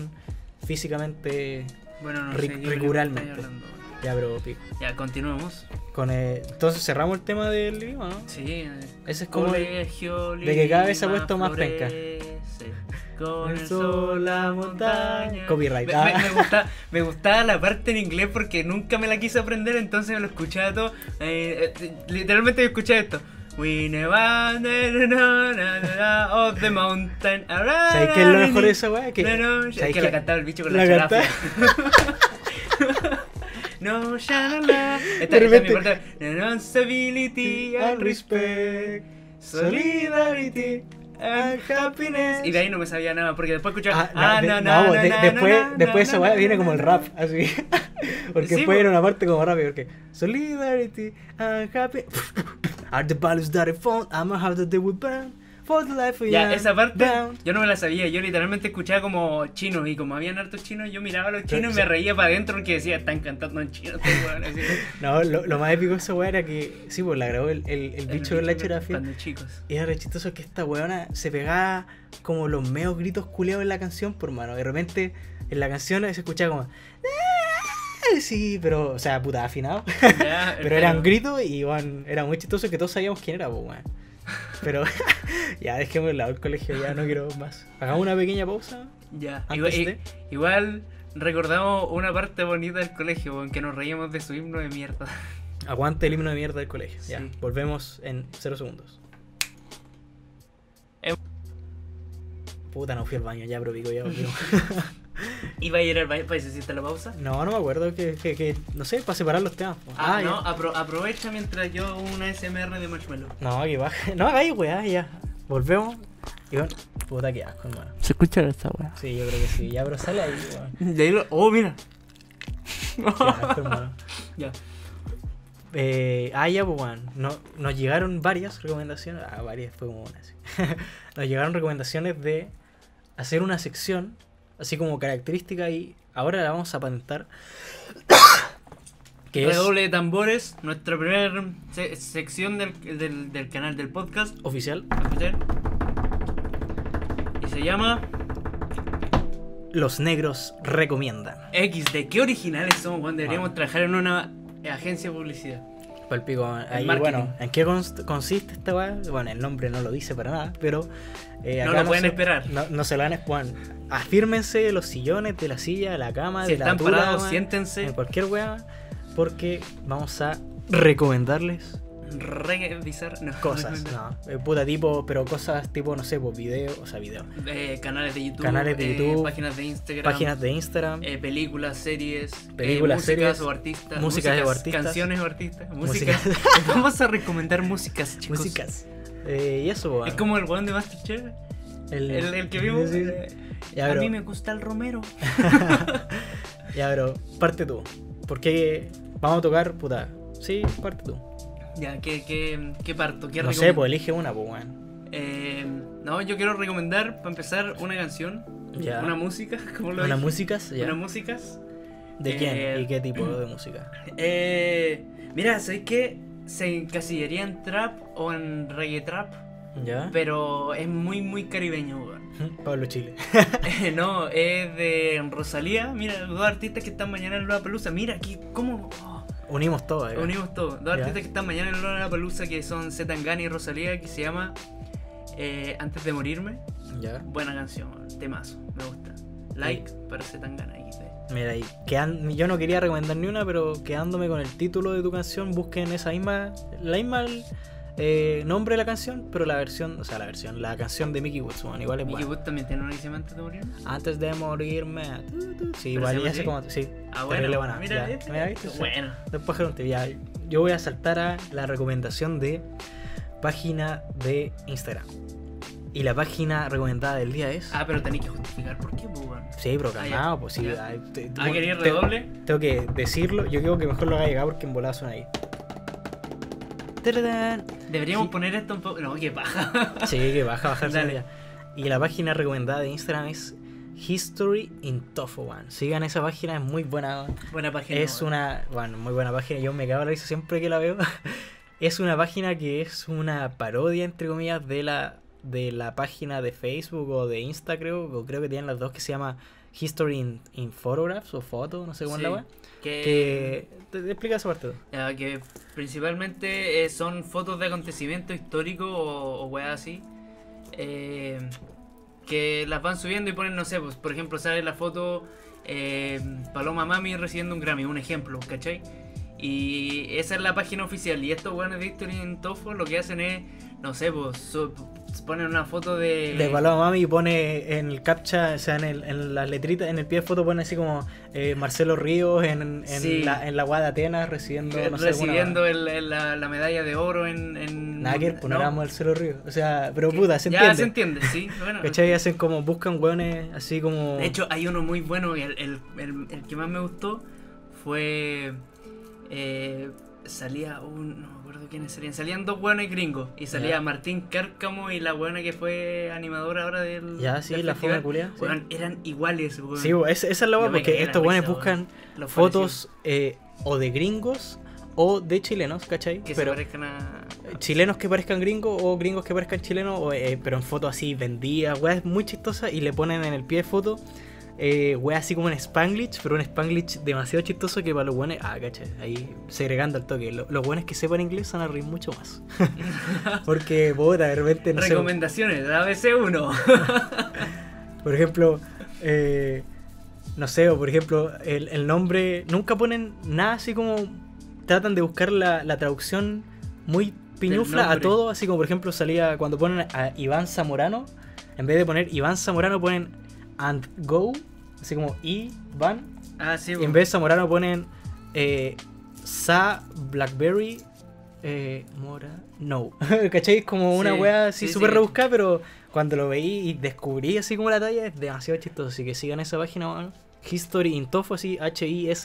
[SPEAKER 2] físicamente.
[SPEAKER 3] Bueno, no
[SPEAKER 2] Ric-
[SPEAKER 3] sé. qué
[SPEAKER 2] riguralmente.
[SPEAKER 3] película estáis hablando, weón.
[SPEAKER 2] Ya, pero pico.
[SPEAKER 3] Ya, continuemos.
[SPEAKER 2] Con, eh, entonces cerramos el tema del libro, ¿no?
[SPEAKER 3] Sí. eh.
[SPEAKER 2] Ese es como el...
[SPEAKER 3] Colegio,
[SPEAKER 2] de que cada vez se ha
[SPEAKER 3] Lima,
[SPEAKER 2] puesto más penca.
[SPEAKER 3] florece, Con
[SPEAKER 2] El
[SPEAKER 3] el sol, la montaña.
[SPEAKER 2] Copyright.
[SPEAKER 3] Me, me- me gusta, me gustaba la parte en inglés porque nunca me la quise aprender, entonces me lo escuchaba todo. eh, eh, literalmente yo escuchaba esto. We never na, na, na, na, of the mountain.
[SPEAKER 2] ¿Sabes qué es lo mejor de esa weá? Que,
[SPEAKER 3] No, no, es
[SPEAKER 2] ¿sabes
[SPEAKER 3] que
[SPEAKER 2] qué?
[SPEAKER 3] la cantaba el bicho con
[SPEAKER 2] la
[SPEAKER 3] la,
[SPEAKER 2] cantaba.
[SPEAKER 3] charafia. No, shalala. Esta,
[SPEAKER 2] De
[SPEAKER 3] esta es mi
[SPEAKER 2] repente-
[SPEAKER 3] parte. Responsibility and respect. Solidarity and happiness. Y de ahí no me sabía nada, porque después escuchaba.
[SPEAKER 2] Ah, no, de- no, de- después, después esa weá viene como el rap, así. porque
[SPEAKER 3] Sí,
[SPEAKER 2] después
[SPEAKER 3] po.
[SPEAKER 2] era una parte como rápido, porque Solidarity and happy are the values that I found. I'm a heart that they will burn for the life we
[SPEAKER 3] Ya,
[SPEAKER 2] are
[SPEAKER 3] esa parte
[SPEAKER 2] bound.
[SPEAKER 3] yo no me la sabía, yo literalmente escuchaba como chinos y como habían hartos chinos, yo miraba a los chinos y
[SPEAKER 2] sí.
[SPEAKER 3] me reía para adentro porque decía, están cantando en chino, estos weones", así.
[SPEAKER 2] No, lo, lo más épico de esa weá era que, sí, pues la grabó el, el, el bicho de la chirafia.
[SPEAKER 3] Cuando chicos.
[SPEAKER 2] Y era re chistoso que esta weona se pegaba como los meos gritos culeados en la canción, por mano. De repente en la canción se escuchaba como. "Ah", Sí, pero, o sea, puta, afinado.
[SPEAKER 3] Ya,
[SPEAKER 2] Pero eran gritos y weón, era muy chistoso que todos sabíamos quién era, pues, weón. Pero ya dejemos el lado del colegio, ya no quiero más. Hagamos una pequeña pausa.
[SPEAKER 3] Ya, igual,
[SPEAKER 2] Antes
[SPEAKER 3] i-
[SPEAKER 2] de-
[SPEAKER 3] igual recordamos una parte bonita del colegio, weón, que nos reíamos de su himno de mierda.
[SPEAKER 2] Aguante el himno de mierda del colegio. Ya,
[SPEAKER 3] Sí.
[SPEAKER 2] volvemos en cero segundos.
[SPEAKER 3] Em-
[SPEAKER 2] Puta, no fui al baño, ya, pero pico, ya volvimos.
[SPEAKER 3] Iba a ir al baño, pues hiciste la pausa.
[SPEAKER 2] No, no me acuerdo que, que, que- no sé, para separar los temas. po.
[SPEAKER 3] Ah,
[SPEAKER 2] Ah,
[SPEAKER 3] no,
[SPEAKER 2] ya.
[SPEAKER 3] apro- aprovecha mientras yo hago una SMR de marshmallow.
[SPEAKER 2] No, que baja. No hagáis, weá, ya. Volvemos. Y bueno, puta que asco, hermano.
[SPEAKER 3] Se escucha esta weá.
[SPEAKER 2] Sí, yo creo que sí. Ya, pero sale ahí, weón.
[SPEAKER 3] Oh, mira.
[SPEAKER 2] Qué asco, hermano.
[SPEAKER 3] Ya.
[SPEAKER 2] Eh, ah, ya, pues, weón. No, nos llegaron varias recomendaciones. Ah, varias, fue como una. sí. nos llegaron recomendaciones de hacer una sección, así como característica, y ahora la vamos a patentar. Que es
[SPEAKER 3] Redoble de tambores, nuestra primera sección del, del- del canal del podcast.
[SPEAKER 2] oficial.
[SPEAKER 3] ¿escuchar? Y se llama
[SPEAKER 2] Los negros recomiendan.
[SPEAKER 3] XD. Qué originales somos, Juan. Deberíamos
[SPEAKER 2] Wow.
[SPEAKER 3] trabajar en una agencia de publicidad.
[SPEAKER 2] Palpico, ahí,
[SPEAKER 3] marketing.
[SPEAKER 2] bueno, ¿en qué cons- consiste esta weá? Bueno, el nombre no lo dice para nada, pero. eh,
[SPEAKER 3] No
[SPEAKER 2] acá
[SPEAKER 3] lo pueden
[SPEAKER 2] se-
[SPEAKER 3] esperar.
[SPEAKER 2] No, no se lo van a esperar. Afírmense de los sillones, de la silla, de la cama, Ah,
[SPEAKER 3] Si
[SPEAKER 2] de la
[SPEAKER 3] están
[SPEAKER 2] tula,
[SPEAKER 3] parados,
[SPEAKER 2] weón, de
[SPEAKER 3] siéntense.
[SPEAKER 2] cualquier weá, porque vamos a recomendarles
[SPEAKER 3] Revisar no,
[SPEAKER 2] cosas, ¿no? Eh, Puta tipo, pero cosas tipo, no sé, pues videos, o sea, videos.
[SPEAKER 3] Eh, canales de YouTube.
[SPEAKER 2] Canales de
[SPEAKER 3] eh,
[SPEAKER 2] YouTube,
[SPEAKER 3] páginas de Instagram.
[SPEAKER 2] Páginas de Instagram,
[SPEAKER 3] eh, películas, series, eh,
[SPEAKER 2] Películas,
[SPEAKER 3] músicas
[SPEAKER 2] series,
[SPEAKER 3] o artistas,
[SPEAKER 2] músicas de
[SPEAKER 3] músicas,
[SPEAKER 2] artistas.
[SPEAKER 3] canciones o artistas,
[SPEAKER 2] Músicas.
[SPEAKER 3] músicas. Vamos a recomendar músicas, chicos.
[SPEAKER 2] músicas. Eh, y eso,
[SPEAKER 3] Es
[SPEAKER 2] weón.
[SPEAKER 3] como el weón de Masterchef,
[SPEAKER 2] el,
[SPEAKER 3] el, el que vimos.
[SPEAKER 2] Sí, sí.
[SPEAKER 3] eh,
[SPEAKER 2] Ya,
[SPEAKER 3] a
[SPEAKER 2] pero-
[SPEAKER 3] mí me gusta el romero.
[SPEAKER 2] Ya, pero parte tú. Porque vamos a tocar, puta. Sí, parte tú.
[SPEAKER 3] Ya, ¿qué, qué, qué parto? ¿Qué
[SPEAKER 2] No sé,
[SPEAKER 3] recomiendo?
[SPEAKER 2] pues elige una, pues, weón.
[SPEAKER 3] Eh, no, yo quiero recomendar, para empezar, una canción,
[SPEAKER 2] Ya.
[SPEAKER 3] una música, como lo
[SPEAKER 2] ¿Unas
[SPEAKER 3] dije?
[SPEAKER 2] músicas? Ya.
[SPEAKER 3] Unas músicas.
[SPEAKER 2] ¿De quién?
[SPEAKER 3] eh,
[SPEAKER 2] ¿Y qué tipo de música?
[SPEAKER 3] Eh, mira, ¿sabéis que se encasillaría en trap o en reggae trap?
[SPEAKER 2] ¿Ya?
[SPEAKER 3] Pero es muy, muy caribeño, weón.
[SPEAKER 2] Pablo Chile.
[SPEAKER 3] Eh, no, es de Rosalía. Mira, dos artistas que están mañana en Lola Pelusa. Mira, aquí, ¿cómo? Oh,
[SPEAKER 2] Unimos todo, eh. ahí, weón.
[SPEAKER 3] unimos todo. Dos
[SPEAKER 2] Ya.
[SPEAKER 3] artistas que están mañana en Lola Pelusa que son Zetangana y Rosalía, que se llama eh, Antes de morirme.
[SPEAKER 2] Ya.
[SPEAKER 3] Buena canción, temazo, me gusta. Like para Zetangana. XD.
[SPEAKER 2] Mira, y quedan- yo no quería recomendar ni una, pero quedándome con el título de tu canción, busquen esa misma. La misma. eh, nombre de la canción, pero la versión, o sea, la versión, la canción de Mickey Woods, weón, igual es
[SPEAKER 3] Mickey
[SPEAKER 2] buena.
[SPEAKER 3] Woods también tiene una que se llama Antes de morirme.
[SPEAKER 2] Antes de morirme. tu, tu. Sí,
[SPEAKER 3] Pero
[SPEAKER 2] igual, ya
[SPEAKER 3] se llama
[SPEAKER 2] sé
[SPEAKER 3] así.
[SPEAKER 2] cómo. Sí,
[SPEAKER 3] Ah,
[SPEAKER 2] terrible
[SPEAKER 3] bueno.
[SPEAKER 2] buena,
[SPEAKER 3] Mira,
[SPEAKER 2] ya.
[SPEAKER 3] este-
[SPEAKER 2] Mira, ¿viste? Sí.
[SPEAKER 3] Bueno.
[SPEAKER 2] Después Geronte, ya, yo voy a saltar a la recomendación de página de Instagram. Y la página recomendada del día es.
[SPEAKER 3] Ah, pero tenéis que justificar por qué, pues, weón.
[SPEAKER 2] sí, programado,
[SPEAKER 3] ah, ya.
[SPEAKER 2] pues sí.
[SPEAKER 3] Ya.
[SPEAKER 2] ay, te-
[SPEAKER 3] Ah,
[SPEAKER 2] te-
[SPEAKER 3] quería
[SPEAKER 2] te-
[SPEAKER 3] redoble.
[SPEAKER 2] Tengo que decirlo. Yo creo que mejor lo haga llegar porque en volada suena ahí. ¡Tararán!
[SPEAKER 3] Deberíamos
[SPEAKER 2] Sí.
[SPEAKER 3] poner esto un poco. No, qué paja.
[SPEAKER 2] Sí, que baja, baja el sonido
[SPEAKER 3] Dale.
[SPEAKER 2] ya. Y la página recomendada de Instagram es History in Tofo One. Sigan esa página, es muy buena.
[SPEAKER 3] Buena página.
[SPEAKER 2] Es
[SPEAKER 3] weón.
[SPEAKER 2] una, bueno, muy buena página, yo me cago en la risa siempre que la veo. Es una página que es una parodia, entre comillas, de la, de la página de Facebook o de Insta, creo, o creo que tienen las dos, que se llama History in, in Photographs o Foto, no sé cómo es la
[SPEAKER 3] Sí,
[SPEAKER 2] wea.
[SPEAKER 3] que-
[SPEAKER 2] Que te, te explica esa parte. tú.
[SPEAKER 3] Ya, que principalmente eh, son fotos de acontecimientos históricos o, o weas así. eh, que las van subiendo y ponen, no sé, pues, por ejemplo, sale la foto eh, Paloma Mami recibiendo un Grammy, un ejemplo, ¿cachai? Y esa es la página oficial. Y estos weones de History en Tofo lo que hacen es, no sé, pues, su- ponen una foto de.
[SPEAKER 2] De Paloma Mami pone en el captcha, o sea, en, el, en las letritas, en el pie de foto pone así como eh, Marcelo Ríos en, en
[SPEAKER 3] Sí.
[SPEAKER 2] la, en la guada de Atenas recibiendo, no sé, alguna
[SPEAKER 3] recibiendo
[SPEAKER 2] wea.
[SPEAKER 3] el- el- la, la medalla de oro en. en
[SPEAKER 2] Nada que ver, pues no
[SPEAKER 3] ¿no?
[SPEAKER 2] era Marcelo Ríos. O sea, pero puta, se
[SPEAKER 3] Ya
[SPEAKER 2] entiende.
[SPEAKER 3] se entiende, sí. Bueno,
[SPEAKER 2] ¿Cachai? Hacen como, buscan hueones así como.
[SPEAKER 3] De hecho, hay uno muy bueno, y el, el- el- el que más me gustó fue. eh, salía un. No me acuerdo quiénes salían. Salían dos hueones gringos. Y salía
[SPEAKER 2] Ya.
[SPEAKER 3] Martín Cárcamo y la hueona que fue animadora ahora del.
[SPEAKER 2] ya, sí,
[SPEAKER 3] del
[SPEAKER 2] la forma
[SPEAKER 3] festival.
[SPEAKER 2] culia. Sí,
[SPEAKER 3] Weón, eran iguales, weón.
[SPEAKER 2] Sí, weón, esa, esa es la
[SPEAKER 3] Yo
[SPEAKER 2] hueá,
[SPEAKER 3] me
[SPEAKER 2] porque
[SPEAKER 3] cagué la
[SPEAKER 2] estos hueones
[SPEAKER 3] risa,
[SPEAKER 2] buscan
[SPEAKER 3] Los
[SPEAKER 2] fotos eh, o de gringos o de chilenos, ¿cachai?
[SPEAKER 3] parecidos, Que
[SPEAKER 2] pero
[SPEAKER 3] se parezcan a.
[SPEAKER 2] chilenos que parezcan gringos o gringos que parezcan chilenos, o, eh, pero en fotos así vendidas, weas muy chistosas y le ponen en el pie de foto. Eh, weas así como en Spanglish, pero un Spanglish demasiado chistoso que para los buenos. Ah, cachai, ahí segregando al toque. Lo- los buenos que sepan inglés se van a reír mucho más. Porque, puta, de repente no sé.
[SPEAKER 3] Recomendaciones, ABC1.
[SPEAKER 2] Por ejemplo, eh, no sé, o por ejemplo, el, el nombre. Nunca ponen nada así como. Tratan de buscar la, la traducción muy piñufla a
[SPEAKER 3] nombre.
[SPEAKER 2] todo. Así como, por ejemplo, salía cuando ponen a Iván Zamorano. En vez de poner Iván Zamorano, ponen and go. Así como Iván.
[SPEAKER 3] ah, sí,
[SPEAKER 2] Y en
[SPEAKER 3] weón.
[SPEAKER 2] vez de Zamorano, ponen eh, Sa Blackberry. eh, Mora. No. ¿Cachai? Es como una
[SPEAKER 3] Sí,
[SPEAKER 2] wea así
[SPEAKER 3] sí, sí,
[SPEAKER 2] súper
[SPEAKER 3] cacho.
[SPEAKER 2] rebuscada, pero cuando lo veí y descubrí así como la talla, es demasiado chistoso. Así que sigan esa página, weón. History in Tofo, así, H-I-S-T-O-R-I,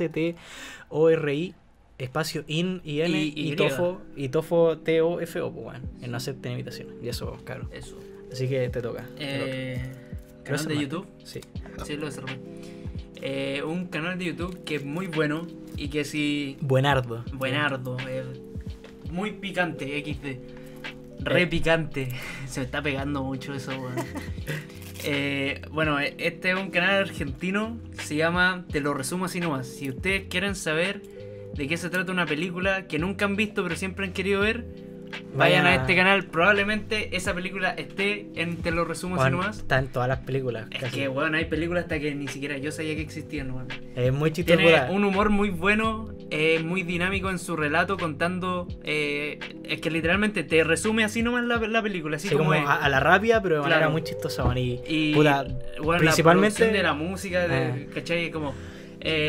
[SPEAKER 2] espacio in y N,
[SPEAKER 3] Y-
[SPEAKER 2] y,
[SPEAKER 3] Y.
[SPEAKER 2] Tofo, y Tofo T-O-F-O, pues, weón. En no acepten invitaciones, y eso, caro.
[SPEAKER 3] Eso.
[SPEAKER 2] Así que te toca. te toca.
[SPEAKER 3] Eh,
[SPEAKER 2] Pero
[SPEAKER 3] canal
[SPEAKER 2] eso
[SPEAKER 3] de
[SPEAKER 2] no-
[SPEAKER 3] YouTube.
[SPEAKER 2] Sí.
[SPEAKER 3] Sí, lo desarrollé. eh, un canal de YouTube que es muy bueno y que si
[SPEAKER 2] Buenardo.
[SPEAKER 3] Buenardo, eh, muy picante, XD. Re
[SPEAKER 2] Eh.
[SPEAKER 3] picante. Se me está pegando mucho eso, weón. Eh, bueno, eh, este es un canal argentino. Se llama Te lo resumo así nomás. Si ustedes quieren saber de qué se trata una película que nunca han visto pero siempre han querido ver, vayan a este canal. Probablemente esa película esté en Te lo resumo así
[SPEAKER 2] Bueno,
[SPEAKER 3] nomás.
[SPEAKER 2] está en todas las películas.
[SPEAKER 3] Es
[SPEAKER 2] casi.
[SPEAKER 3] que, weón, hay películas hasta que ni siquiera yo sabía que existían, weón.
[SPEAKER 2] Es muy chistoso.
[SPEAKER 3] Tiene un humor muy bueno, eh, muy dinámico en su relato, contando. eh, es que literalmente te resume así nomás la, la película, así
[SPEAKER 2] Así
[SPEAKER 3] como,
[SPEAKER 2] como ah,
[SPEAKER 3] es.
[SPEAKER 2] a, a la rabia, pero de
[SPEAKER 3] Claro.
[SPEAKER 2] manera muy chistosa. man, Y,
[SPEAKER 3] Y
[SPEAKER 2] puta,
[SPEAKER 3] bueno,
[SPEAKER 2] principalmente-
[SPEAKER 3] la producción de la música, de,
[SPEAKER 2] Ah.
[SPEAKER 3] ¿cachai? Es Como. eh,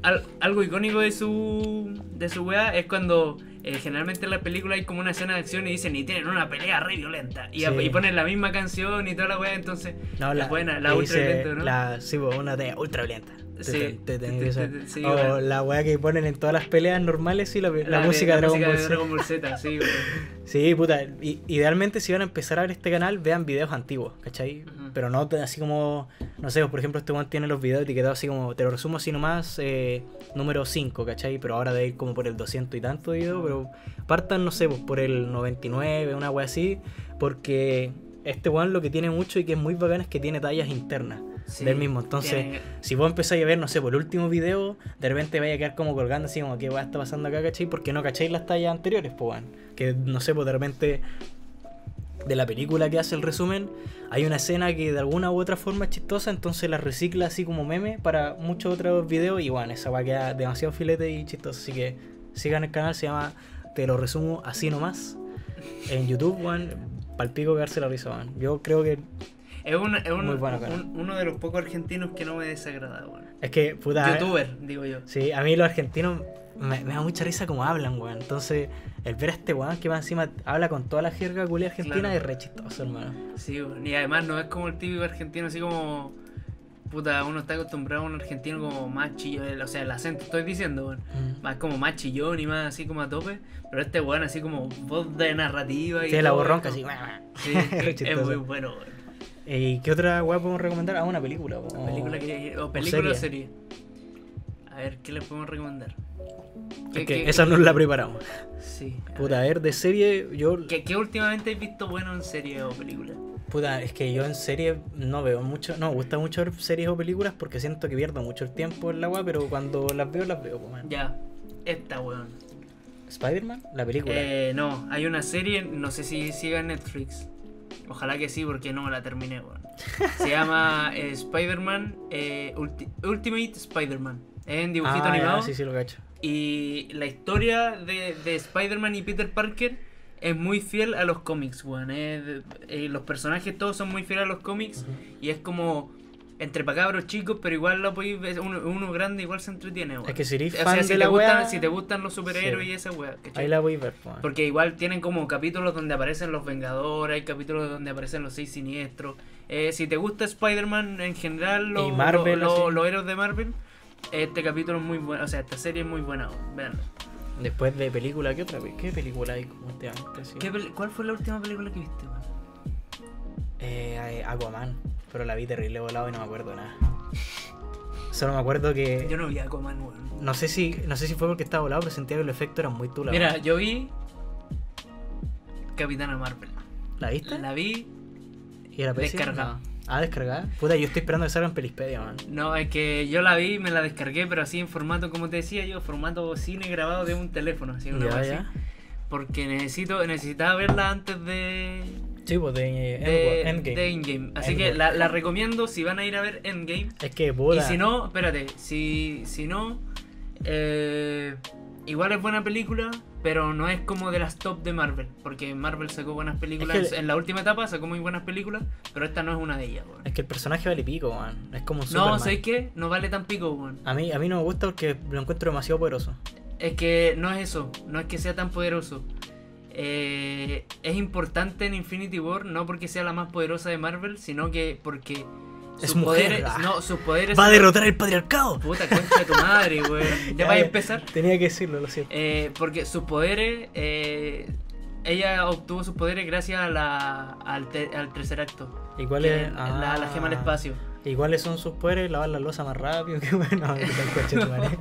[SPEAKER 3] al- algo icónico de su. de su weá es cuando. eh, generalmente en las películas hay como una escena de acción y dicen y tienen una pelea re violenta y, a-
[SPEAKER 2] Sí.
[SPEAKER 3] y ponen la misma canción y toda la weá entonces
[SPEAKER 2] no, la,
[SPEAKER 3] buena, la
[SPEAKER 2] le
[SPEAKER 3] ultra
[SPEAKER 2] dice-
[SPEAKER 3] violenta, ¿no?
[SPEAKER 2] la- sí, pues, una de ultra violenta. Te-
[SPEAKER 3] Sí.
[SPEAKER 2] te- te tenía
[SPEAKER 3] Te-
[SPEAKER 2] que
[SPEAKER 3] te-
[SPEAKER 2] ser.
[SPEAKER 3] te- sí,
[SPEAKER 2] o
[SPEAKER 3] bueno.
[SPEAKER 2] la weá que ponen en todas las peleas normales y la, la
[SPEAKER 3] eh,
[SPEAKER 2] música de Dragon Ball Z.
[SPEAKER 3] Dragon Ball Z, sí, weón.
[SPEAKER 2] Sí, puta. i- idealmente, si van a empezar a ver este canal, vean videos antiguos, ¿cachai?
[SPEAKER 3] Ujú.
[SPEAKER 2] Pero no tan- así como, no sé, por ejemplo, este one tiene los videos etiquetados así como, te lo resumo así nomás, eh, número 5, ¿cachai? Pero ahora de ir como por el 200 y tanto videos, pero partan, no sé, pues, por el 99, una wea así, porque este one lo que tiene mucho y que es muy bacán es que tiene tallas internas.
[SPEAKER 3] Sí,
[SPEAKER 2] del mismo. Entonces,
[SPEAKER 3] tiene-
[SPEAKER 2] si vos empezáis a ver, no sé, por el último video, de repente vais a quedar como colgando así como qué weá está pasando acá, ¿cachai? Porque no cacháis las tallas anteriores, pues weón. Que no sé, pues de repente de la película que hace el resumen, hay una escena que de alguna u otra forma es chistosa, entonces la recicla así como meme para muchos otros videos y bueno, esa va a quedar demasiado filete y chistosa. Así que sigan el canal, se llama Te lo resumo así nomás. En YouTube, weón, palpico quedarse la risa, weón. Yo creo que
[SPEAKER 3] Es, un- es un-
[SPEAKER 2] Muy bueno, cara.
[SPEAKER 3] un- uno de los pocos argentinos que no me desagrada, weón.
[SPEAKER 2] es que puta.
[SPEAKER 3] Youtuber, digo yo.
[SPEAKER 2] Sí, a mí los argentinos me, me da mucha risa como hablan, weón. Entonces, el ver a este weón que más encima habla con toda la jerga culia argentina
[SPEAKER 3] Claro.
[SPEAKER 2] es re chistoso, hermano.
[SPEAKER 3] Sí, weón. Y además no es como el típico argentino, así como. Puta, uno está acostumbrado a un argentino como más chillón. O sea, el acento estoy diciendo, weón. Más como más chillón y más así como a tope. Pero este weón, así como voz de narrativa y.
[SPEAKER 2] Sí, la
[SPEAKER 3] todo,
[SPEAKER 2] borronca
[SPEAKER 3] es
[SPEAKER 2] así.
[SPEAKER 3] como- Sí,
[SPEAKER 2] Re
[SPEAKER 3] es
[SPEAKER 2] chistoso.
[SPEAKER 3] muy bueno, weón.
[SPEAKER 2] ¿Y qué otra weá podemos recomendar? Ah, una película, po.
[SPEAKER 3] Película que- eh, o película o serie. A ver, ¿qué les podemos recomendar?
[SPEAKER 2] Es que esa no la preparamos.
[SPEAKER 3] Sí. a
[SPEAKER 2] Puta, a ver, de serie, yo.
[SPEAKER 3] ¿Qué, qué últimamente has visto bueno en serie o película?
[SPEAKER 2] Puta, es que yo en serie no veo mucho. No, me gusta mucho ver series o películas porque siento que pierdo mucho el tiempo en la weá, pero cuando las veo, las veo, po, man.
[SPEAKER 3] Ya, esta weón.
[SPEAKER 2] ¿Spider-Man? La película.
[SPEAKER 3] Eh, no, hay una serie, no sé si siga en Netflix. Ojalá que sí, porque no la terminé, weón. Se llama eh, Spider-Man eh, Ulti- Ultimate Spider-Man. Es en dibujito
[SPEAKER 2] ah, ya,
[SPEAKER 3] animado.
[SPEAKER 2] sí, sí, lo cacho.
[SPEAKER 3] Y la historia de, de Spider-Man y Peter Parker es muy fiel a los cómics, weón. Es de- eh, los personajes todos son muy fieles a los cómics. Y es como entre pa' cabros chicos, pero igual lo podéis ver, uno, uno grande igual se entretiene, weón.
[SPEAKER 2] Es que si eres
[SPEAKER 3] O sea,
[SPEAKER 2] fan
[SPEAKER 3] si
[SPEAKER 2] de
[SPEAKER 3] te
[SPEAKER 2] la
[SPEAKER 3] gustan,
[SPEAKER 2] weá-
[SPEAKER 3] si te gustan los superhéroes
[SPEAKER 2] Sí.
[SPEAKER 3] y esa weá, ¿cachai?
[SPEAKER 2] Ahí la voy a ver, po, man.
[SPEAKER 3] Porque igual tienen como capítulos donde aparecen los Vengadores, hay capítulos donde aparecen los seis siniestros. Eh, si te gusta Spider-Man en general, lo-
[SPEAKER 2] Y Marvel,
[SPEAKER 3] lo- lo-
[SPEAKER 2] así.
[SPEAKER 3] los héroes de Marvel, este capítulo es muy bueno, o sea, esta serie es muy buena, veanla.
[SPEAKER 2] Después de película, ¿qué otra vez? ¿Qué película hay como te antes?
[SPEAKER 3] ¿Qué peli- ¿Cuál fue la última película que viste, weón?
[SPEAKER 2] Eh, Aquaman, pero la vi terrible volado y no me acuerdo nada. Solo me acuerdo
[SPEAKER 3] Yo
[SPEAKER 2] que
[SPEAKER 3] no vi Aquaman, weón.
[SPEAKER 2] no sé si no sé si fue porque estaba volado, pero sentía que los efectos eran muy tulados.
[SPEAKER 3] Mira, yo vi Capitana Marvel.
[SPEAKER 2] ¿la viste?
[SPEAKER 3] La vi
[SPEAKER 2] Y era pésima.
[SPEAKER 3] descargada.
[SPEAKER 2] Ah, descargada. Puta, yo estoy esperando que salga en Pelispedia, man.
[SPEAKER 3] No, es que yo la vi, me la descargué, pero así en formato, como te decía yo, formato cine grabado de un teléfono, así una
[SPEAKER 2] Ya,
[SPEAKER 3] cosa
[SPEAKER 2] ya.
[SPEAKER 3] Porque necesito, necesitaba verla antes de,
[SPEAKER 2] Sí, pues de, eh,
[SPEAKER 3] de-
[SPEAKER 2] Endgame.
[SPEAKER 3] de Endgame. Así
[SPEAKER 2] Endgame.
[SPEAKER 3] que la, la recomiendo si van a ir a ver Endgame.
[SPEAKER 2] Es que, puta.
[SPEAKER 3] Y si no, espérate, si, si no, eh, igual es buena película, pero no es como de las top de Marvel. Porque Marvel sacó buenas películas,
[SPEAKER 2] Es que-
[SPEAKER 3] en la última etapa sacó muy buenas películas, pero esta no es una de ellas. weón.
[SPEAKER 2] Es que el personaje vale pico, man. Es como un
[SPEAKER 3] No,
[SPEAKER 2] Superman.
[SPEAKER 3] ¿sabes qué? No vale tan pico, weón.
[SPEAKER 2] A mí, a mí no me gusta porque lo encuentro demasiado poderoso.
[SPEAKER 3] Es que no es eso, no es que sea tan poderoso. Eh, es importante en Infinity War no porque sea la más poderosa de Marvel, sino que porque
[SPEAKER 2] Es
[SPEAKER 3] sus
[SPEAKER 2] mujer,
[SPEAKER 3] poderes,
[SPEAKER 2] ah.
[SPEAKER 3] no, sus poderes
[SPEAKER 2] ¡Va a
[SPEAKER 3] son-
[SPEAKER 2] derrotar el patriarcado!
[SPEAKER 3] puta concha de tu madre, weón. Ya va a empezar.
[SPEAKER 2] Tenía que decirlo, lo siento.
[SPEAKER 3] Eh, porque sus poderes eh, ella obtuvo sus poderes gracias a la, al, te- al tercer acto.
[SPEAKER 2] ¿Y cuál
[SPEAKER 3] que
[SPEAKER 2] es?
[SPEAKER 3] la, la gema del
[SPEAKER 2] Ah.
[SPEAKER 3] espacio.
[SPEAKER 2] ¿Y cuáles son sus poderes? Lavar la losa más rápido. Qué bueno. que tal coche tu madre.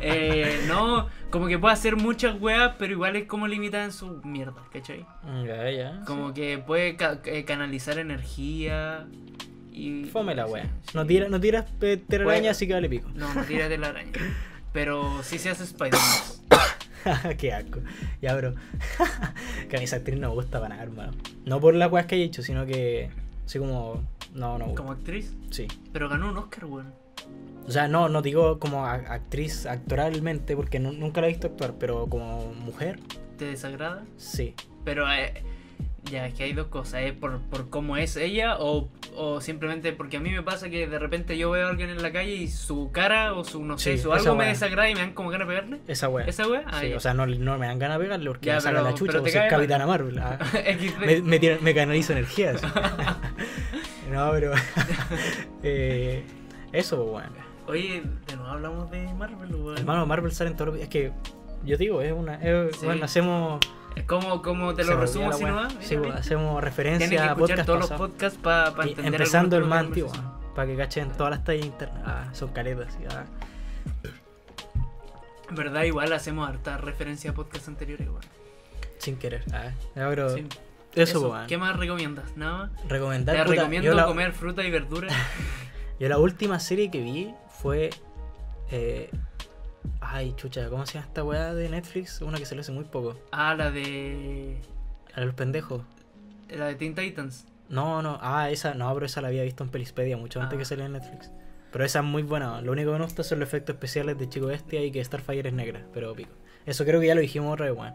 [SPEAKER 3] Eh, no, como que puede hacer muchas weas, pero igual es como limitada en su mierda, ¿cachai?
[SPEAKER 2] Ya, ya.
[SPEAKER 3] Como que puede ca- eh, canalizar energía y...
[SPEAKER 2] Fome la wea.
[SPEAKER 3] Sí.
[SPEAKER 2] No tiras no tira,
[SPEAKER 3] Bueno.
[SPEAKER 2] telaraña, así que vale pico.
[SPEAKER 3] No, no tira de la araña. Pero sí se hace Spider-Man.
[SPEAKER 2] Qué asco. Ya, bro. que a mis actriz no me gusta para nada, hermano. No por las weas que haya hecho, sino que. Así como. No, no. me gusta.
[SPEAKER 3] Como actriz.
[SPEAKER 2] Sí.
[SPEAKER 3] Pero ganó un Oscar, weón.
[SPEAKER 2] O sea, no, no digo como a- actriz actoralmente, porque nu- nunca la he visto actuar, pero como mujer,
[SPEAKER 3] ¿Te desagrada?
[SPEAKER 2] sí.
[SPEAKER 3] Pero eh, ya es que hay dos cosas, ¿eh? por, por cómo es ella o, o simplemente porque a mí me pasa que de repente yo veo a alguien en la calle y su cara o su no sé,
[SPEAKER 2] Sí,
[SPEAKER 3] su
[SPEAKER 2] esa
[SPEAKER 3] algo me
[SPEAKER 2] wea.
[SPEAKER 3] desagrada y me dan como ganas de pegarle.
[SPEAKER 2] Esa wea.
[SPEAKER 3] ¿Esa wea? Ah,
[SPEAKER 2] Sí,
[SPEAKER 3] ya.
[SPEAKER 2] o sea, no, no me dan ganas de pegarle porque
[SPEAKER 3] Ya,
[SPEAKER 2] me saca
[SPEAKER 3] pero-
[SPEAKER 2] la chucha,
[SPEAKER 3] pero te
[SPEAKER 2] pues, es
[SPEAKER 3] cae mal.
[SPEAKER 2] Capitana Marvel. ah.
[SPEAKER 3] XD.
[SPEAKER 2] me, me, tira- me canalizo energías. no, pero. eh, eso, weón.
[SPEAKER 3] Oye, de nuevo hablamos de Marvel, weón.
[SPEAKER 2] Hermano, Marvel sale en todo Es que, yo digo, es una. es-
[SPEAKER 3] Sí.
[SPEAKER 2] Bueno, hacemos.
[SPEAKER 3] ¿Cómo, cómo te
[SPEAKER 2] se
[SPEAKER 3] lo
[SPEAKER 2] me
[SPEAKER 3] resumo
[SPEAKER 2] olvida
[SPEAKER 3] si
[SPEAKER 2] la
[SPEAKER 3] no
[SPEAKER 2] weá.
[SPEAKER 3] va?
[SPEAKER 2] Sí, weón, hacemos
[SPEAKER 3] Tienes que
[SPEAKER 2] referencia a
[SPEAKER 3] escuchar
[SPEAKER 2] podcast
[SPEAKER 3] todos los
[SPEAKER 2] pasado.
[SPEAKER 3] podcasts para
[SPEAKER 2] Y
[SPEAKER 3] entender
[SPEAKER 2] empezando el
[SPEAKER 3] algunos
[SPEAKER 2] más
[SPEAKER 3] temas de
[SPEAKER 2] antiguo,
[SPEAKER 3] conversación.
[SPEAKER 2] para que cachen todas las tallas internas. Ah, son caretas. Ah.
[SPEAKER 3] En verdad, igual hacemos harta referencia a podcasts anteriores, weón.
[SPEAKER 2] Sin querer. Ah, ya, pero
[SPEAKER 3] Sí.
[SPEAKER 2] eso, weón.
[SPEAKER 3] ¿Qué más recomiendas? Nada más.
[SPEAKER 2] Recomendar,
[SPEAKER 3] Te
[SPEAKER 2] puta,
[SPEAKER 3] recomiendo
[SPEAKER 2] yo, la,
[SPEAKER 3] comer fruta y verduras.
[SPEAKER 2] yo la última serie que vi fue. eh, ay, chucha, ¿cómo se llama esta weá de Netflix? Una que se lo hace muy poco.
[SPEAKER 3] Ah, la de.
[SPEAKER 2] A los pendejos.
[SPEAKER 3] La de Teen Titans.
[SPEAKER 2] No, no, ah, esa, no, pero esa la había visto en Pelispedia mucho antes
[SPEAKER 3] Ah.
[SPEAKER 2] que saliera en Netflix. Pero esa es muy buena. Lo único que no gusta son los efectos especiales de Chico Bestia y que Starfire es negra, pero pico. Eso creo que ya lo dijimos otra vez, weón.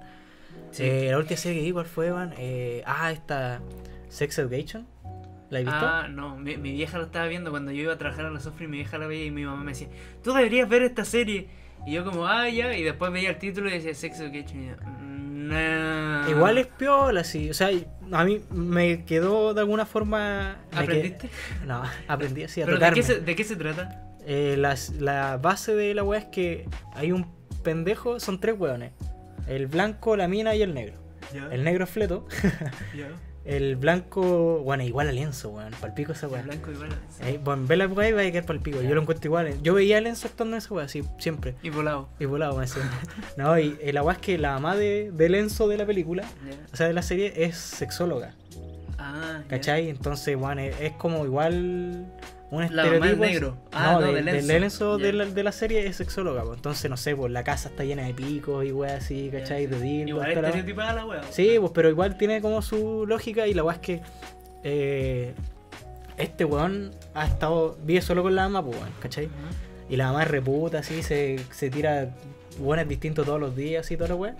[SPEAKER 3] Sí.
[SPEAKER 2] Eh, la última serie que vi, ¿cuál fue, weón? Eh, ah, esta Sex Education. ¿La he visto?
[SPEAKER 3] Ah, no, mi, mi vieja la estaba viendo cuando yo iba a trabajar a la Sofri, mi vieja la veía y mi mamá me decía, tú deberías ver esta serie. Y yo como, ah, ya, y después veía el título y decía Sex Education. Y yo, "Mm, nah".
[SPEAKER 2] Igual es piola, sí. O sea, a mí me quedó de alguna forma. me
[SPEAKER 3] ¿Aprendiste?
[SPEAKER 2] qued- No, aprendí así a
[SPEAKER 3] ¿Pero de
[SPEAKER 2] tocarme.
[SPEAKER 3] qué, se, de qué se trata?
[SPEAKER 2] Eh, las- la base de la weá es que hay un pendejo, son tres weones: el blanco, la mina y el negro.
[SPEAKER 3] Ya,
[SPEAKER 2] El negro es fleto,
[SPEAKER 3] ya.
[SPEAKER 2] el blanco, bueno, igual a lienzo, weón. Palpico esa
[SPEAKER 3] El
[SPEAKER 2] weá.
[SPEAKER 3] blanco igual. así.
[SPEAKER 2] Eh, bueno, ve la weá y va a quedar palpico. Yo lo encuentro igual. eh. Yo veía a lienzo actuando en esa weá, sí, siempre.
[SPEAKER 3] Y volado.
[SPEAKER 2] Y volado, me decía. No, y el agua es que la mamá de, de Lenzo de la película,
[SPEAKER 3] Ya.
[SPEAKER 2] o sea, de la serie, es sexóloga.
[SPEAKER 3] Ah, ya.
[SPEAKER 2] ¿Cachai? Entonces, bueno, es, es como igual un
[SPEAKER 3] La
[SPEAKER 2] estereotipo.
[SPEAKER 3] mamá del negro. Ah, no,
[SPEAKER 2] de,
[SPEAKER 3] de Lenzo.
[SPEAKER 2] de Lenzo de
[SPEAKER 3] Ya.
[SPEAKER 2] la, de la serie es sexóloga. pues. Entonces, no sé, pues la casa está llena de picos y weá así,
[SPEAKER 3] Ya,
[SPEAKER 2] ¿cachai?
[SPEAKER 3] sí.
[SPEAKER 2] De dildos,
[SPEAKER 3] Igual
[SPEAKER 2] toda la-
[SPEAKER 3] estereotipada la wea.
[SPEAKER 2] Sí, pues, pero igual tiene como su lógica y la weá es que eh, este weón ha estado, vive solo con la mamá, pues, weón, ¿cachai?
[SPEAKER 3] Ajá.
[SPEAKER 2] Y la mamá es reputa, así, se, se tira buenas distintos todos los días, así, toda la weá.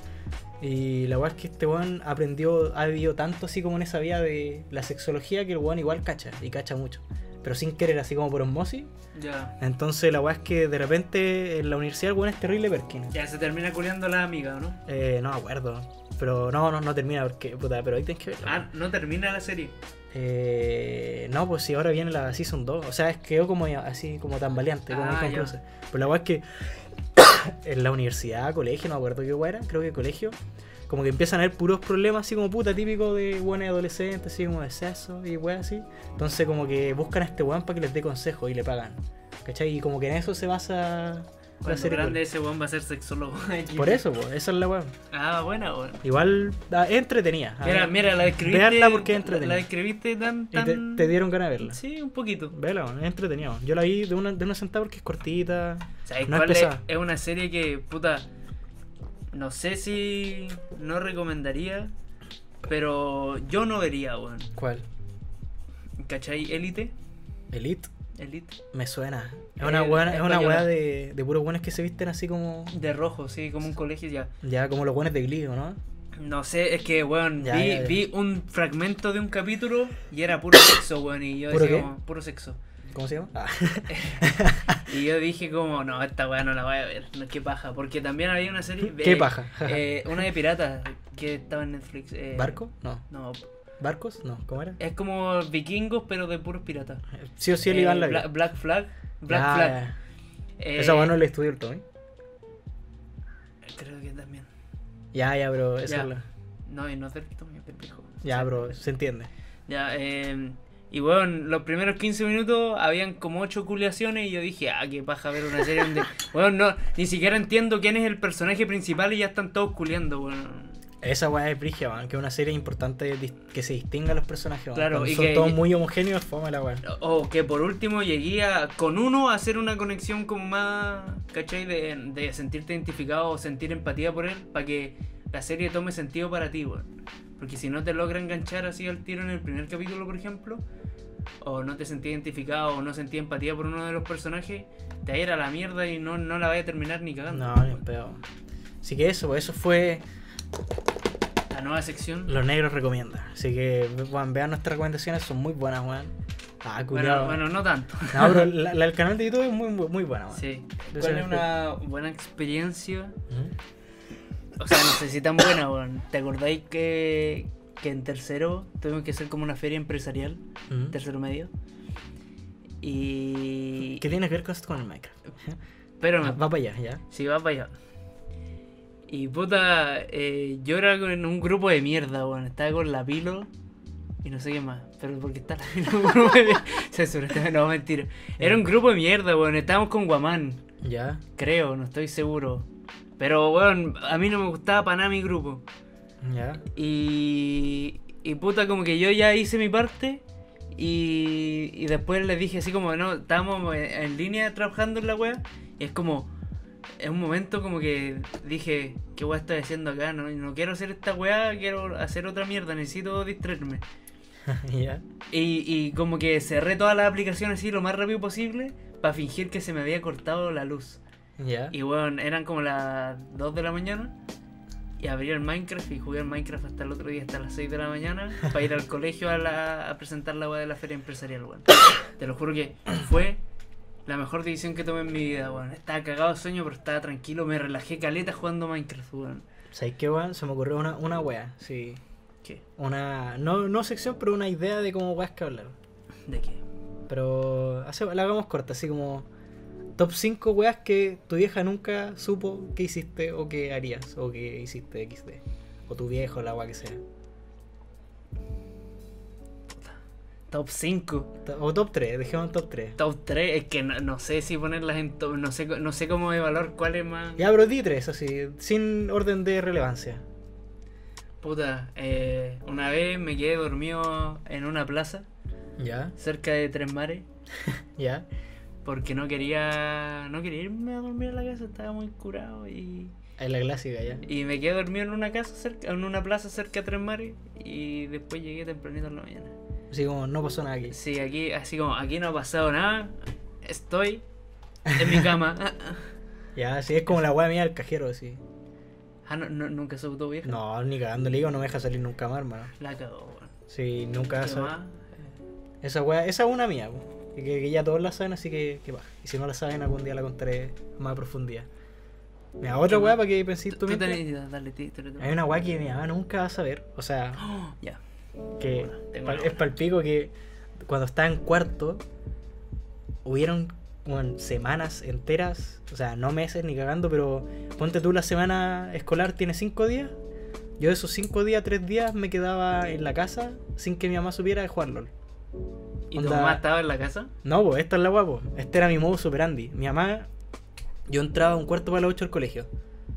[SPEAKER 2] Y la weá es que este weón aprendió, ha vivido tanto así como en esa vía de la sexología que el weón igual cacha, y cacha mucho. Pero sin querer, así como por osmosis.
[SPEAKER 3] Ya.
[SPEAKER 2] Entonces la weá es que de repente en la universidad el weón es terrible perkina.
[SPEAKER 3] Ya se termina culiando la amiga, ¿o ¿no?
[SPEAKER 2] Eh, no me acuerdo. Pero no, no, no termina porque, puta, pero ahí tienes que verlo.
[SPEAKER 3] Ah, no termina la serie.
[SPEAKER 2] Eh, no, pues si ahora viene la Season 2. O sea, es quedó como ya- así como tambaleante, como
[SPEAKER 3] Ah,
[SPEAKER 2] inconclusa. Pero la weá es que en la universidad, colegio, no me acuerdo qué weá era, creo que colegio, como que empiezan a haber puros problemas así como puta, típico de buenos adolescentes, así como de sexo y weá así. Entonces como que buscan a este weón para que les dé consejo y le pagan. ¿Cachai? Y como que en eso se basa la
[SPEAKER 3] Cuando
[SPEAKER 2] serie.
[SPEAKER 3] grande ese weón va a ser sexólogo.
[SPEAKER 2] Por eso, pues, esa es la weá.
[SPEAKER 3] Ah, buena, weón.
[SPEAKER 2] Igual ah, entretenida. A
[SPEAKER 3] Mira,
[SPEAKER 2] ver,
[SPEAKER 3] mira, la describiste.
[SPEAKER 2] Veanla porque es
[SPEAKER 3] la,
[SPEAKER 2] entretenida.
[SPEAKER 3] describiste tan.
[SPEAKER 2] y te,
[SPEAKER 3] tan...
[SPEAKER 2] te dieron ganas de verla.
[SPEAKER 3] Sí, un poquito.
[SPEAKER 2] Vela, weón, es entretenido. Yo la vi de una, de una sentada porque es cortita.
[SPEAKER 3] ¿Sabes
[SPEAKER 2] No es
[SPEAKER 3] cuál es?
[SPEAKER 2] pesada.
[SPEAKER 3] Es una serie que, puta. No sé si no recomendaría, pero yo no vería, weón.
[SPEAKER 2] ¿Cuál?
[SPEAKER 3] ¿Cachai? Elite.
[SPEAKER 2] Elite.
[SPEAKER 3] Elite.
[SPEAKER 2] Me suena. Es
[SPEAKER 3] Eh,
[SPEAKER 2] una weá,
[SPEAKER 3] es
[SPEAKER 2] es una
[SPEAKER 3] española.
[SPEAKER 2] weá de, de puros buenos que se visten así como.
[SPEAKER 3] De rojo, sí, como un colegio ya.
[SPEAKER 2] Ya, como los buenos de Glee, ¿o ¿no?
[SPEAKER 3] No sé, es que, weón,
[SPEAKER 2] Ya,
[SPEAKER 3] vi,
[SPEAKER 2] ya, ya.
[SPEAKER 3] vi un fragmento de un capítulo y era puro sexo, weón. Y yo
[SPEAKER 2] ¿Puro
[SPEAKER 3] decía,
[SPEAKER 2] qué?
[SPEAKER 3] como, puro sexo.
[SPEAKER 2] ¿Cómo se llama? Ah,
[SPEAKER 3] Y yo dije como, no, esta weá no la voy a ver, no, qué paja, porque también había una serie... de-
[SPEAKER 2] ¿Qué paja?
[SPEAKER 3] eh, una de piratas que estaba en Netflix. eh,
[SPEAKER 2] ¿Barco? No.
[SPEAKER 3] No,
[SPEAKER 2] ¿Barcos? No. ¿Cómo era?
[SPEAKER 3] es como vikingos, pero de puros piratas.
[SPEAKER 2] Sí o sí el
[SPEAKER 3] Eh,
[SPEAKER 2] Iván la
[SPEAKER 3] Bla-
[SPEAKER 2] vio.
[SPEAKER 3] Black Flag. Black
[SPEAKER 2] Ah,
[SPEAKER 3] Flag. eh,
[SPEAKER 2] Esa weá no la estudió el Tommy.
[SPEAKER 3] Creo que también.
[SPEAKER 2] Ya, ya, bro. Esa
[SPEAKER 3] Ya.
[SPEAKER 2] es la.
[SPEAKER 3] No, y no es del Tommy, es del viejo.
[SPEAKER 2] Ya, bro, se entiende.
[SPEAKER 3] Ya, eh, y weón, los primeros 15 minutos habían como 8 culiaciones y yo dije, ah, qué paja ver una serie donde. weón, no, ni siquiera entiendo quién es el personaje principal y ya están todos culeando, weón.
[SPEAKER 2] Esa weá es brigia, weón, que es una serie importante dis- que se distinga a los personajes, weón.
[SPEAKER 3] Claro,
[SPEAKER 2] Cuando
[SPEAKER 3] y
[SPEAKER 2] son
[SPEAKER 3] que-
[SPEAKER 2] todos muy homogéneos, fome la weá.
[SPEAKER 3] O que por último llegué a, con uno a hacer una conexión como más, ¿cachai? De, de sentirte identificado o sentir empatía por él para que la serie tome sentido para ti, weón. Porque si no te logra enganchar así al tiro en el primer capítulo, por ejemplo, o no te sentí identificado o no sentí empatía por uno de los personajes, te va a ir a la mierda y no, no la vaya a terminar ni cagando.
[SPEAKER 2] No, ni un pedo. weón. Así que eso, pues, eso fue
[SPEAKER 3] La nueva sección.
[SPEAKER 2] Los Negros Recomienda. Así que, weón, vean nuestras recomendaciones, son muy buenas, weón. Ah,
[SPEAKER 3] Bueno,
[SPEAKER 2] cuidado.
[SPEAKER 3] bueno, no tanto.
[SPEAKER 2] No, pero la- la- el canal de YouTube es muy, muy, muy buena, weón.
[SPEAKER 3] Sí.
[SPEAKER 2] Yo
[SPEAKER 3] ¿Cuál
[SPEAKER 2] sé
[SPEAKER 3] es
[SPEAKER 2] que-
[SPEAKER 3] una buena experiencia?
[SPEAKER 2] Ujú.
[SPEAKER 3] O sea, no sé si tan buena, weón. ¿Te acordáis que, que en tercero tuvimos que hacer como una feria empresarial?
[SPEAKER 2] Ujú.
[SPEAKER 3] Tercero medio. Y.
[SPEAKER 2] ¿Qué tiene que ver con esto con el Minecraft?
[SPEAKER 3] Pero
[SPEAKER 2] Ah, Va para allá, ya.
[SPEAKER 3] Sí, va para allá. Y puta, eh, yo era con- en un grupo de mierda, weón. Estaba con la pilo y no sé qué más. Pero porque está la pilo, en un grupo de mierda. Censura, está- no, mentira. Era un grupo de mierda, weón. Estábamos con Guamán.
[SPEAKER 2] Ya.
[SPEAKER 3] Creo, no estoy seguro. Pero, weón, a mí no me gustaba para nada mi grupo.
[SPEAKER 2] Ya.
[SPEAKER 3] Y, y puta, como que yo ya hice mi parte. Y, y después les dije así como, no, estábamos en, en línea trabajando en la wea. Y es como, en un momento como que dije, ¿qué wea estoy haciendo acá? No, no quiero hacer esta wea, quiero hacer otra mierda, necesito distraerme.
[SPEAKER 2] ya.
[SPEAKER 3] Y, y como que cerré todas las aplicaciones así lo más rápido posible para fingir que se me había cortado la luz.
[SPEAKER 2] Ya.
[SPEAKER 3] Y bueno, eran como las 2 de la mañana. Y abrí el Minecraft y jugué el Minecraft hasta el otro día, hasta las 6 de la mañana, para ir al colegio a, la- a presentar la weá de la feria empresarial, weón. Te lo juro que fue la mejor decisión que tomé en mi vida, weón. Estaba cagado de sueño, pero estaba tranquilo, me relajé caleta jugando Minecraft, weón.
[SPEAKER 2] ¿Sabes qué, weón? Se me ocurrió una, una wea, sí.
[SPEAKER 3] ¿Qué?
[SPEAKER 2] Una. No, no sección, pero una idea de cómo weas que hablar.
[SPEAKER 3] ¿De qué?
[SPEAKER 2] Pero. hace- la hagamos corta, así como. Top 5 weas que tu vieja nunca supo que hiciste o que harías o que hiciste XD. O tu viejo, la wea que sea.
[SPEAKER 3] Top 5.
[SPEAKER 2] To- O top 3, dejemos en top 3.
[SPEAKER 3] Top 3, es que no, no sé si ponerlas en top, no sé, co- no sé cómo evaluar cuál es más.
[SPEAKER 2] Ya, pero di 3, así, sin orden de relevancia.
[SPEAKER 3] Puta, eh, una vez me quedé dormido en una plaza.
[SPEAKER 2] Ya,
[SPEAKER 3] cerca de Tres Mares
[SPEAKER 2] ya.
[SPEAKER 3] porque no quería no quería irme a dormir a la casa, estaba muy curado y,
[SPEAKER 2] Es la clásica, ya.
[SPEAKER 3] y me quedé dormido en una casa cerca, en una plaza cerca de Tres Mares y después llegué tempranito en la mañana.
[SPEAKER 2] Así como, no pasó nada aquí.
[SPEAKER 3] Sí, aquí así como aquí no ha pasado nada, estoy en mi cama.
[SPEAKER 2] Ya, sí, es como la wea mía del cajero, así.
[SPEAKER 3] Ah, no, no- nunca se votó vieja.
[SPEAKER 2] No, ni cagando le digo, no me deja salir nunca más, hermano.
[SPEAKER 3] La cagó, weón.
[SPEAKER 2] Sí, nunca
[SPEAKER 3] ¿Qué
[SPEAKER 2] vas a-
[SPEAKER 3] más?
[SPEAKER 2] Esa wea, esa es una mía, po. Y que, que ya todos la saben, así que, que baja. Y si no la saben, algún día la contaré más a profundidad. Mira, otra
[SPEAKER 3] ¿Qué
[SPEAKER 2] wea
[SPEAKER 3] más?
[SPEAKER 2] para que penséis tú
[SPEAKER 3] Tú
[SPEAKER 2] mismo.
[SPEAKER 3] tenés- dale, tí, tú- tú-
[SPEAKER 2] Hay una wea que mi mamá nunca va a saber. O sea,
[SPEAKER 3] Oh, Ya.
[SPEAKER 2] que
[SPEAKER 3] tengo
[SPEAKER 2] pa-
[SPEAKER 3] una
[SPEAKER 2] es
[SPEAKER 3] buena.
[SPEAKER 2] palpico que cuando estaba en cuarto hubieron weón, semanas enteras, o sea, no meses ni cagando, pero ponte tú la semana escolar tiene cinco días. Yo de esos cinco días, tres días me quedaba en la casa sin que mi mamá supiera de jugar LOL.
[SPEAKER 3] ¿Y tu
[SPEAKER 2] Onda-
[SPEAKER 3] mamá estaba en la casa?
[SPEAKER 2] No, pues esta es la guapo. Este era mi modo superandi. Mi mamá, yo entraba a un cuarto para las 8 al colegio,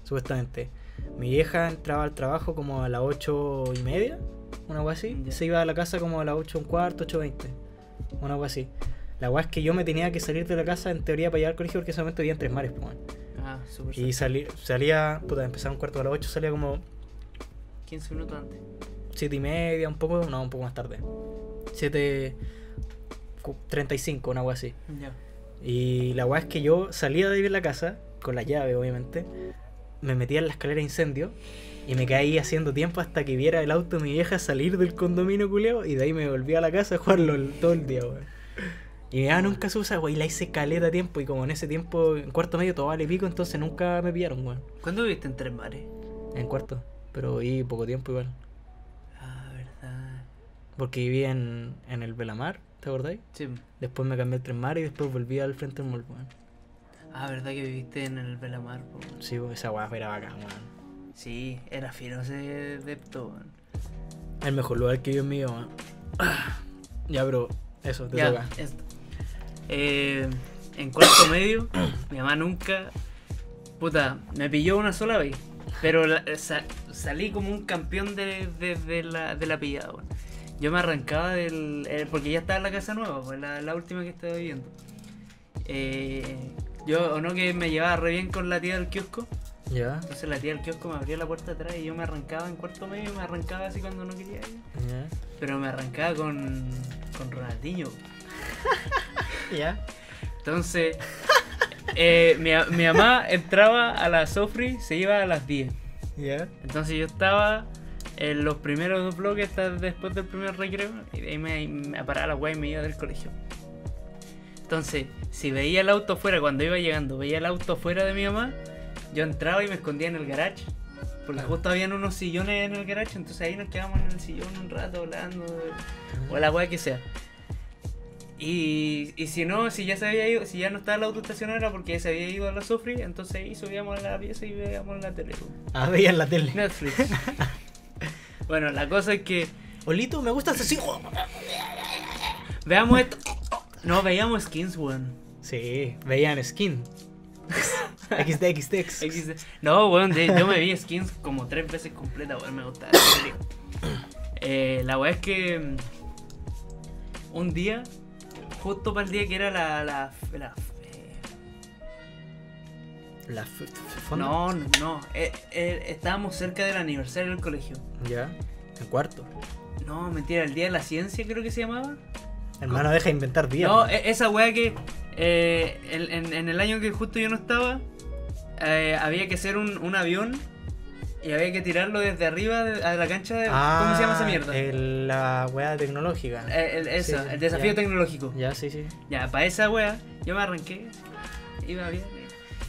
[SPEAKER 2] supuestamente. Mi vieja entraba al trabajo como a las 8 y media, una agua así.
[SPEAKER 3] Ya.
[SPEAKER 2] Se iba a la casa como a las 8 y un cuarto, 8 veinte, una agua así. La guay es que yo me tenía que salir de la casa en teoría para llegar al colegio porque en ese momento vivía en Tres Mares, pues, weón.
[SPEAKER 3] Ah, súper.
[SPEAKER 2] Y salí, salía, puta, empezaba un cuarto para las 8, salía como
[SPEAKER 3] 15 minutos antes.
[SPEAKER 2] siete y media, un poco, no, un poco más tarde. 7, 35, una agua así.
[SPEAKER 3] Ya.
[SPEAKER 2] Y la weá es que yo salía de la casa, con la llave obviamente, me metía en la escalera de incendio y me caí haciendo tiempo hasta que viera el auto de mi vieja salir del condominio culeo y de ahí me volví a la casa a jugar LOL todo el día, weón. Y mi mamá nunca se usa, weón, y la hice caleta a tiempo y como en ese tiempo, en cuarto medio todo vale pico, entonces nunca me pillaron, weón.
[SPEAKER 3] ¿Cuándo viviste en Tres Mares?
[SPEAKER 2] En cuarto, pero viví poco tiempo igual.
[SPEAKER 3] Ah, verdad.
[SPEAKER 2] Porque viví en, en el Belamar, ¿te acordáis?
[SPEAKER 3] Sí.
[SPEAKER 2] Después me cambié al Tren Mar y después volví al Frente del Mall, weón.
[SPEAKER 3] Ah, verdad que viviste en el Belamar. po?
[SPEAKER 2] Sí, esa weá era bacán, weón.
[SPEAKER 3] Sí, era fiero ese Depto. weón.
[SPEAKER 2] El mejor lugar que yo mío. weón. Ya, bro. Eso, te
[SPEAKER 3] Ya,
[SPEAKER 2] toca.
[SPEAKER 3] esto. Eh, en cuarto medio, mi mamá nunca. Puta, me pilló una sola vez. Pero la- eh, sa- salí como un campeón de, de- de la, de la pillada, weón. Yo me arrancaba del. eh, porque ya estaba en la casa nueva, pues la, la última que estaba viviendo. Eh, yo, o no, que me llevaba re bien con la tía del kiosco.
[SPEAKER 2] Ya.
[SPEAKER 3] Entonces la tía del kiosco me abría la puerta atrás y yo me arrancaba en cuarto medio, me arrancaba así cuando no quería ir.
[SPEAKER 2] Ya.
[SPEAKER 3] Pero me arrancaba con, con Ronaldinho.
[SPEAKER 2] Ya.
[SPEAKER 3] Entonces, eh, mi, a- mi mamá entraba a la Sofri, se iba a las 10.
[SPEAKER 2] Ya.
[SPEAKER 3] Entonces yo estaba en los primeros dos bloques, hasta después del primer recreo, y de ahí me, me paraba la weá y me iba del colegio. Entonces, si veía el auto fuera, cuando iba llegando, veía el auto fuera de mi mamá, yo entraba y me escondía en el garage. Porque justo habían unos sillones en el garage, entonces ahí nos quedábamos en el sillón un rato hablando. de- o la weá que sea. Y, y si no, si ya se había ido, si ya no estaba el auto estacionado era porque ya se había ido a la Sofri, entonces ahí subíamos a la pieza y veíamos la tele. pues. weón.
[SPEAKER 2] Ah, veían la tele.
[SPEAKER 3] Netflix. bueno, la cosa es que
[SPEAKER 2] Olito, me gusta este así.
[SPEAKER 3] veamos esto. No, veíamos skins, weón.
[SPEAKER 2] Sí, veían skin. XDXTX.
[SPEAKER 3] Existe- No, weón, de- yo me vi skins como tres veces completa, weón, me gustaba. la serie. Eh, la weá es que mm, un día, justo para el día que era la, la, la eh,
[SPEAKER 2] La f- f- fondo.
[SPEAKER 3] No, no, no. Eh, eh, estábamos cerca del aniversario del colegio.
[SPEAKER 2] Ya. El cuarto.
[SPEAKER 3] No, mentira, el Día de la Ciencia creo que se llamaba.
[SPEAKER 2] Hermano, deja de inventar días.
[SPEAKER 3] No,
[SPEAKER 2] man.
[SPEAKER 3] e- esa weá que eh, en, en- en el año que justo yo no estaba, eh, había que hacer un, un avión y había que tirarlo desde arriba de- a la cancha de... eh, ¿Cómo se llama esa
[SPEAKER 2] Ah,
[SPEAKER 3] mierda?
[SPEAKER 2] el- la weá tecnológica.
[SPEAKER 3] Eh, el- eso,
[SPEAKER 2] sí,
[SPEAKER 3] el desafío
[SPEAKER 2] ya.
[SPEAKER 3] tecnológico.
[SPEAKER 2] Ya, sí, sí.
[SPEAKER 3] Ya, para esa wea, yo me arranqué, iba bien,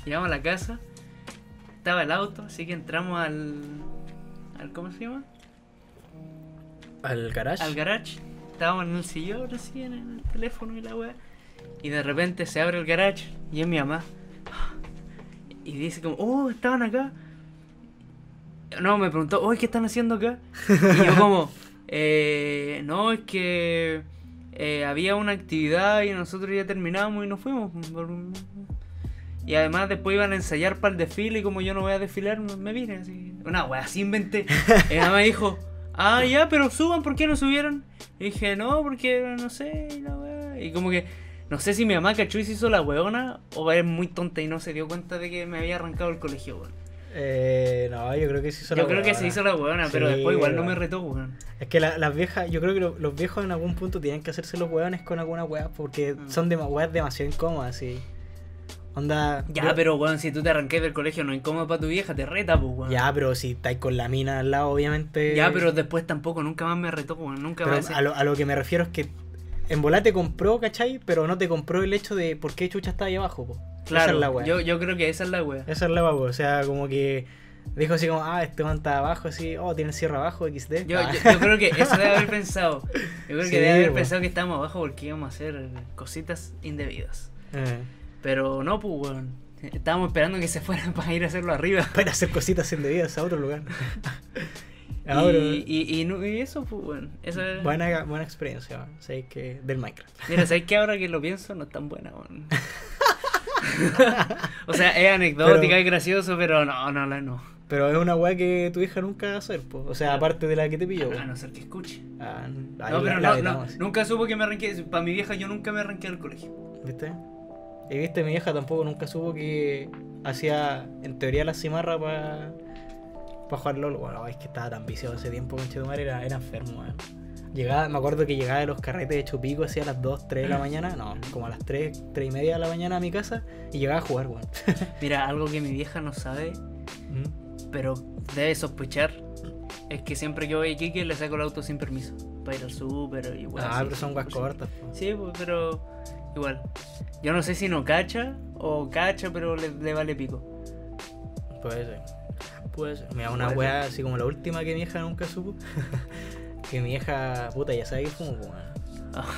[SPEAKER 3] llegamos a la casa, estaba el auto, así que entramos al. al ¿Cómo se llama?
[SPEAKER 2] Al garage.
[SPEAKER 3] Al garage, estábamos en el sillón, así en el teléfono y la wea, y de repente se abre el garage y es mi mamá. Y dice como, oh, estaban acá. No, me preguntó, oh, ¿qué están haciendo acá? Y yo como, "Eh, no, es que eh, había una actividad y nosotros ya terminamos y nos fuimos. Y además después iban a ensayar para el desfile y como yo no voy a desfilar, me- me vine así. Una wea, así inventé. Y ella me dijo, ah, ya, pero suban, ¿por qué no subieron? Y dije, no, porque no sé, y la wea. Y como que, no sé si mi mamá cachó y se hizo la weona o es muy tonta y no se dio cuenta de que me había arrancado el colegio, weón.
[SPEAKER 2] Eh, no, yo creo que se hizo la
[SPEAKER 3] Yo creo que se
[SPEAKER 2] huevona.
[SPEAKER 3] hizo la weona, pero
[SPEAKER 2] Sí,
[SPEAKER 3] después igual no
[SPEAKER 2] weón.
[SPEAKER 3] me retó, weón.
[SPEAKER 2] Es que la- las viejas, yo creo que lo- los viejos en algún punto tienen que hacerse los hueones con alguna hueá porque
[SPEAKER 3] Mm.
[SPEAKER 2] son de weas demasiado incómodas y. Onda.
[SPEAKER 3] Ya,
[SPEAKER 2] yo-
[SPEAKER 3] pero weón, si tú te arranqué del colegio no es incómodo para tu vieja, te reta, pues weón.
[SPEAKER 2] Ya, pero si estáis con la mina al lado, obviamente.
[SPEAKER 3] Ya, pero después tampoco, nunca más me retó, weón. Nunca
[SPEAKER 2] Pero
[SPEAKER 3] más.
[SPEAKER 2] a, lo, a lo que me refiero es que en volar te compró, ¿cachai? Pero no te compró el hecho de por qué Chucha está ahí abajo, po. Esa
[SPEAKER 3] Claro,
[SPEAKER 2] es la wea.
[SPEAKER 3] yo, yo creo que esa es la wea.
[SPEAKER 2] Esa es la wea, po. O sea, como que dijo así como, ah, este man está abajo, así, oh, tiene el cierre abajo, XD.
[SPEAKER 3] Yo,
[SPEAKER 2] Ah.
[SPEAKER 3] yo, yo creo que eso debe haber pensado. Yo creo que
[SPEAKER 2] Sí,
[SPEAKER 3] debe haber
[SPEAKER 2] weón.
[SPEAKER 3] pensado que estábamos abajo porque íbamos a hacer cositas indebidas.
[SPEAKER 2] Eh,
[SPEAKER 3] Pero no, pues weón. Estábamos esperando que se fueran para ir a hacerlo arriba.
[SPEAKER 2] Para hacer cositas indebidas a otro lugar.
[SPEAKER 3] Y,
[SPEAKER 2] Ahora,
[SPEAKER 3] y, y no- y eso, pues weón. Eso es-
[SPEAKER 2] buena, buena experiencia, man. O sea, es que del Minecraft.
[SPEAKER 3] Mira, ¿sabes qué? Ahora que lo pienso, no es tan buena, weón. o sea, es anecdótica,
[SPEAKER 2] Pero-
[SPEAKER 3] es gracioso, pero no, no, la no.
[SPEAKER 2] Pero es una weá que tu hija nunca va a hacer, po. O sea, aparte de la que te pilló.
[SPEAKER 3] a
[SPEAKER 2] weón.
[SPEAKER 3] no ser que escuche.
[SPEAKER 2] Ah, n- ahí
[SPEAKER 3] No,
[SPEAKER 2] la- la
[SPEAKER 3] pero no, no,
[SPEAKER 2] vetamos.
[SPEAKER 3] nunca supo que me arranqué. Para mi vieja, yo nunca me arranqué del colegio.
[SPEAKER 2] ¿Viste? Y viste, mi vieja tampoco nunca supo que hacía, en teoría, la cimarra para jugar LOL. Bueno, es que estaba tan viciado ese tiempo, conchetumar, era, era enfermo, weón. Llegaba, me acuerdo que llegaba de los carretes de Chupico así a las 2, 3 de la mañana, no, como a las 3, 3 y media de la mañana a mi casa y llegaba a jugar, weón.
[SPEAKER 3] Mira, algo que mi vieja no sabe, pero debe sospechar, es que siempre que voy a Iquique le saco el auto sin permiso. Para ir al súper y weas
[SPEAKER 2] ah,
[SPEAKER 3] así.
[SPEAKER 2] pero son guas cortas, po.
[SPEAKER 3] Sí, pues, pero igual. Yo no sé si no cacha o cacha, pero le, le vale pico.
[SPEAKER 2] Puede ser. Puede ser. Mira, una
[SPEAKER 3] Puede
[SPEAKER 2] weá así como la última que mi hija nunca supo. que mi hija, puta, ya sabe que fumo, po, weón.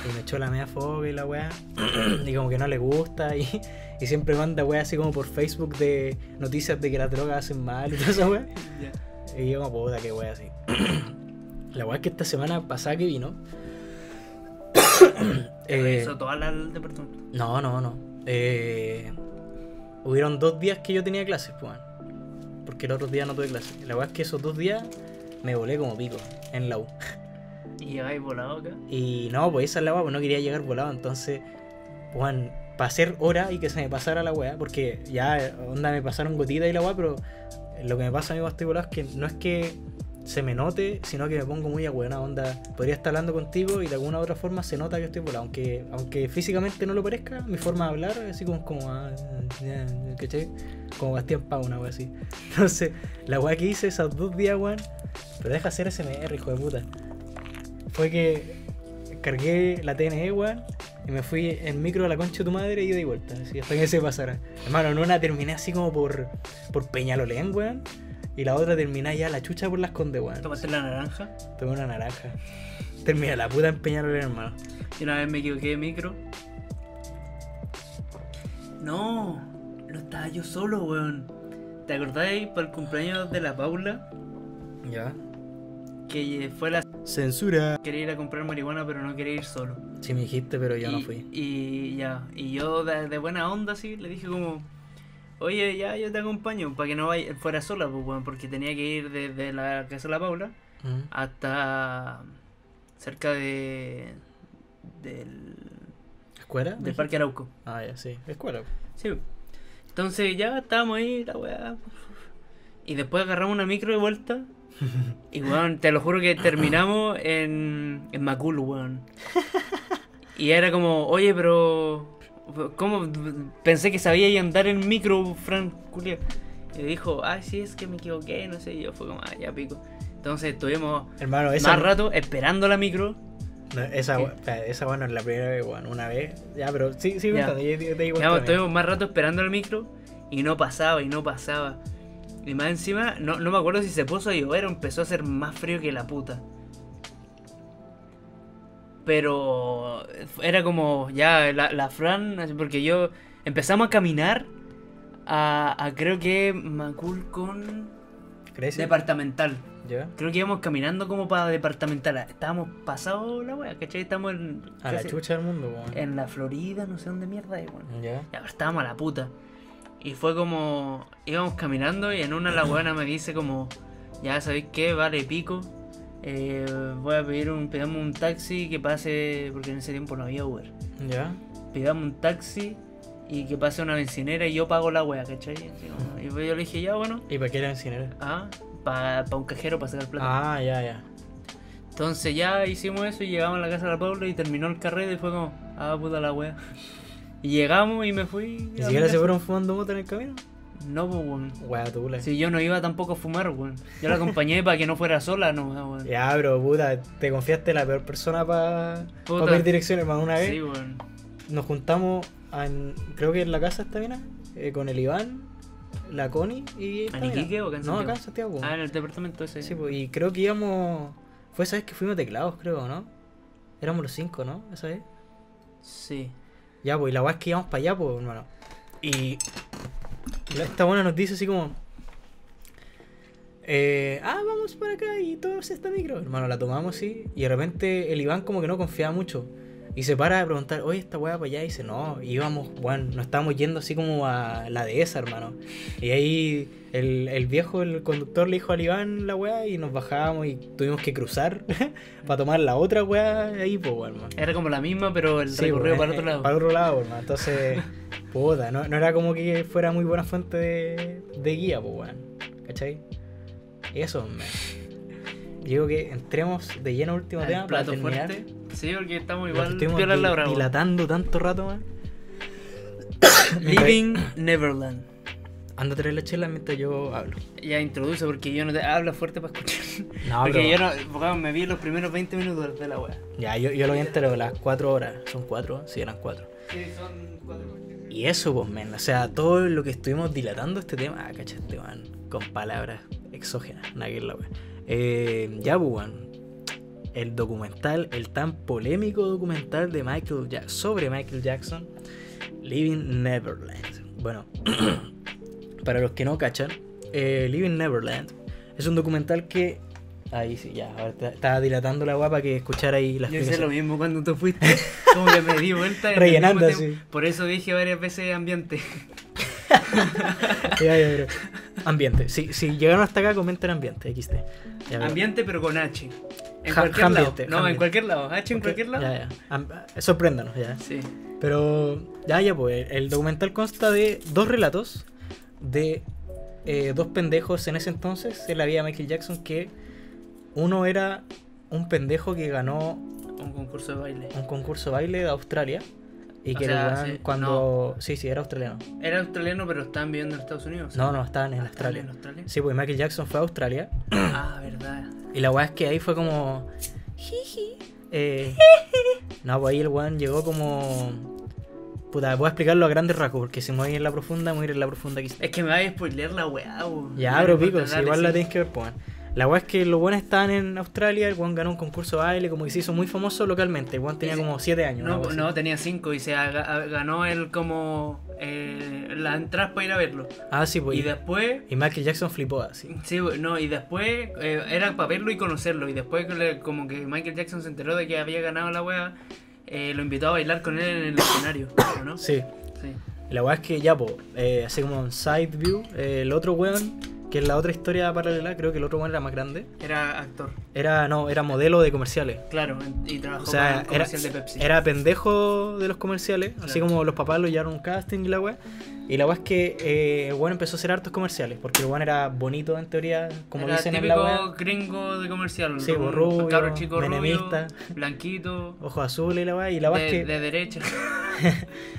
[SPEAKER 2] Y me echó la media fobia y la weá. y como que no le gusta. Y, y siempre manda weá así como por Facebook de noticias de que las drogas hacen mal y toda esa weá.
[SPEAKER 3] Ya.
[SPEAKER 2] Y yo como puta, qué wea así. la wea es que esta semana pasada que vino. eh,
[SPEAKER 3] Eso toda la el departamento.
[SPEAKER 2] no, no, no. Eh, hubieron dos días que yo tenía clases, pues. weón. Porque el otro día no tuve clases. La wea es que esos dos días me volé como pico en la U.
[SPEAKER 3] Y llegáis volado acá.
[SPEAKER 2] Y no, pues esa es la weá, pues no quería llegar volado, entonces, weón, para hacer hora y que se me pasara la weá, porque ya, eh, onda, me pasaron gotitas y la weá, pero lo que me pasa a mí cuando estoy volado es que no es que se me note, sino que me pongo muy a buena onda. Podría estar hablando contigo y de alguna u otra forma se nota que estoy volado, aunque, aunque físicamente no lo parezca, mi forma de hablar, así como, como ah, eh, eh, ¿cachai? Como Bastián Pau, una weá así. Entonces, la weá que hice esos dos días, weón, pero deja hacer SMR, hijo de puta. Fue que cargué la TNE, weón, y me fui en micro a la concha de tu madre y de vuelta, así hasta que se pasara. Hermano, en una terminé así como por, por Peñalolén, weón, y la otra terminé ya la chucha por las condes, weón.
[SPEAKER 3] Tomaste la naranja.
[SPEAKER 2] Tomé una naranja. Terminé la puta en Peñalolén, hermano.
[SPEAKER 3] Y una vez me equivoqué de micro. No, lo estaba yo solo, weón. ¿Te acordáis para el cumpleaños de la Paula?
[SPEAKER 2] Ya.
[SPEAKER 3] Que fue la
[SPEAKER 2] Censura.
[SPEAKER 3] quería ir a comprar marihuana, pero no quería ir solo.
[SPEAKER 2] Sí, me dijiste, pero yo
[SPEAKER 3] y,
[SPEAKER 2] no fui.
[SPEAKER 3] Y ya, y yo de, de buena onda así le dije como, oye, ya yo te acompaño, para que no vaya, fuera sola, pues, weón, porque tenía que ir desde la casa de la Paula
[SPEAKER 2] Mm.
[SPEAKER 3] Ah. hasta cerca de del,
[SPEAKER 2] ¿Escuela?
[SPEAKER 3] del Parque Arauco.
[SPEAKER 2] Ah, ya, sí. Escuela.
[SPEAKER 3] Sí. Entonces ya estábamos ahí, la weá. Y después agarramos una micro de vuelta. Y weón, te lo juro que terminamos en, en Macul, weón. Y era como, oye, pero. ¿Cómo? Pensé que sabía y andar en micro, Fran Culia. Y dijo, ah, sí, es que me equivoqué, no sé. Y yo fue como, ah, ya pico. Entonces estuvimos
[SPEAKER 2] Hermano, esa.
[SPEAKER 3] más rato esperando la micro.
[SPEAKER 2] No, esa,
[SPEAKER 3] ¿Qué?
[SPEAKER 2] we- espera, esa bueno es la primera vez, weón, una vez. Ya, pero sí, sí,
[SPEAKER 3] Ya.
[SPEAKER 2] contando, yo te- te digo
[SPEAKER 3] Quedamos-
[SPEAKER 2] otra vez.
[SPEAKER 3] estuvimos más rato esperando el micro y no pasaba y no pasaba. Y más encima, no, no me acuerdo si se puso a llover o empezó a hacer más frío que la puta. Pero era como ya la, la Fran, así, porque yo empezamos a caminar a, a creo que Macul con
[SPEAKER 2] Grecia.
[SPEAKER 3] departamental.
[SPEAKER 2] Ya.
[SPEAKER 3] Creo que íbamos caminando como para departamental. Estábamos pasados la wea, ¿cachai? Estamos en,
[SPEAKER 2] A la
[SPEAKER 3] casi-
[SPEAKER 2] chucha del mundo, weón.
[SPEAKER 3] en la Florida, no sé dónde mierda es, weón.
[SPEAKER 2] Ya.
[SPEAKER 3] Ya, pero estábamos a la puta. Y fue como. íbamos caminando y en una la buena me dice como. Ya sabéis qué, vale pico. eh, voy a pedir un. Pidamos un taxi que pase. Porque en ese tiempo no había Uber.
[SPEAKER 2] Ya.
[SPEAKER 3] Pidamos un taxi y que pase a una bencinera y yo pago la wea, ¿cachai? Así como- Y pues yo le dije, ya bueno.
[SPEAKER 2] ¿Y para qué la encinera?
[SPEAKER 3] Ah, para un cajero para sacar plata.
[SPEAKER 2] Ah, ya, ya.
[SPEAKER 3] Entonces ya hicimos eso y llegamos a la casa de la Paula y terminó el carrete y fue como, ah puta la wea. Y llegamos y me fui. a mi
[SPEAKER 2] ¿Ni siquiera se
[SPEAKER 3] casa.
[SPEAKER 2] fueron fumando moto en el camino?
[SPEAKER 3] No, pues weón.
[SPEAKER 2] Weá, tú, la-
[SPEAKER 3] Si yo no iba tampoco a fumar, weón. Yo la acompañé para que no fuera sola, no, weón.
[SPEAKER 2] Ya, pero puta, te confiaste en la peor persona para
[SPEAKER 3] Puta.
[SPEAKER 2] pedir direcciones, hermano. Una vez
[SPEAKER 3] Sí, weón.
[SPEAKER 2] Pues. nos juntamos, en- creo que en la casa esta mina, eh, con el Iván, la Connie y. esta
[SPEAKER 3] ¿En
[SPEAKER 2] mina.
[SPEAKER 3] Iquique o acá en
[SPEAKER 2] No,
[SPEAKER 3] Santiago?
[SPEAKER 2] acá en Santiago.
[SPEAKER 3] Ah, en el departamento ese.
[SPEAKER 2] Sí, pues, y creo que íbamos. Fue esa vez que fuimos teclados, creo, ¿no? Éramos los cinco, ¿no? Esa vez.
[SPEAKER 3] Sí.
[SPEAKER 2] Ya, pues, y la weá es que íbamos para allá, pues, hermano. Y. la- Esta buena nos dice así como. eh, ah, vamos para acá y tomamos esta micro. Hermano, la tomamos, sí. Y de repente el Iván como que no confiaba mucho. Y se para de preguntar, oye, esta weá para allá. Y dice, no, íbamos, bueno, nos estábamos yendo así como a la dehesa, hermano. Y ahí el, el viejo, el conductor, le dijo al Iván la weá y nos bajábamos y tuvimos que cruzar para tomar la otra weá ahí, pues, weón, hermano.
[SPEAKER 3] Era como la misma, pero el
[SPEAKER 2] Sí,
[SPEAKER 3] recorrido
[SPEAKER 2] pues,
[SPEAKER 3] para
[SPEAKER 2] eh,
[SPEAKER 3] otro lado.
[SPEAKER 2] Para otro lado, hermano. Entonces, puta, no, no era como que fuera muy buena fuente de, de guía, pues, weón. ¿Cachai? Eso, man. Digo que entremos de lleno al último
[SPEAKER 3] Al
[SPEAKER 2] tema para
[SPEAKER 3] plato
[SPEAKER 2] terminar.
[SPEAKER 3] fuerte. Sí, porque estamos
[SPEAKER 2] lo que
[SPEAKER 3] igual
[SPEAKER 2] estuvimos
[SPEAKER 3] piola
[SPEAKER 2] dil-
[SPEAKER 3] la hora, weón.
[SPEAKER 2] dilatando tanto rato, man.
[SPEAKER 3] Living Neverland.
[SPEAKER 2] Anda a traer la chela mientras yo hablo.
[SPEAKER 3] Ya introduce porque yo no te habla fuerte para escuchar.
[SPEAKER 2] No,
[SPEAKER 3] porque
[SPEAKER 2] Ah, pero-
[SPEAKER 3] yo no, weón, me vi los primeros 20 minutos de la wea.
[SPEAKER 2] Ya, yo, yo lo vi entero, las cuatro horas. Son cuatro, sí, eran cuatro.
[SPEAKER 3] Sí, son cuatro.
[SPEAKER 2] Y eso, pues, men. O sea, todo lo que estuvimos dilatando este tema, ah, cachaste, man. Con palabras exógenas, nada que es la wea. Eh, ya, pues, weón. el documental, el tan polémico documental de Michael Jackson sobre Michael Jackson, Living Neverland. Bueno, para los que no cachan, eh, Living Neverland es un documental que. Ahí sí, ya, ahora está- estaba dilatando la guapa que escuchar ahí las
[SPEAKER 3] Yo hice lo mismo cuando tú fuiste. Como que me di vuelta. en el
[SPEAKER 2] Rellenando
[SPEAKER 3] mismo tiempo.
[SPEAKER 2] así.
[SPEAKER 3] Por eso dije varias veces ambiente.
[SPEAKER 2] Ya, ya, pero- Ambiente. Si, si llegaron hasta acá, comenten ambiente. XT. Ya, pero-
[SPEAKER 3] Ambiente pero con H. En
[SPEAKER 2] Ja-
[SPEAKER 3] cualquier
[SPEAKER 2] ambiente,
[SPEAKER 3] lado. No,
[SPEAKER 2] ambiente.
[SPEAKER 3] en cualquier lado. H
[SPEAKER 2] porque-
[SPEAKER 3] en cualquier lado.
[SPEAKER 2] Ya, ya. Am- eh, sorpréndanos, ya.
[SPEAKER 3] Sí.
[SPEAKER 2] Pero ya, ya, pues el documental consta de dos relatos de eh, dos pendejos en ese entonces en la vida de Michael Jackson que uno era un pendejo que ganó
[SPEAKER 3] Un concurso de baile.
[SPEAKER 2] un concurso de baile de Australia y
[SPEAKER 3] O
[SPEAKER 2] que
[SPEAKER 3] sea,
[SPEAKER 2] el weón
[SPEAKER 3] sí,
[SPEAKER 2] cuando... Sí, sí, era australiano.
[SPEAKER 3] Era australiano pero estaban viviendo en Estados Unidos.
[SPEAKER 2] No, no, estaban en
[SPEAKER 3] Australia.
[SPEAKER 2] Australia.
[SPEAKER 3] ¿En Australia?
[SPEAKER 2] Sí, pues Michael Jackson fue a Australia
[SPEAKER 3] Ah, verdad.
[SPEAKER 2] y la weá es que ahí fue como... Jiji. eh, no, pues ahí el weón llegó como... Puta, voy a explicarlo a grandes rasgos porque si me voy a ir en la profunda, me voy a ir en la profunda aquí.
[SPEAKER 3] Es que me vais a spoilear la weá, bo.
[SPEAKER 2] Ya,
[SPEAKER 3] No
[SPEAKER 2] pero
[SPEAKER 3] importa,
[SPEAKER 2] pico, si
[SPEAKER 3] dale,
[SPEAKER 2] igual la
[SPEAKER 3] sí.
[SPEAKER 2] tenés que ver, pues. weón. La weá es que los buenos estaban en Australia, el weón ganó un concurso de baile, como que se hizo muy famoso localmente. El weón tenía
[SPEAKER 3] Sí, sí.
[SPEAKER 2] como 7 años. una
[SPEAKER 3] No,
[SPEAKER 2] weá
[SPEAKER 3] no,
[SPEAKER 2] así.
[SPEAKER 3] tenía 5 y se aga- a- ganó el como eh, la entrada para ir a verlo.
[SPEAKER 2] Ah, sí, pues.
[SPEAKER 3] Y
[SPEAKER 2] Y,
[SPEAKER 3] después,
[SPEAKER 2] y Michael Jackson flipó así.
[SPEAKER 3] sí, bo- no, y después eh, era para verlo y conocerlo. Y después que le- como que Michael Jackson se enteró de que había ganado la wea, eh, lo invitó a bailar con él en el escenario, ¿no?
[SPEAKER 2] Sí.
[SPEAKER 3] Sí.
[SPEAKER 2] La weá es que ya, po, eh, así como en side view, eh, el otro weón, que es la otra historia paralela, creo que el otro weón era más grande.
[SPEAKER 3] Era actor,
[SPEAKER 2] Era, no, era modelo de comerciales.
[SPEAKER 3] claro, en- y trabajó
[SPEAKER 2] O
[SPEAKER 3] para
[SPEAKER 2] sea,
[SPEAKER 3] el
[SPEAKER 2] era,
[SPEAKER 3] comercial de Pepsi.
[SPEAKER 2] era pendejo de los comerciales, así
[SPEAKER 3] Claro.
[SPEAKER 2] como los papás lo llevaron a un casting y la weá. Y la weá es que eh, el weón empezó a hacer hartos comerciales, porque el weón era bonito en teoría, como
[SPEAKER 3] Era
[SPEAKER 2] dicen en
[SPEAKER 3] típico
[SPEAKER 2] la weá.
[SPEAKER 3] gringo de comercial,
[SPEAKER 2] Sí,
[SPEAKER 3] como
[SPEAKER 2] bo, rubio,
[SPEAKER 3] cabro chico rubio,
[SPEAKER 2] menemista.
[SPEAKER 3] blanquito,
[SPEAKER 2] Ojos azules y la weá. Y la weá
[SPEAKER 3] de,
[SPEAKER 2] es que,
[SPEAKER 3] de derecha,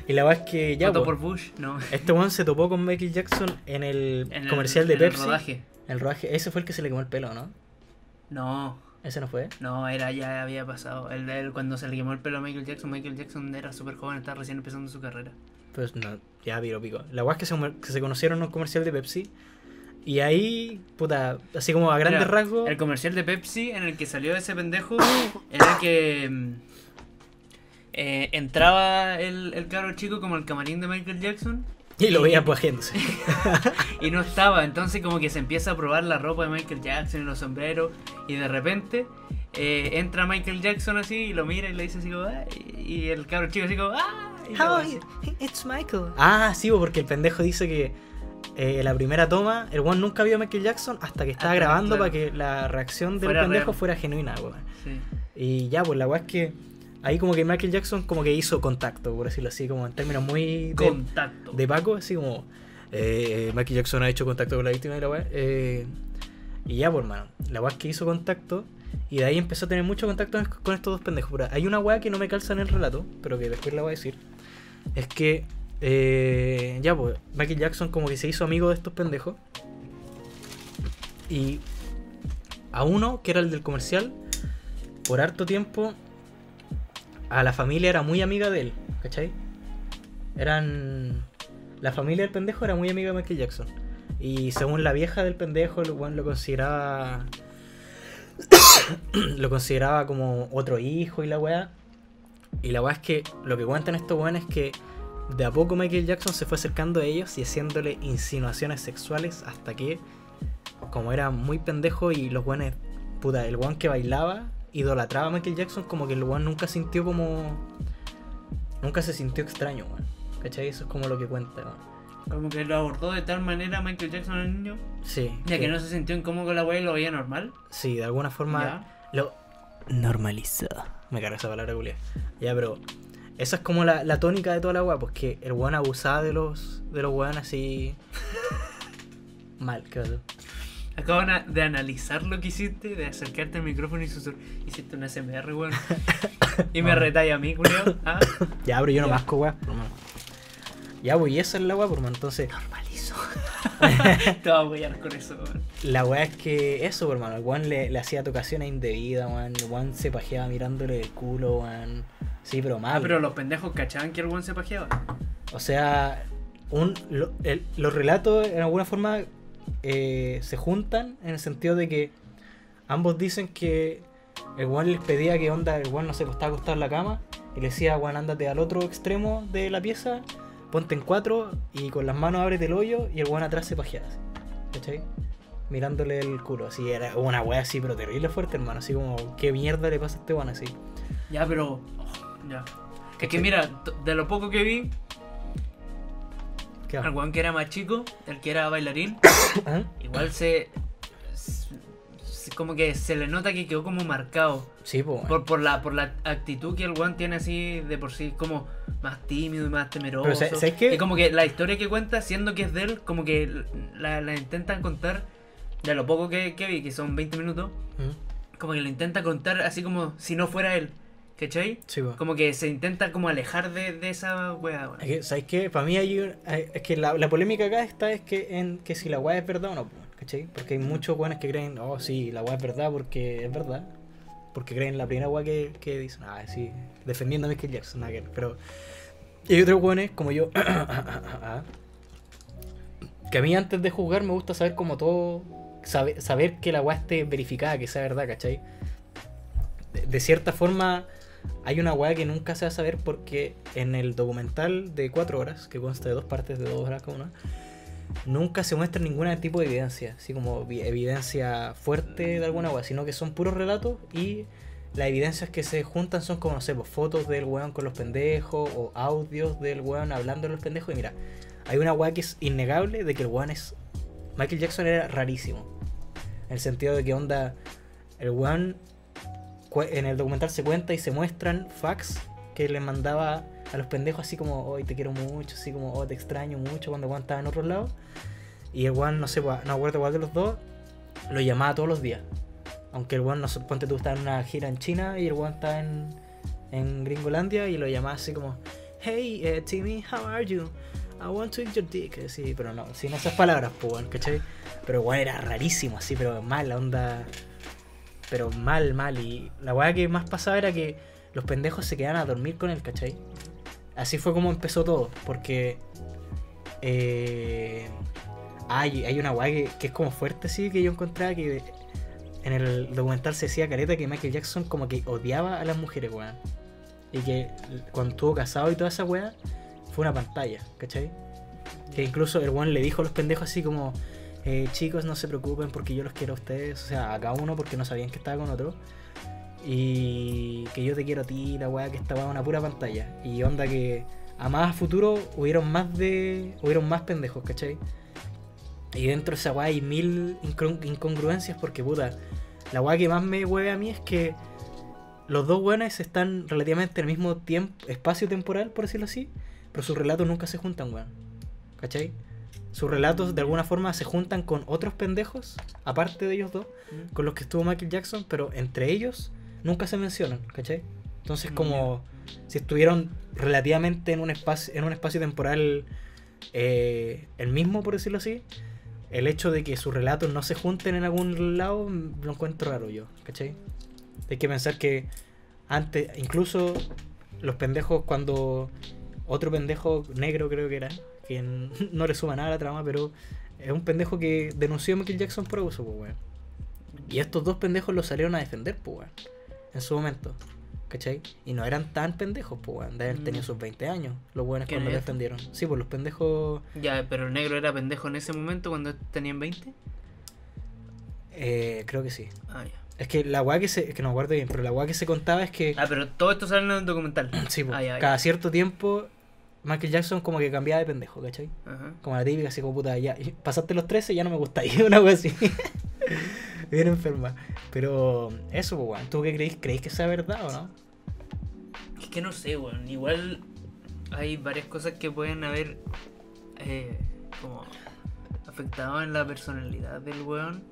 [SPEAKER 2] y la weá es que ya,
[SPEAKER 3] votó
[SPEAKER 2] po,
[SPEAKER 3] por Bush, no.
[SPEAKER 2] este weón se topó con Michael Jackson en el
[SPEAKER 3] En el-
[SPEAKER 2] comercial
[SPEAKER 3] en
[SPEAKER 2] de Pepsi.
[SPEAKER 3] El rodaje.
[SPEAKER 2] el rodaje. Ese fue el que se le quemó el pelo, ¿no?
[SPEAKER 3] No,
[SPEAKER 2] Ese no fue.
[SPEAKER 3] no, era ya había pasado. El de él, cuando se le quemó el pelo a Michael Jackson, Michael Jackson era súper joven, estaba recién empezando su carrera.
[SPEAKER 2] Pues no, ya viro pico. La weá es que se, que se conocieron en un comercial de Pepsi. Y ahí, puta, así como a grandes
[SPEAKER 3] Mira,
[SPEAKER 2] rasgos.
[SPEAKER 3] El comercial de Pepsi en el que salió ese pendejo era que mm, eh, entraba el, el cabro chico como el camarín de Michael Jackson
[SPEAKER 2] Y lo veía pues, pajeándose.
[SPEAKER 3] y no estaba. Entonces como que se empieza a probar la ropa de Michael Jackson y los sombreros y de repente eh, entra Michael Jackson así y lo mira y le dice así como "Ay", y el cabro chico así como ¡Ah! y la wea así.
[SPEAKER 2] Oh, It's Michael. Ah, sí, bo, porque el pendejo dice que eh, la primera toma, el one nunca vio a Michael Jackson hasta que estaba
[SPEAKER 3] Hasta que,
[SPEAKER 2] grabando
[SPEAKER 3] Ah, claro.
[SPEAKER 2] para que la reacción del
[SPEAKER 3] Fuera
[SPEAKER 2] pendejo
[SPEAKER 3] real.
[SPEAKER 2] fuera genuina, weón.
[SPEAKER 3] Sí.
[SPEAKER 2] Y ya, pues la weá es que ahí como que Michael Jackson como que hizo contacto, por decirlo así, como en términos muy de,
[SPEAKER 3] Contacto.
[SPEAKER 2] de Paco, así como eh, Michael Jackson ha hecho contacto con la víctima y la weá. eh, y ya, pues hermano, la weá es que hizo contacto y de ahí empezó a tener mucho contacto con estos dos pendejos. Pero hay una weá que no me calza en el relato, pero que después la voy a decir. Es que, eh, ya, pues Michael Jackson como que se hizo amigo de estos pendejos. Y a uno, que era el del comercial, por harto tiempo, a la familia era muy amiga de él, ¿cachai? Eran. La familia del pendejo era muy amiga de Michael Jackson. Y según la vieja del pendejo, el weón lo consideraba. lo consideraba como otro hijo y la weá. Y la weá es que lo que cuentan estos weones es que de a poco Michael Jackson se fue acercando a ellos y haciéndole insinuaciones sexuales hasta que, como era muy pendejo y los weones, puta, el weón que bailaba idolatraba a Michael Jackson, como que el weón nunca sintió como. Nunca se sintió extraño, weón. ¿Cachai? Eso es como lo que cuenta, weón.
[SPEAKER 3] Como que lo abordó de tal manera Michael Jackson al niño.
[SPEAKER 2] Sí.
[SPEAKER 3] Ya que
[SPEAKER 2] que-
[SPEAKER 3] no se sintió incómodo con la wea y lo veía normal.
[SPEAKER 2] Sí, de alguna forma.
[SPEAKER 3] Ya.
[SPEAKER 2] Lo normalizó. Me carga esa palabra, culia. Ya, pero esa es como la, la tónica de toda la weá, pues que el weón abusaba de los de los weón así. Mal, ¿qué pasó?
[SPEAKER 3] Acaban a- de analizar lo que hiciste, de acercarte al micrófono y susurrar. Hiciste una SMR, weón. y me
[SPEAKER 2] Ah.
[SPEAKER 3] retáis a mí, culiao. Ah,
[SPEAKER 2] Ya, pero yo no
[SPEAKER 3] Ya.
[SPEAKER 2] masco weá, por mano. Ya, pues, y esa es la weá, por mano. Entonces, normalizó.
[SPEAKER 3] te voy a apoyar con eso, weón.
[SPEAKER 2] La weá es que eso, por mano. El weón le, le hacía tocaciones indebidas, weón. El weón se pajeaba mirándole el culo, weón. Sí, pero mal.
[SPEAKER 3] Ah, pero los pendejos cachaban que el weón se pajeaba.
[SPEAKER 2] O sea, un, lo- el- los relatos en alguna forma eh, se juntan en el sentido de que ambos dicen que el weón les pedía que onda, el weón no se estaba acostado en la cama y le decía, weón, ándate al otro extremo de la pieza, ponte en cuatro y con las manos ábrete el hoyo y el weón atrás se pajeaba así, ¿cachai? Mirándole el culo, así era una wea así, pero terrible fuerte, hermano, así como, ¿qué mierda le pasa a este weón así?
[SPEAKER 3] Ya, pero. oh, ya. Es que mira, t- de lo poco que vi,
[SPEAKER 2] ¿Qué
[SPEAKER 3] el
[SPEAKER 2] va?
[SPEAKER 3] weón que era más chico, el que era bailarín,
[SPEAKER 2] ¿Ah?
[SPEAKER 3] igual se. se- Como que se le nota que quedó como marcado.
[SPEAKER 2] Sí, pues,
[SPEAKER 3] Por, por, la, por la actitud que el Juan tiene así de por sí, como más tímido y más temeroso.
[SPEAKER 2] Pero, ¿sabes- sabes qué?
[SPEAKER 3] Y como que la historia que cuenta, siendo que es de él, como que la, la intentan contar, de lo poco que, que vi, que son 20 minutos,
[SPEAKER 2] ¿Mm?
[SPEAKER 3] como que la intenta contar así como si no fuera él, ¿cachai?
[SPEAKER 2] Sí, pues. po.
[SPEAKER 3] Como que se intenta como alejar de, de esa wea,
[SPEAKER 2] Es que, ¿Sabes qué? Para mí hay un- hay- es que la, la polémica acá está es que en que si la weá es verdad o no, po, ¿cachai? Porque hay muchos weones que creen, oh sí, la weá es verdad porque es verdad. Porque creen la primera weá que, que dicen, ah, sí, defendiendo a Michael Jackson, nada que ver", Pero y hay otros weones como yo, ah, que a mí antes de juzgar me gusta saber como todo, sabe- saber que la weá esté verificada, que sea verdad, ¿cachai? de- de cierta forma hay una weá que nunca se va a saber porque en el documental de cuatro horas, que consta de dos partes de dos horas cada una, nunca se muestra ningún tipo de evidencia, así como vi- evidencia fuerte de alguna weá, sino que son puros relatos y las evidencias que se juntan son como, no sé, pues, fotos del weón con los pendejos o audios del weón hablando de los pendejos y mira, hay una weá que es innegable de que el weón es... Michael Jackson era rarísimo. En el sentido de que onda, el weón cu- en el documental se cuenta y se muestran fax que le mandaba a los pendejos así como, hoy te quiero mucho, así como, oh, te extraño mucho cuando Juan estaba en otro lado. Y el Juan, no sé, cua- no acuerdo cuál de los dos, lo llamaba todos los días. Aunque el Juan, no sé, ponte tú, estaba en una gira en China y el Juan estaba en, en Gringolandia y lo llamaba así como, hey, eh, Timmy, how are you? I want to eat your dick. Sí, pero no, sin esas palabras, pues, weón, ¿cachai? Pero Juan era rarísimo, así, pero mal, la onda pero mal, mal. Y la weá que más pasaba era que los pendejos se quedaban a dormir con él, ¿cachai? Así fue como empezó todo, porque eh, hay, hay una weá que, que es como fuerte, sí, que yo encontraba que en el documental se decía careta que Michael Jackson como que odiaba a las mujeres, weón. Y que cuando estuvo casado y toda esa weá, fue una pantalla, ¿cachai? Que incluso el weón le dijo a los pendejos así como, eh, chicos, no se preocupen porque yo los quiero a ustedes, o sea, a cada uno porque no sabían que estaba con otro. Y que yo te quiero a ti, la weá, que esta weá es una pura pantalla. Y onda que a más futuro hubieron más de. hubieron más pendejos, ¿cachai? Y dentro de esa weá hay mil incongru- incongruencias porque puta. La weá que más me hueve a mí es que los dos weones están relativamente en el mismo tiempo, espacio temporal, por decirlo así, pero sus relatos nunca se juntan, weón. ¿Cachai? Sus relatos de alguna forma se juntan con otros pendejos, aparte de ellos dos,
[SPEAKER 3] Mm.
[SPEAKER 2] con los que estuvo Michael Jackson, pero entre ellos nunca se mencionan, ¿cachai? Entonces como si estuvieron relativamente en un espacio, en un espacio temporal eh, el mismo, por decirlo así, el hecho de que sus relatos no se junten en algún lado mm, lo encuentro raro yo, ¿cachai? Hay que pensar que antes, incluso los pendejos cuando otro pendejo negro creo que era, que n- no le suma nada a la trama, pero es un pendejo que denunció a Michael Jackson por abuso, pues weón. Y estos dos pendejos lo salieron a defender, pues weón, en su momento. ¿Cachai? Y no eran tan pendejos, pues weón, de haber
[SPEAKER 3] Mm.
[SPEAKER 2] tenido sus 20 años, los buenos
[SPEAKER 3] ¿Qué
[SPEAKER 2] cuando lo
[SPEAKER 3] neta?
[SPEAKER 2] defendieron. Sí, pues los pendejos
[SPEAKER 3] Ya, pero el negro era pendejo en ese momento cuando tenían 20.
[SPEAKER 2] Eh, creo que sí.
[SPEAKER 3] Ah, ya.
[SPEAKER 2] Es que la weá que se. Es que no me acuerdo bien, pero la weá que se contaba es que.
[SPEAKER 3] Ah, pero todo esto sale en el documental.
[SPEAKER 2] sí, po,
[SPEAKER 3] Ah, ya, ya.
[SPEAKER 2] cada cierto tiempo. Michael Jackson como que cambiaba de pendejo, ¿cachai?
[SPEAKER 3] Ajá.
[SPEAKER 2] Como la típica, así como puta, ya. y Pasaste los 13, ya no me gustáis. Una weá así. bien enferma. Pero. Eso, pues, weón. ¿Tú qué creéis? ¿Creéis que sea verdad o no?
[SPEAKER 3] Es que no sé, weón. Igual hay varias cosas que pueden haber eh, como afectado en la personalidad del weón.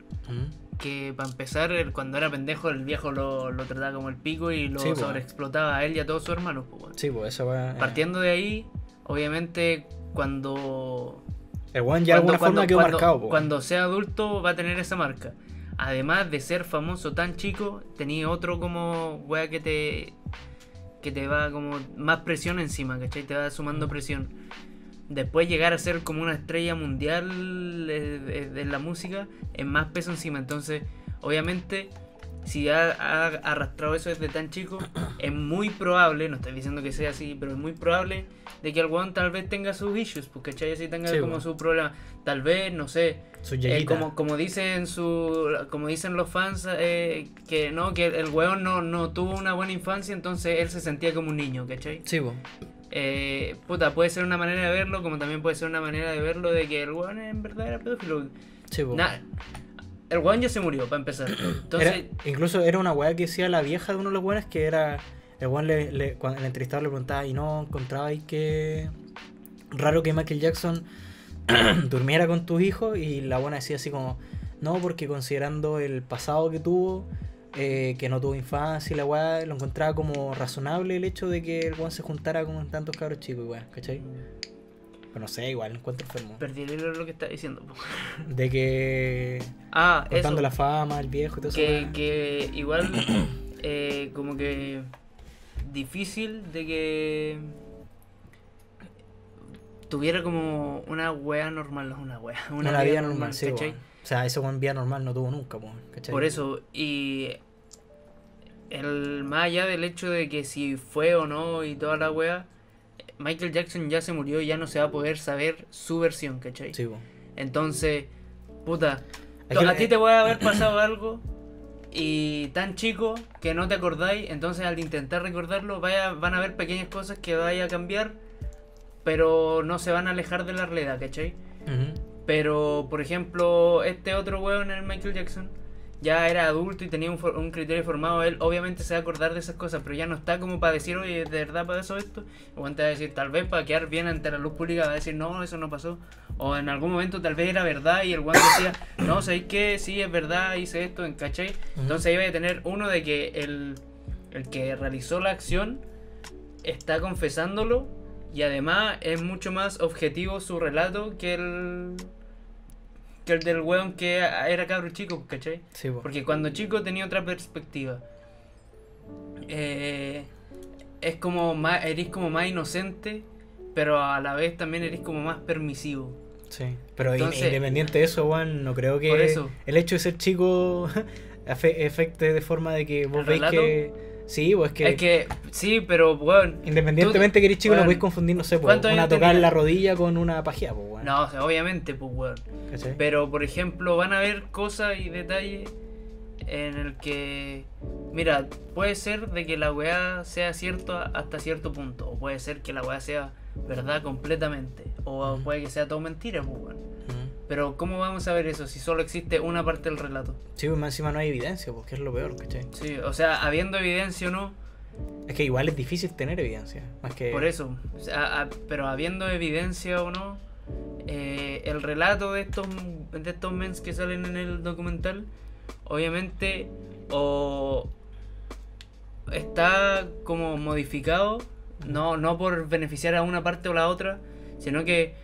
[SPEAKER 3] Que para empezar, él, cuando era pendejo, el viejo lo, lo trataba como el pico y lo
[SPEAKER 2] Sí, weón.
[SPEAKER 3] sobreexplotaba a él y a todos sus hermanos. pues, weón.
[SPEAKER 2] Sí, pues, esa weá. eh,
[SPEAKER 3] Partiendo de ahí, obviamente, cuando
[SPEAKER 2] El weón ya de alguna forma quedó
[SPEAKER 3] cuando-
[SPEAKER 2] marcado, po, weón.
[SPEAKER 3] cuando sea adulto va a tener esa marca. Además de ser famoso tan chico, tenía otro como wea que te que te va como más presión encima, ¿cachai? Te va sumando presión. Después llegar a ser como una estrella eh, mundial eh, de, de la música es más peso encima. Entonces, obviamente, si ha, ha arrastrado eso desde tan chico, es muy probable, no estoy diciendo que sea así, pero es muy probable de que el weón tal vez tenga sus issues, porque ¿cachai? Así tenga
[SPEAKER 2] Sí,
[SPEAKER 3] como
[SPEAKER 2] weón.
[SPEAKER 3] su problema. Tal vez, no sé,
[SPEAKER 2] Su
[SPEAKER 3] eh,
[SPEAKER 2] yeyita.
[SPEAKER 3] como, como dicen su como dicen los fans eh, que no que el weón no, no tuvo una buena infancia entonces él se sentía como un niño ¿cachai?
[SPEAKER 2] Sí, po.
[SPEAKER 3] Eh, puta puede ser una manera de verlo como también puede ser una manera de verlo de que el weón en verdad era pedófilo
[SPEAKER 2] Sí, po.
[SPEAKER 3] Na- el weón ya se murió para empezar
[SPEAKER 2] Era-
[SPEAKER 3] entonces
[SPEAKER 2] incluso era una weá que decía la vieja de uno de los weones que era. El weón le, le- cuando el entrevistador le preguntaba y no encontrabais que. Raro que Michael Jackson durmiera con tus hijos y la buena decía así como. No, porque considerando el pasado que tuvo, eh, que no tuvo infancia y la weá, lo encontraba como razonable el hecho de que el weón se juntara con tantos cabros chicos, weón, ¿cachai? Pero no sé, igual, lo encuentro enfermo.
[SPEAKER 3] perdí el hilo de lo que está diciendo po.
[SPEAKER 2] De que.
[SPEAKER 3] ah eso
[SPEAKER 2] Contando la fama, el viejo y todo eso.
[SPEAKER 3] que, que igual eh, como que difícil de que tuviera como una wea normal, no una wea,
[SPEAKER 2] una,
[SPEAKER 3] una,
[SPEAKER 2] vida, normal, sí,
[SPEAKER 3] ¿cachai?
[SPEAKER 2] weón. O sea, eso con vida normal no tuvo nunca, po, ¿cachai?
[SPEAKER 3] Por eso, y el más allá del hecho de que si fue o no y toda la wea, Michael Jackson ya se murió y ya no se va a poder saber su versión, ¿cachai?
[SPEAKER 2] Sí, po.
[SPEAKER 3] Entonces, puta,
[SPEAKER 2] Aquí
[SPEAKER 3] to-
[SPEAKER 2] la-
[SPEAKER 3] a ti te puede haber pasado algo y tan chico que no te acordáis, entonces al intentar recordarlo vaya, van a haber pequeñas cosas que vaya a cambiar, pero no se van a alejar de la realidad, ¿cachai?
[SPEAKER 2] Ujú.
[SPEAKER 3] Pero, por ejemplo, este otro huevo en el Michael Jackson ya era adulto y tenía un, for- un criterio formado. Él obviamente se va a acordar de esas cosas, pero ya no está como para decir, oye, de verdad pasó esto. O antes va a decir, tal vez para quedar bien ante la luz pública, va a decir, no, eso no pasó. O en algún momento tal vez era verdad y el guante decía, no, ¿sabéis qué? Sí, es verdad, hice esto, ¿cachai? Entonces ahí iba a tener uno de que el, el que realizó la acción está confesándolo y además es mucho más objetivo su relato que el que el del weón que era cabro chico, ¿cachai?
[SPEAKER 2] Sí, po.
[SPEAKER 3] Porque cuando chico tenía otra perspectiva. Eh, es como más, eres como más inocente, pero a la vez también eres como más permisivo.
[SPEAKER 2] Sí. Pero in-
[SPEAKER 3] Entonces-
[SPEAKER 2] independiente de eso, weón, no creo que
[SPEAKER 3] Por eso.
[SPEAKER 2] el hecho de ser chico afe- afecte de forma de que vos
[SPEAKER 3] ¿El
[SPEAKER 2] veis
[SPEAKER 3] relato?
[SPEAKER 2] que. Sí, pues que.
[SPEAKER 3] Es que, sí, pero weón.
[SPEAKER 2] Independientemente
[SPEAKER 3] tú-
[SPEAKER 2] que eres chico, no
[SPEAKER 3] weón,
[SPEAKER 2] podéis confundir, no sé, po,
[SPEAKER 3] ¿cuántos
[SPEAKER 2] una
[SPEAKER 3] años
[SPEAKER 2] tocar
[SPEAKER 3] tenía?
[SPEAKER 2] la rodilla con una pajea, pues, weón.
[SPEAKER 3] No, o sea, obviamente, pues weón.
[SPEAKER 2] ¿cachai?
[SPEAKER 3] Pero por ejemplo, van a haber cosas y detalles en el que, mira, puede ser de que la weá sea cierto a- hasta cierto punto, o puede ser que la weá sea verdad completamente, o
[SPEAKER 2] Ujú.
[SPEAKER 3] puede que sea todo mentira, pues weón.
[SPEAKER 2] Ujú.
[SPEAKER 3] Pero ¿cómo vamos a ver eso si solo existe una parte del relato?
[SPEAKER 2] Sí, pues, más encima no hay evidencia, pues, que es lo peor, ¿cachai?
[SPEAKER 3] Sí, o sea, habiendo evidencia o no,
[SPEAKER 2] Es que igual es difícil tener evidencia, más que.
[SPEAKER 3] por eso, o sea, a- pero habiendo evidencia o no, eh, el relato de estos, de estos mens que salen en el documental, obviamente, o está como modificado, no, no por beneficiar a una parte o la otra, sino que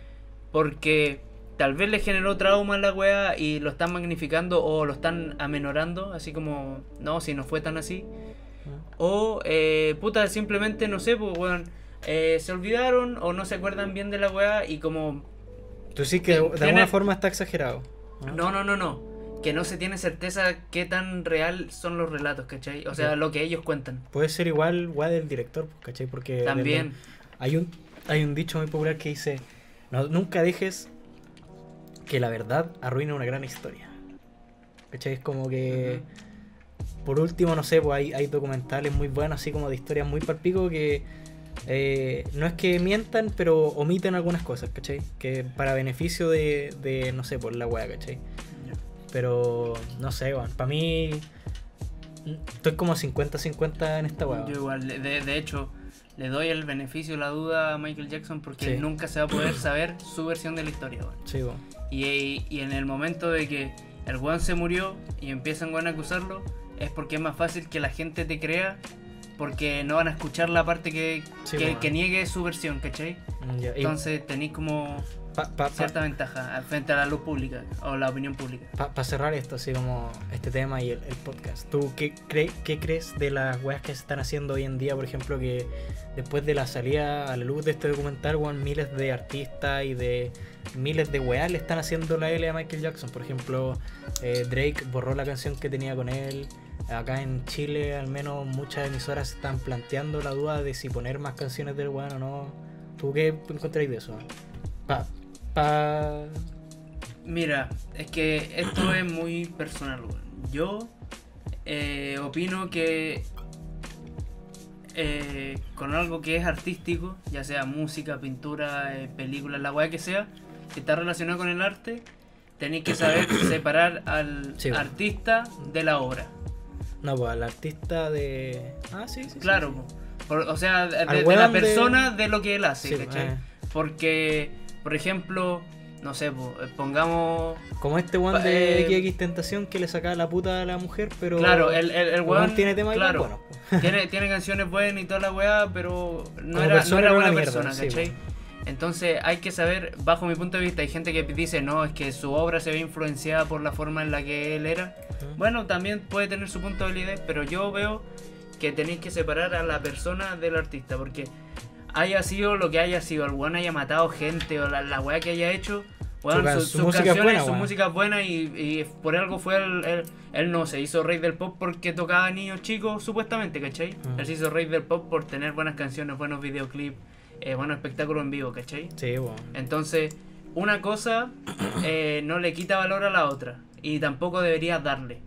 [SPEAKER 3] porque tal vez le generó trauma a la wea y lo están magnificando o lo están amenorando, así como, no, si no fue tan así.
[SPEAKER 2] Ujú.
[SPEAKER 3] O, eh, puta, simplemente, no sé, pues, weón, eh, se olvidaron o no se acuerdan bien de la weá y como...
[SPEAKER 2] Tú sí que de
[SPEAKER 3] Tiene-
[SPEAKER 2] alguna forma está exagerado. ¿no?
[SPEAKER 3] No, no, no, no. Que no se tiene certeza qué tan real son los relatos, ¿cachai? O sea,
[SPEAKER 2] Ya.
[SPEAKER 3] lo que ellos cuentan.
[SPEAKER 2] Puede ser igual weá del director, pues, ¿cachai? Porque
[SPEAKER 3] También.
[SPEAKER 2] hay un hay un dicho muy popular que dice, "No- nunca dejes que la verdad arruine una gran historia. ¿Cachai? Es como que, por último, no sé, pues hay, hay documentales muy buenos, así como de historias muy palpico que eh, no es que mientan, pero omiten algunas cosas, ¿cachai? Que para beneficio de, de no sé, por la weá, ¿cachai?
[SPEAKER 3] Ya.
[SPEAKER 2] Pero, no sé, weón, para mí... mm, Estoy como 50-50 en esta weá.
[SPEAKER 3] Yo igual, de- de, de hecho, le doy el beneficio de la duda a Michael Jackson
[SPEAKER 2] Sí.
[SPEAKER 3] porque nunca se va a poder saber su versión de la historia, weón.
[SPEAKER 2] Sí, weón.
[SPEAKER 3] Y, y en el momento de que el weón se murió y empiezan weón, a acusarlo, es porque es más fácil que la gente te crea porque no van a escuchar la parte que,
[SPEAKER 2] Sí,
[SPEAKER 3] que,
[SPEAKER 2] weón.
[SPEAKER 3] que niegue su versión, ¿cachai?
[SPEAKER 2] Mm, Ya, y- Ah.
[SPEAKER 3] Entonces tenéis como
[SPEAKER 2] Para
[SPEAKER 3] cierta ventaja al- frente a la luz pública o la opinión pública.
[SPEAKER 2] cerrar esto, así como este tema y el, el podcast, ¿tú qué, cre- qué crees de las weas que se están haciendo hoy en día? Por ejemplo, que después de la salida a la luz de este documental, weón, miles de artistas y de miles de weas le están haciendo la L a Michael Jackson. Por ejemplo, eh, Drake borró la canción que tenía con él. acá en Chile al menos muchas emisoras están planteando la duda de si poner más canciones del weón o no. ¿Tú qué encontráis de eso? Pa, pa...
[SPEAKER 3] Mira, es que esto es muy personal, weón. Yo eh, opino que eh, con algo que es artístico, ya sea música, pintura, eh, película, la weá que sea, que está relacionado con el arte, tenéis que saber separar al
[SPEAKER 2] Sí, weón.
[SPEAKER 3] artista de la obra.
[SPEAKER 2] No, pues al artista de... Ah, sí, sí, sí.
[SPEAKER 3] Claro, po. Por- o sea, de,
[SPEAKER 2] Al
[SPEAKER 3] de
[SPEAKER 2] weón
[SPEAKER 3] la
[SPEAKER 2] de-
[SPEAKER 3] persona de... lo que él hace,
[SPEAKER 2] Sí,
[SPEAKER 3] ¿cachai?
[SPEAKER 2] eh.
[SPEAKER 3] Porque, por ejemplo, no sé, po, eh, pongamos.
[SPEAKER 2] Como este weón
[SPEAKER 3] Eh,
[SPEAKER 2] de XX Tentación que le sacaba la puta a la mujer, pero...
[SPEAKER 3] Claro, el, el, el
[SPEAKER 2] el
[SPEAKER 3] weón.
[SPEAKER 2] weón tiene tema igual, pues.
[SPEAKER 3] claro,
[SPEAKER 2] bueno.
[SPEAKER 3] tiene, tiene canciones buenas y toda la weá, pero no
[SPEAKER 2] Como
[SPEAKER 3] era, no
[SPEAKER 2] persona
[SPEAKER 3] era
[SPEAKER 2] era
[SPEAKER 3] buena
[SPEAKER 2] una mierda,
[SPEAKER 3] persona,
[SPEAKER 2] sí,
[SPEAKER 3] ¿cachai? Entonces hay que saber, bajo mi punto de vista, hay gente que dice, no, es que su obra se ve influenciada por la forma en la que él era.
[SPEAKER 2] Ujú.
[SPEAKER 3] Bueno, también puede tener su punto de validez, pero yo veo que tenéis que separar a la persona del artista, porque haya sido lo que haya sido, el weón haya matado gente o la, la weá que haya hecho, weón,
[SPEAKER 2] Su can-
[SPEAKER 3] su-
[SPEAKER 2] su
[SPEAKER 3] sus
[SPEAKER 2] música es
[SPEAKER 3] canciones,
[SPEAKER 2] buena,
[SPEAKER 3] su
[SPEAKER 2] weón.
[SPEAKER 3] música es buena y, y por algo fue el, el- él no se hizo rey del pop porque tocaba a niños chicos, supuestamente, ¿cachai?
[SPEAKER 2] Mm.
[SPEAKER 3] Él se hizo rey del pop por tener buenas canciones, buenos videoclips, eh, buenos espectáculos en vivo, ¿cachai?
[SPEAKER 2] Sí, weón.
[SPEAKER 3] Entonces, una cosa eh, no le quita valor a la otra y tampoco deberías darle.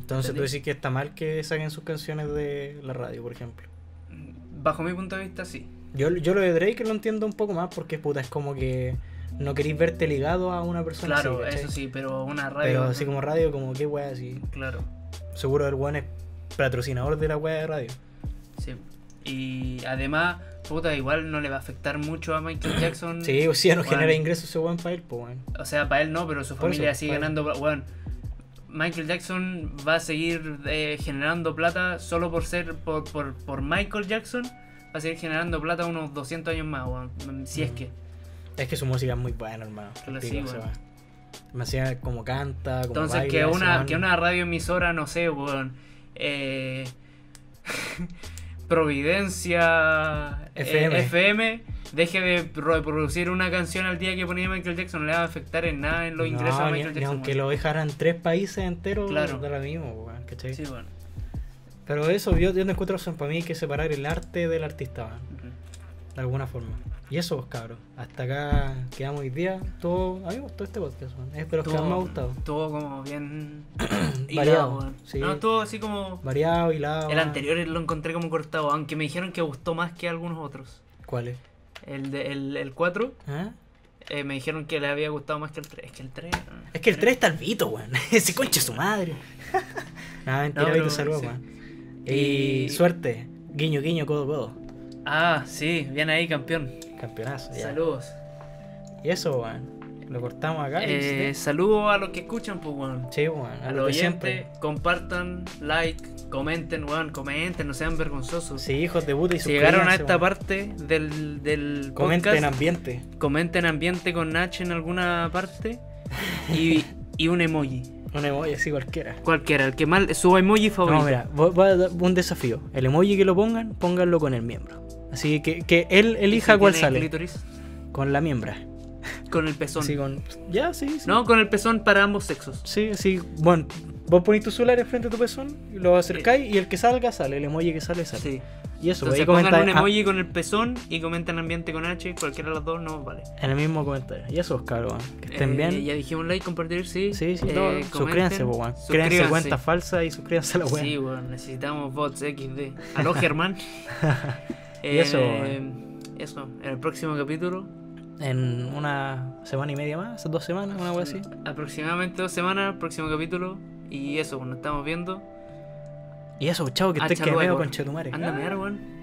[SPEAKER 2] Entonces tú
[SPEAKER 3] ¿Entendí?
[SPEAKER 2] decís que está mal que saquen sus canciones de la radio, por ejemplo.
[SPEAKER 3] Bajo mi punto de vista, sí.
[SPEAKER 2] Yo, yo lo de Drake lo entiendo un poco más porque puta, es como que no queréis verte ligado a una persona.
[SPEAKER 3] Claro,
[SPEAKER 2] así, ¿cachai?
[SPEAKER 3] eso sí, pero una radio.
[SPEAKER 2] Pero
[SPEAKER 3] ¿no?
[SPEAKER 2] así como radio, como qué wea así.
[SPEAKER 3] Claro,
[SPEAKER 2] Seguro el weón es patrocinador de la wea de radio.
[SPEAKER 3] sí. Y además, puta, igual no le va a afectar mucho a Michael Jackson.
[SPEAKER 2] Sí, o sea, no
[SPEAKER 3] Weón.
[SPEAKER 2] genera ingresos ese weón para él, pues weón.
[SPEAKER 3] O sea, para él no, pero su
[SPEAKER 2] Por eso,
[SPEAKER 3] familia sigue
[SPEAKER 2] para él.
[SPEAKER 3] ganando. Bueno, Michael Jackson va a seguir eh, generando plata solo por ser. Por, por, por Michael Jackson, va a seguir generando plata unos 200 años más, weón, Si es
[SPEAKER 2] Mm.
[SPEAKER 3] que.
[SPEAKER 2] Es que su música es muy buena, hermano. Pico,
[SPEAKER 3] Claro, sí,
[SPEAKER 2] ese
[SPEAKER 3] weón.
[SPEAKER 2] weón. Me hacía como canta, como
[SPEAKER 3] eh. Entonces,
[SPEAKER 2] baila,
[SPEAKER 3] que,
[SPEAKER 2] ese
[SPEAKER 3] una,
[SPEAKER 2] weón.
[SPEAKER 3] que una radioemisora, no sé, weón. eh, Providencia eh,
[SPEAKER 2] FM.
[SPEAKER 3] FM deje de reproducir una canción al día que ponía Michael Jackson, no le va a afectar en nada en los ingresos
[SPEAKER 2] No,
[SPEAKER 3] a
[SPEAKER 2] ni-
[SPEAKER 3] Michael
[SPEAKER 2] ni
[SPEAKER 3] Jackson.
[SPEAKER 2] aunque
[SPEAKER 3] weón.
[SPEAKER 2] lo dejaran tres países enteros,
[SPEAKER 3] Claro.
[SPEAKER 2] da lo mismo, weón, ¿cachai?
[SPEAKER 3] Sí, bueno.
[SPEAKER 2] Pero eso, yo, yo no encuentro razón. Para mí hay que separar el arte del artista, weón. de alguna forma. Y eso, pues, cabros. Hasta acá quedamos hoy día. Todo, a mí me gustó este podcast, weón. Es de los que más me ha gustado.
[SPEAKER 3] Estuvo como bien
[SPEAKER 2] Variado,
[SPEAKER 3] hilado, weón.
[SPEAKER 2] sí.
[SPEAKER 3] No, estuvo así como.
[SPEAKER 2] Variado, hilado.
[SPEAKER 3] El anterior lo encontré como cortado, aunque me dijeron que gustó más que algunos otros.
[SPEAKER 2] ¿Cuál es?
[SPEAKER 3] El, de, el, 4
[SPEAKER 2] ¿Ah?
[SPEAKER 3] me dijeron que le había gustado más que el 3. Es que el 3.
[SPEAKER 2] Es que el 3 está al vito, weón. Ese concha es su madre. Nada, mentira,
[SPEAKER 3] No,
[SPEAKER 2] ahí te
[SPEAKER 3] pero,
[SPEAKER 2] saludo,
[SPEAKER 3] sí.
[SPEAKER 2] weón. Y
[SPEAKER 3] Y-
[SPEAKER 2] suerte. Guiño, guiño, codo, codo.
[SPEAKER 3] Ah, sí, bien ahí, campeón.
[SPEAKER 2] Campeonazo, ya.
[SPEAKER 3] Saludos.
[SPEAKER 2] Y eso, weón. Lo cortamos acá. y-
[SPEAKER 3] Eh, saludos a los que escuchan, pues, weón.
[SPEAKER 2] Sí, weón.
[SPEAKER 3] A
[SPEAKER 2] A lo
[SPEAKER 3] los
[SPEAKER 2] de
[SPEAKER 3] oyentes,
[SPEAKER 2] siempre.
[SPEAKER 3] compartan, like, comenten, weón, comenten, no sean vergonzosos.
[SPEAKER 2] Sí, hijos de puta y
[SPEAKER 3] si llegaron a
[SPEAKER 2] suscríbanse,
[SPEAKER 3] esta
[SPEAKER 2] weón.
[SPEAKER 3] parte del, del
[SPEAKER 2] Comenten
[SPEAKER 3] podcast,
[SPEAKER 2] ambiente.
[SPEAKER 3] comenten ambiente con Nach en alguna parte y, y un emoji.
[SPEAKER 2] Un emoji así cualquiera.
[SPEAKER 3] Cualquiera, el que mal, su emoji favorito.
[SPEAKER 2] No, mira, voy, voy a dar un desafío. El emoji que lo pongan, pónganlo con el miembro. Así que, que él
[SPEAKER 3] ¿Y si
[SPEAKER 2] elija cuál
[SPEAKER 3] tiene
[SPEAKER 2] sale.
[SPEAKER 3] clítoris?
[SPEAKER 2] Con la miembra.
[SPEAKER 3] Con el pezón.
[SPEAKER 2] Así con. Ya, sí, sí.
[SPEAKER 3] No, con el pezón para ambos sexos.
[SPEAKER 2] Sí, así. Bueno, vos ponés tu celular enfrente de tu pezón, lo acercáis y el que salga sale. El emoji que sale sale.
[SPEAKER 3] Sí.
[SPEAKER 2] Y eso,
[SPEAKER 3] Entonces
[SPEAKER 2] ahí
[SPEAKER 3] pongan
[SPEAKER 2] comentáis-
[SPEAKER 3] un
[SPEAKER 2] ah,
[SPEAKER 3] emoji con el pezón y comentan ambiente con H, cualquiera de las dos no vale.
[SPEAKER 2] ah, en el mismo comentario. Y eso, cabrón. Que estén
[SPEAKER 3] Eh,
[SPEAKER 2] bien.
[SPEAKER 3] Ya dijimos like, compartir, sí.
[SPEAKER 2] Sí, sí,
[SPEAKER 3] Eh,
[SPEAKER 2] todo.
[SPEAKER 3] comenten,
[SPEAKER 2] Suscríbanse, po, weón. Créanse
[SPEAKER 3] suscríbanse.
[SPEAKER 2] cuentas falsas y suscríbanse a la web.
[SPEAKER 3] Sí, weón, necesitamos bots XD. Aló, Germán.
[SPEAKER 2] Y eso,
[SPEAKER 3] Eh, eso, en el próximo capítulo,
[SPEAKER 2] En una semana y media más, dos semanas, una web así.
[SPEAKER 3] aproximadamente dos semanas, próximo capítulo. Y eso, pues, nos estamos viendo.
[SPEAKER 2] Y eso, chao, que
[SPEAKER 3] Ah,
[SPEAKER 2] estés que
[SPEAKER 3] chalueco.
[SPEAKER 2] veo con Chetumare.
[SPEAKER 3] Anda a mear, weón.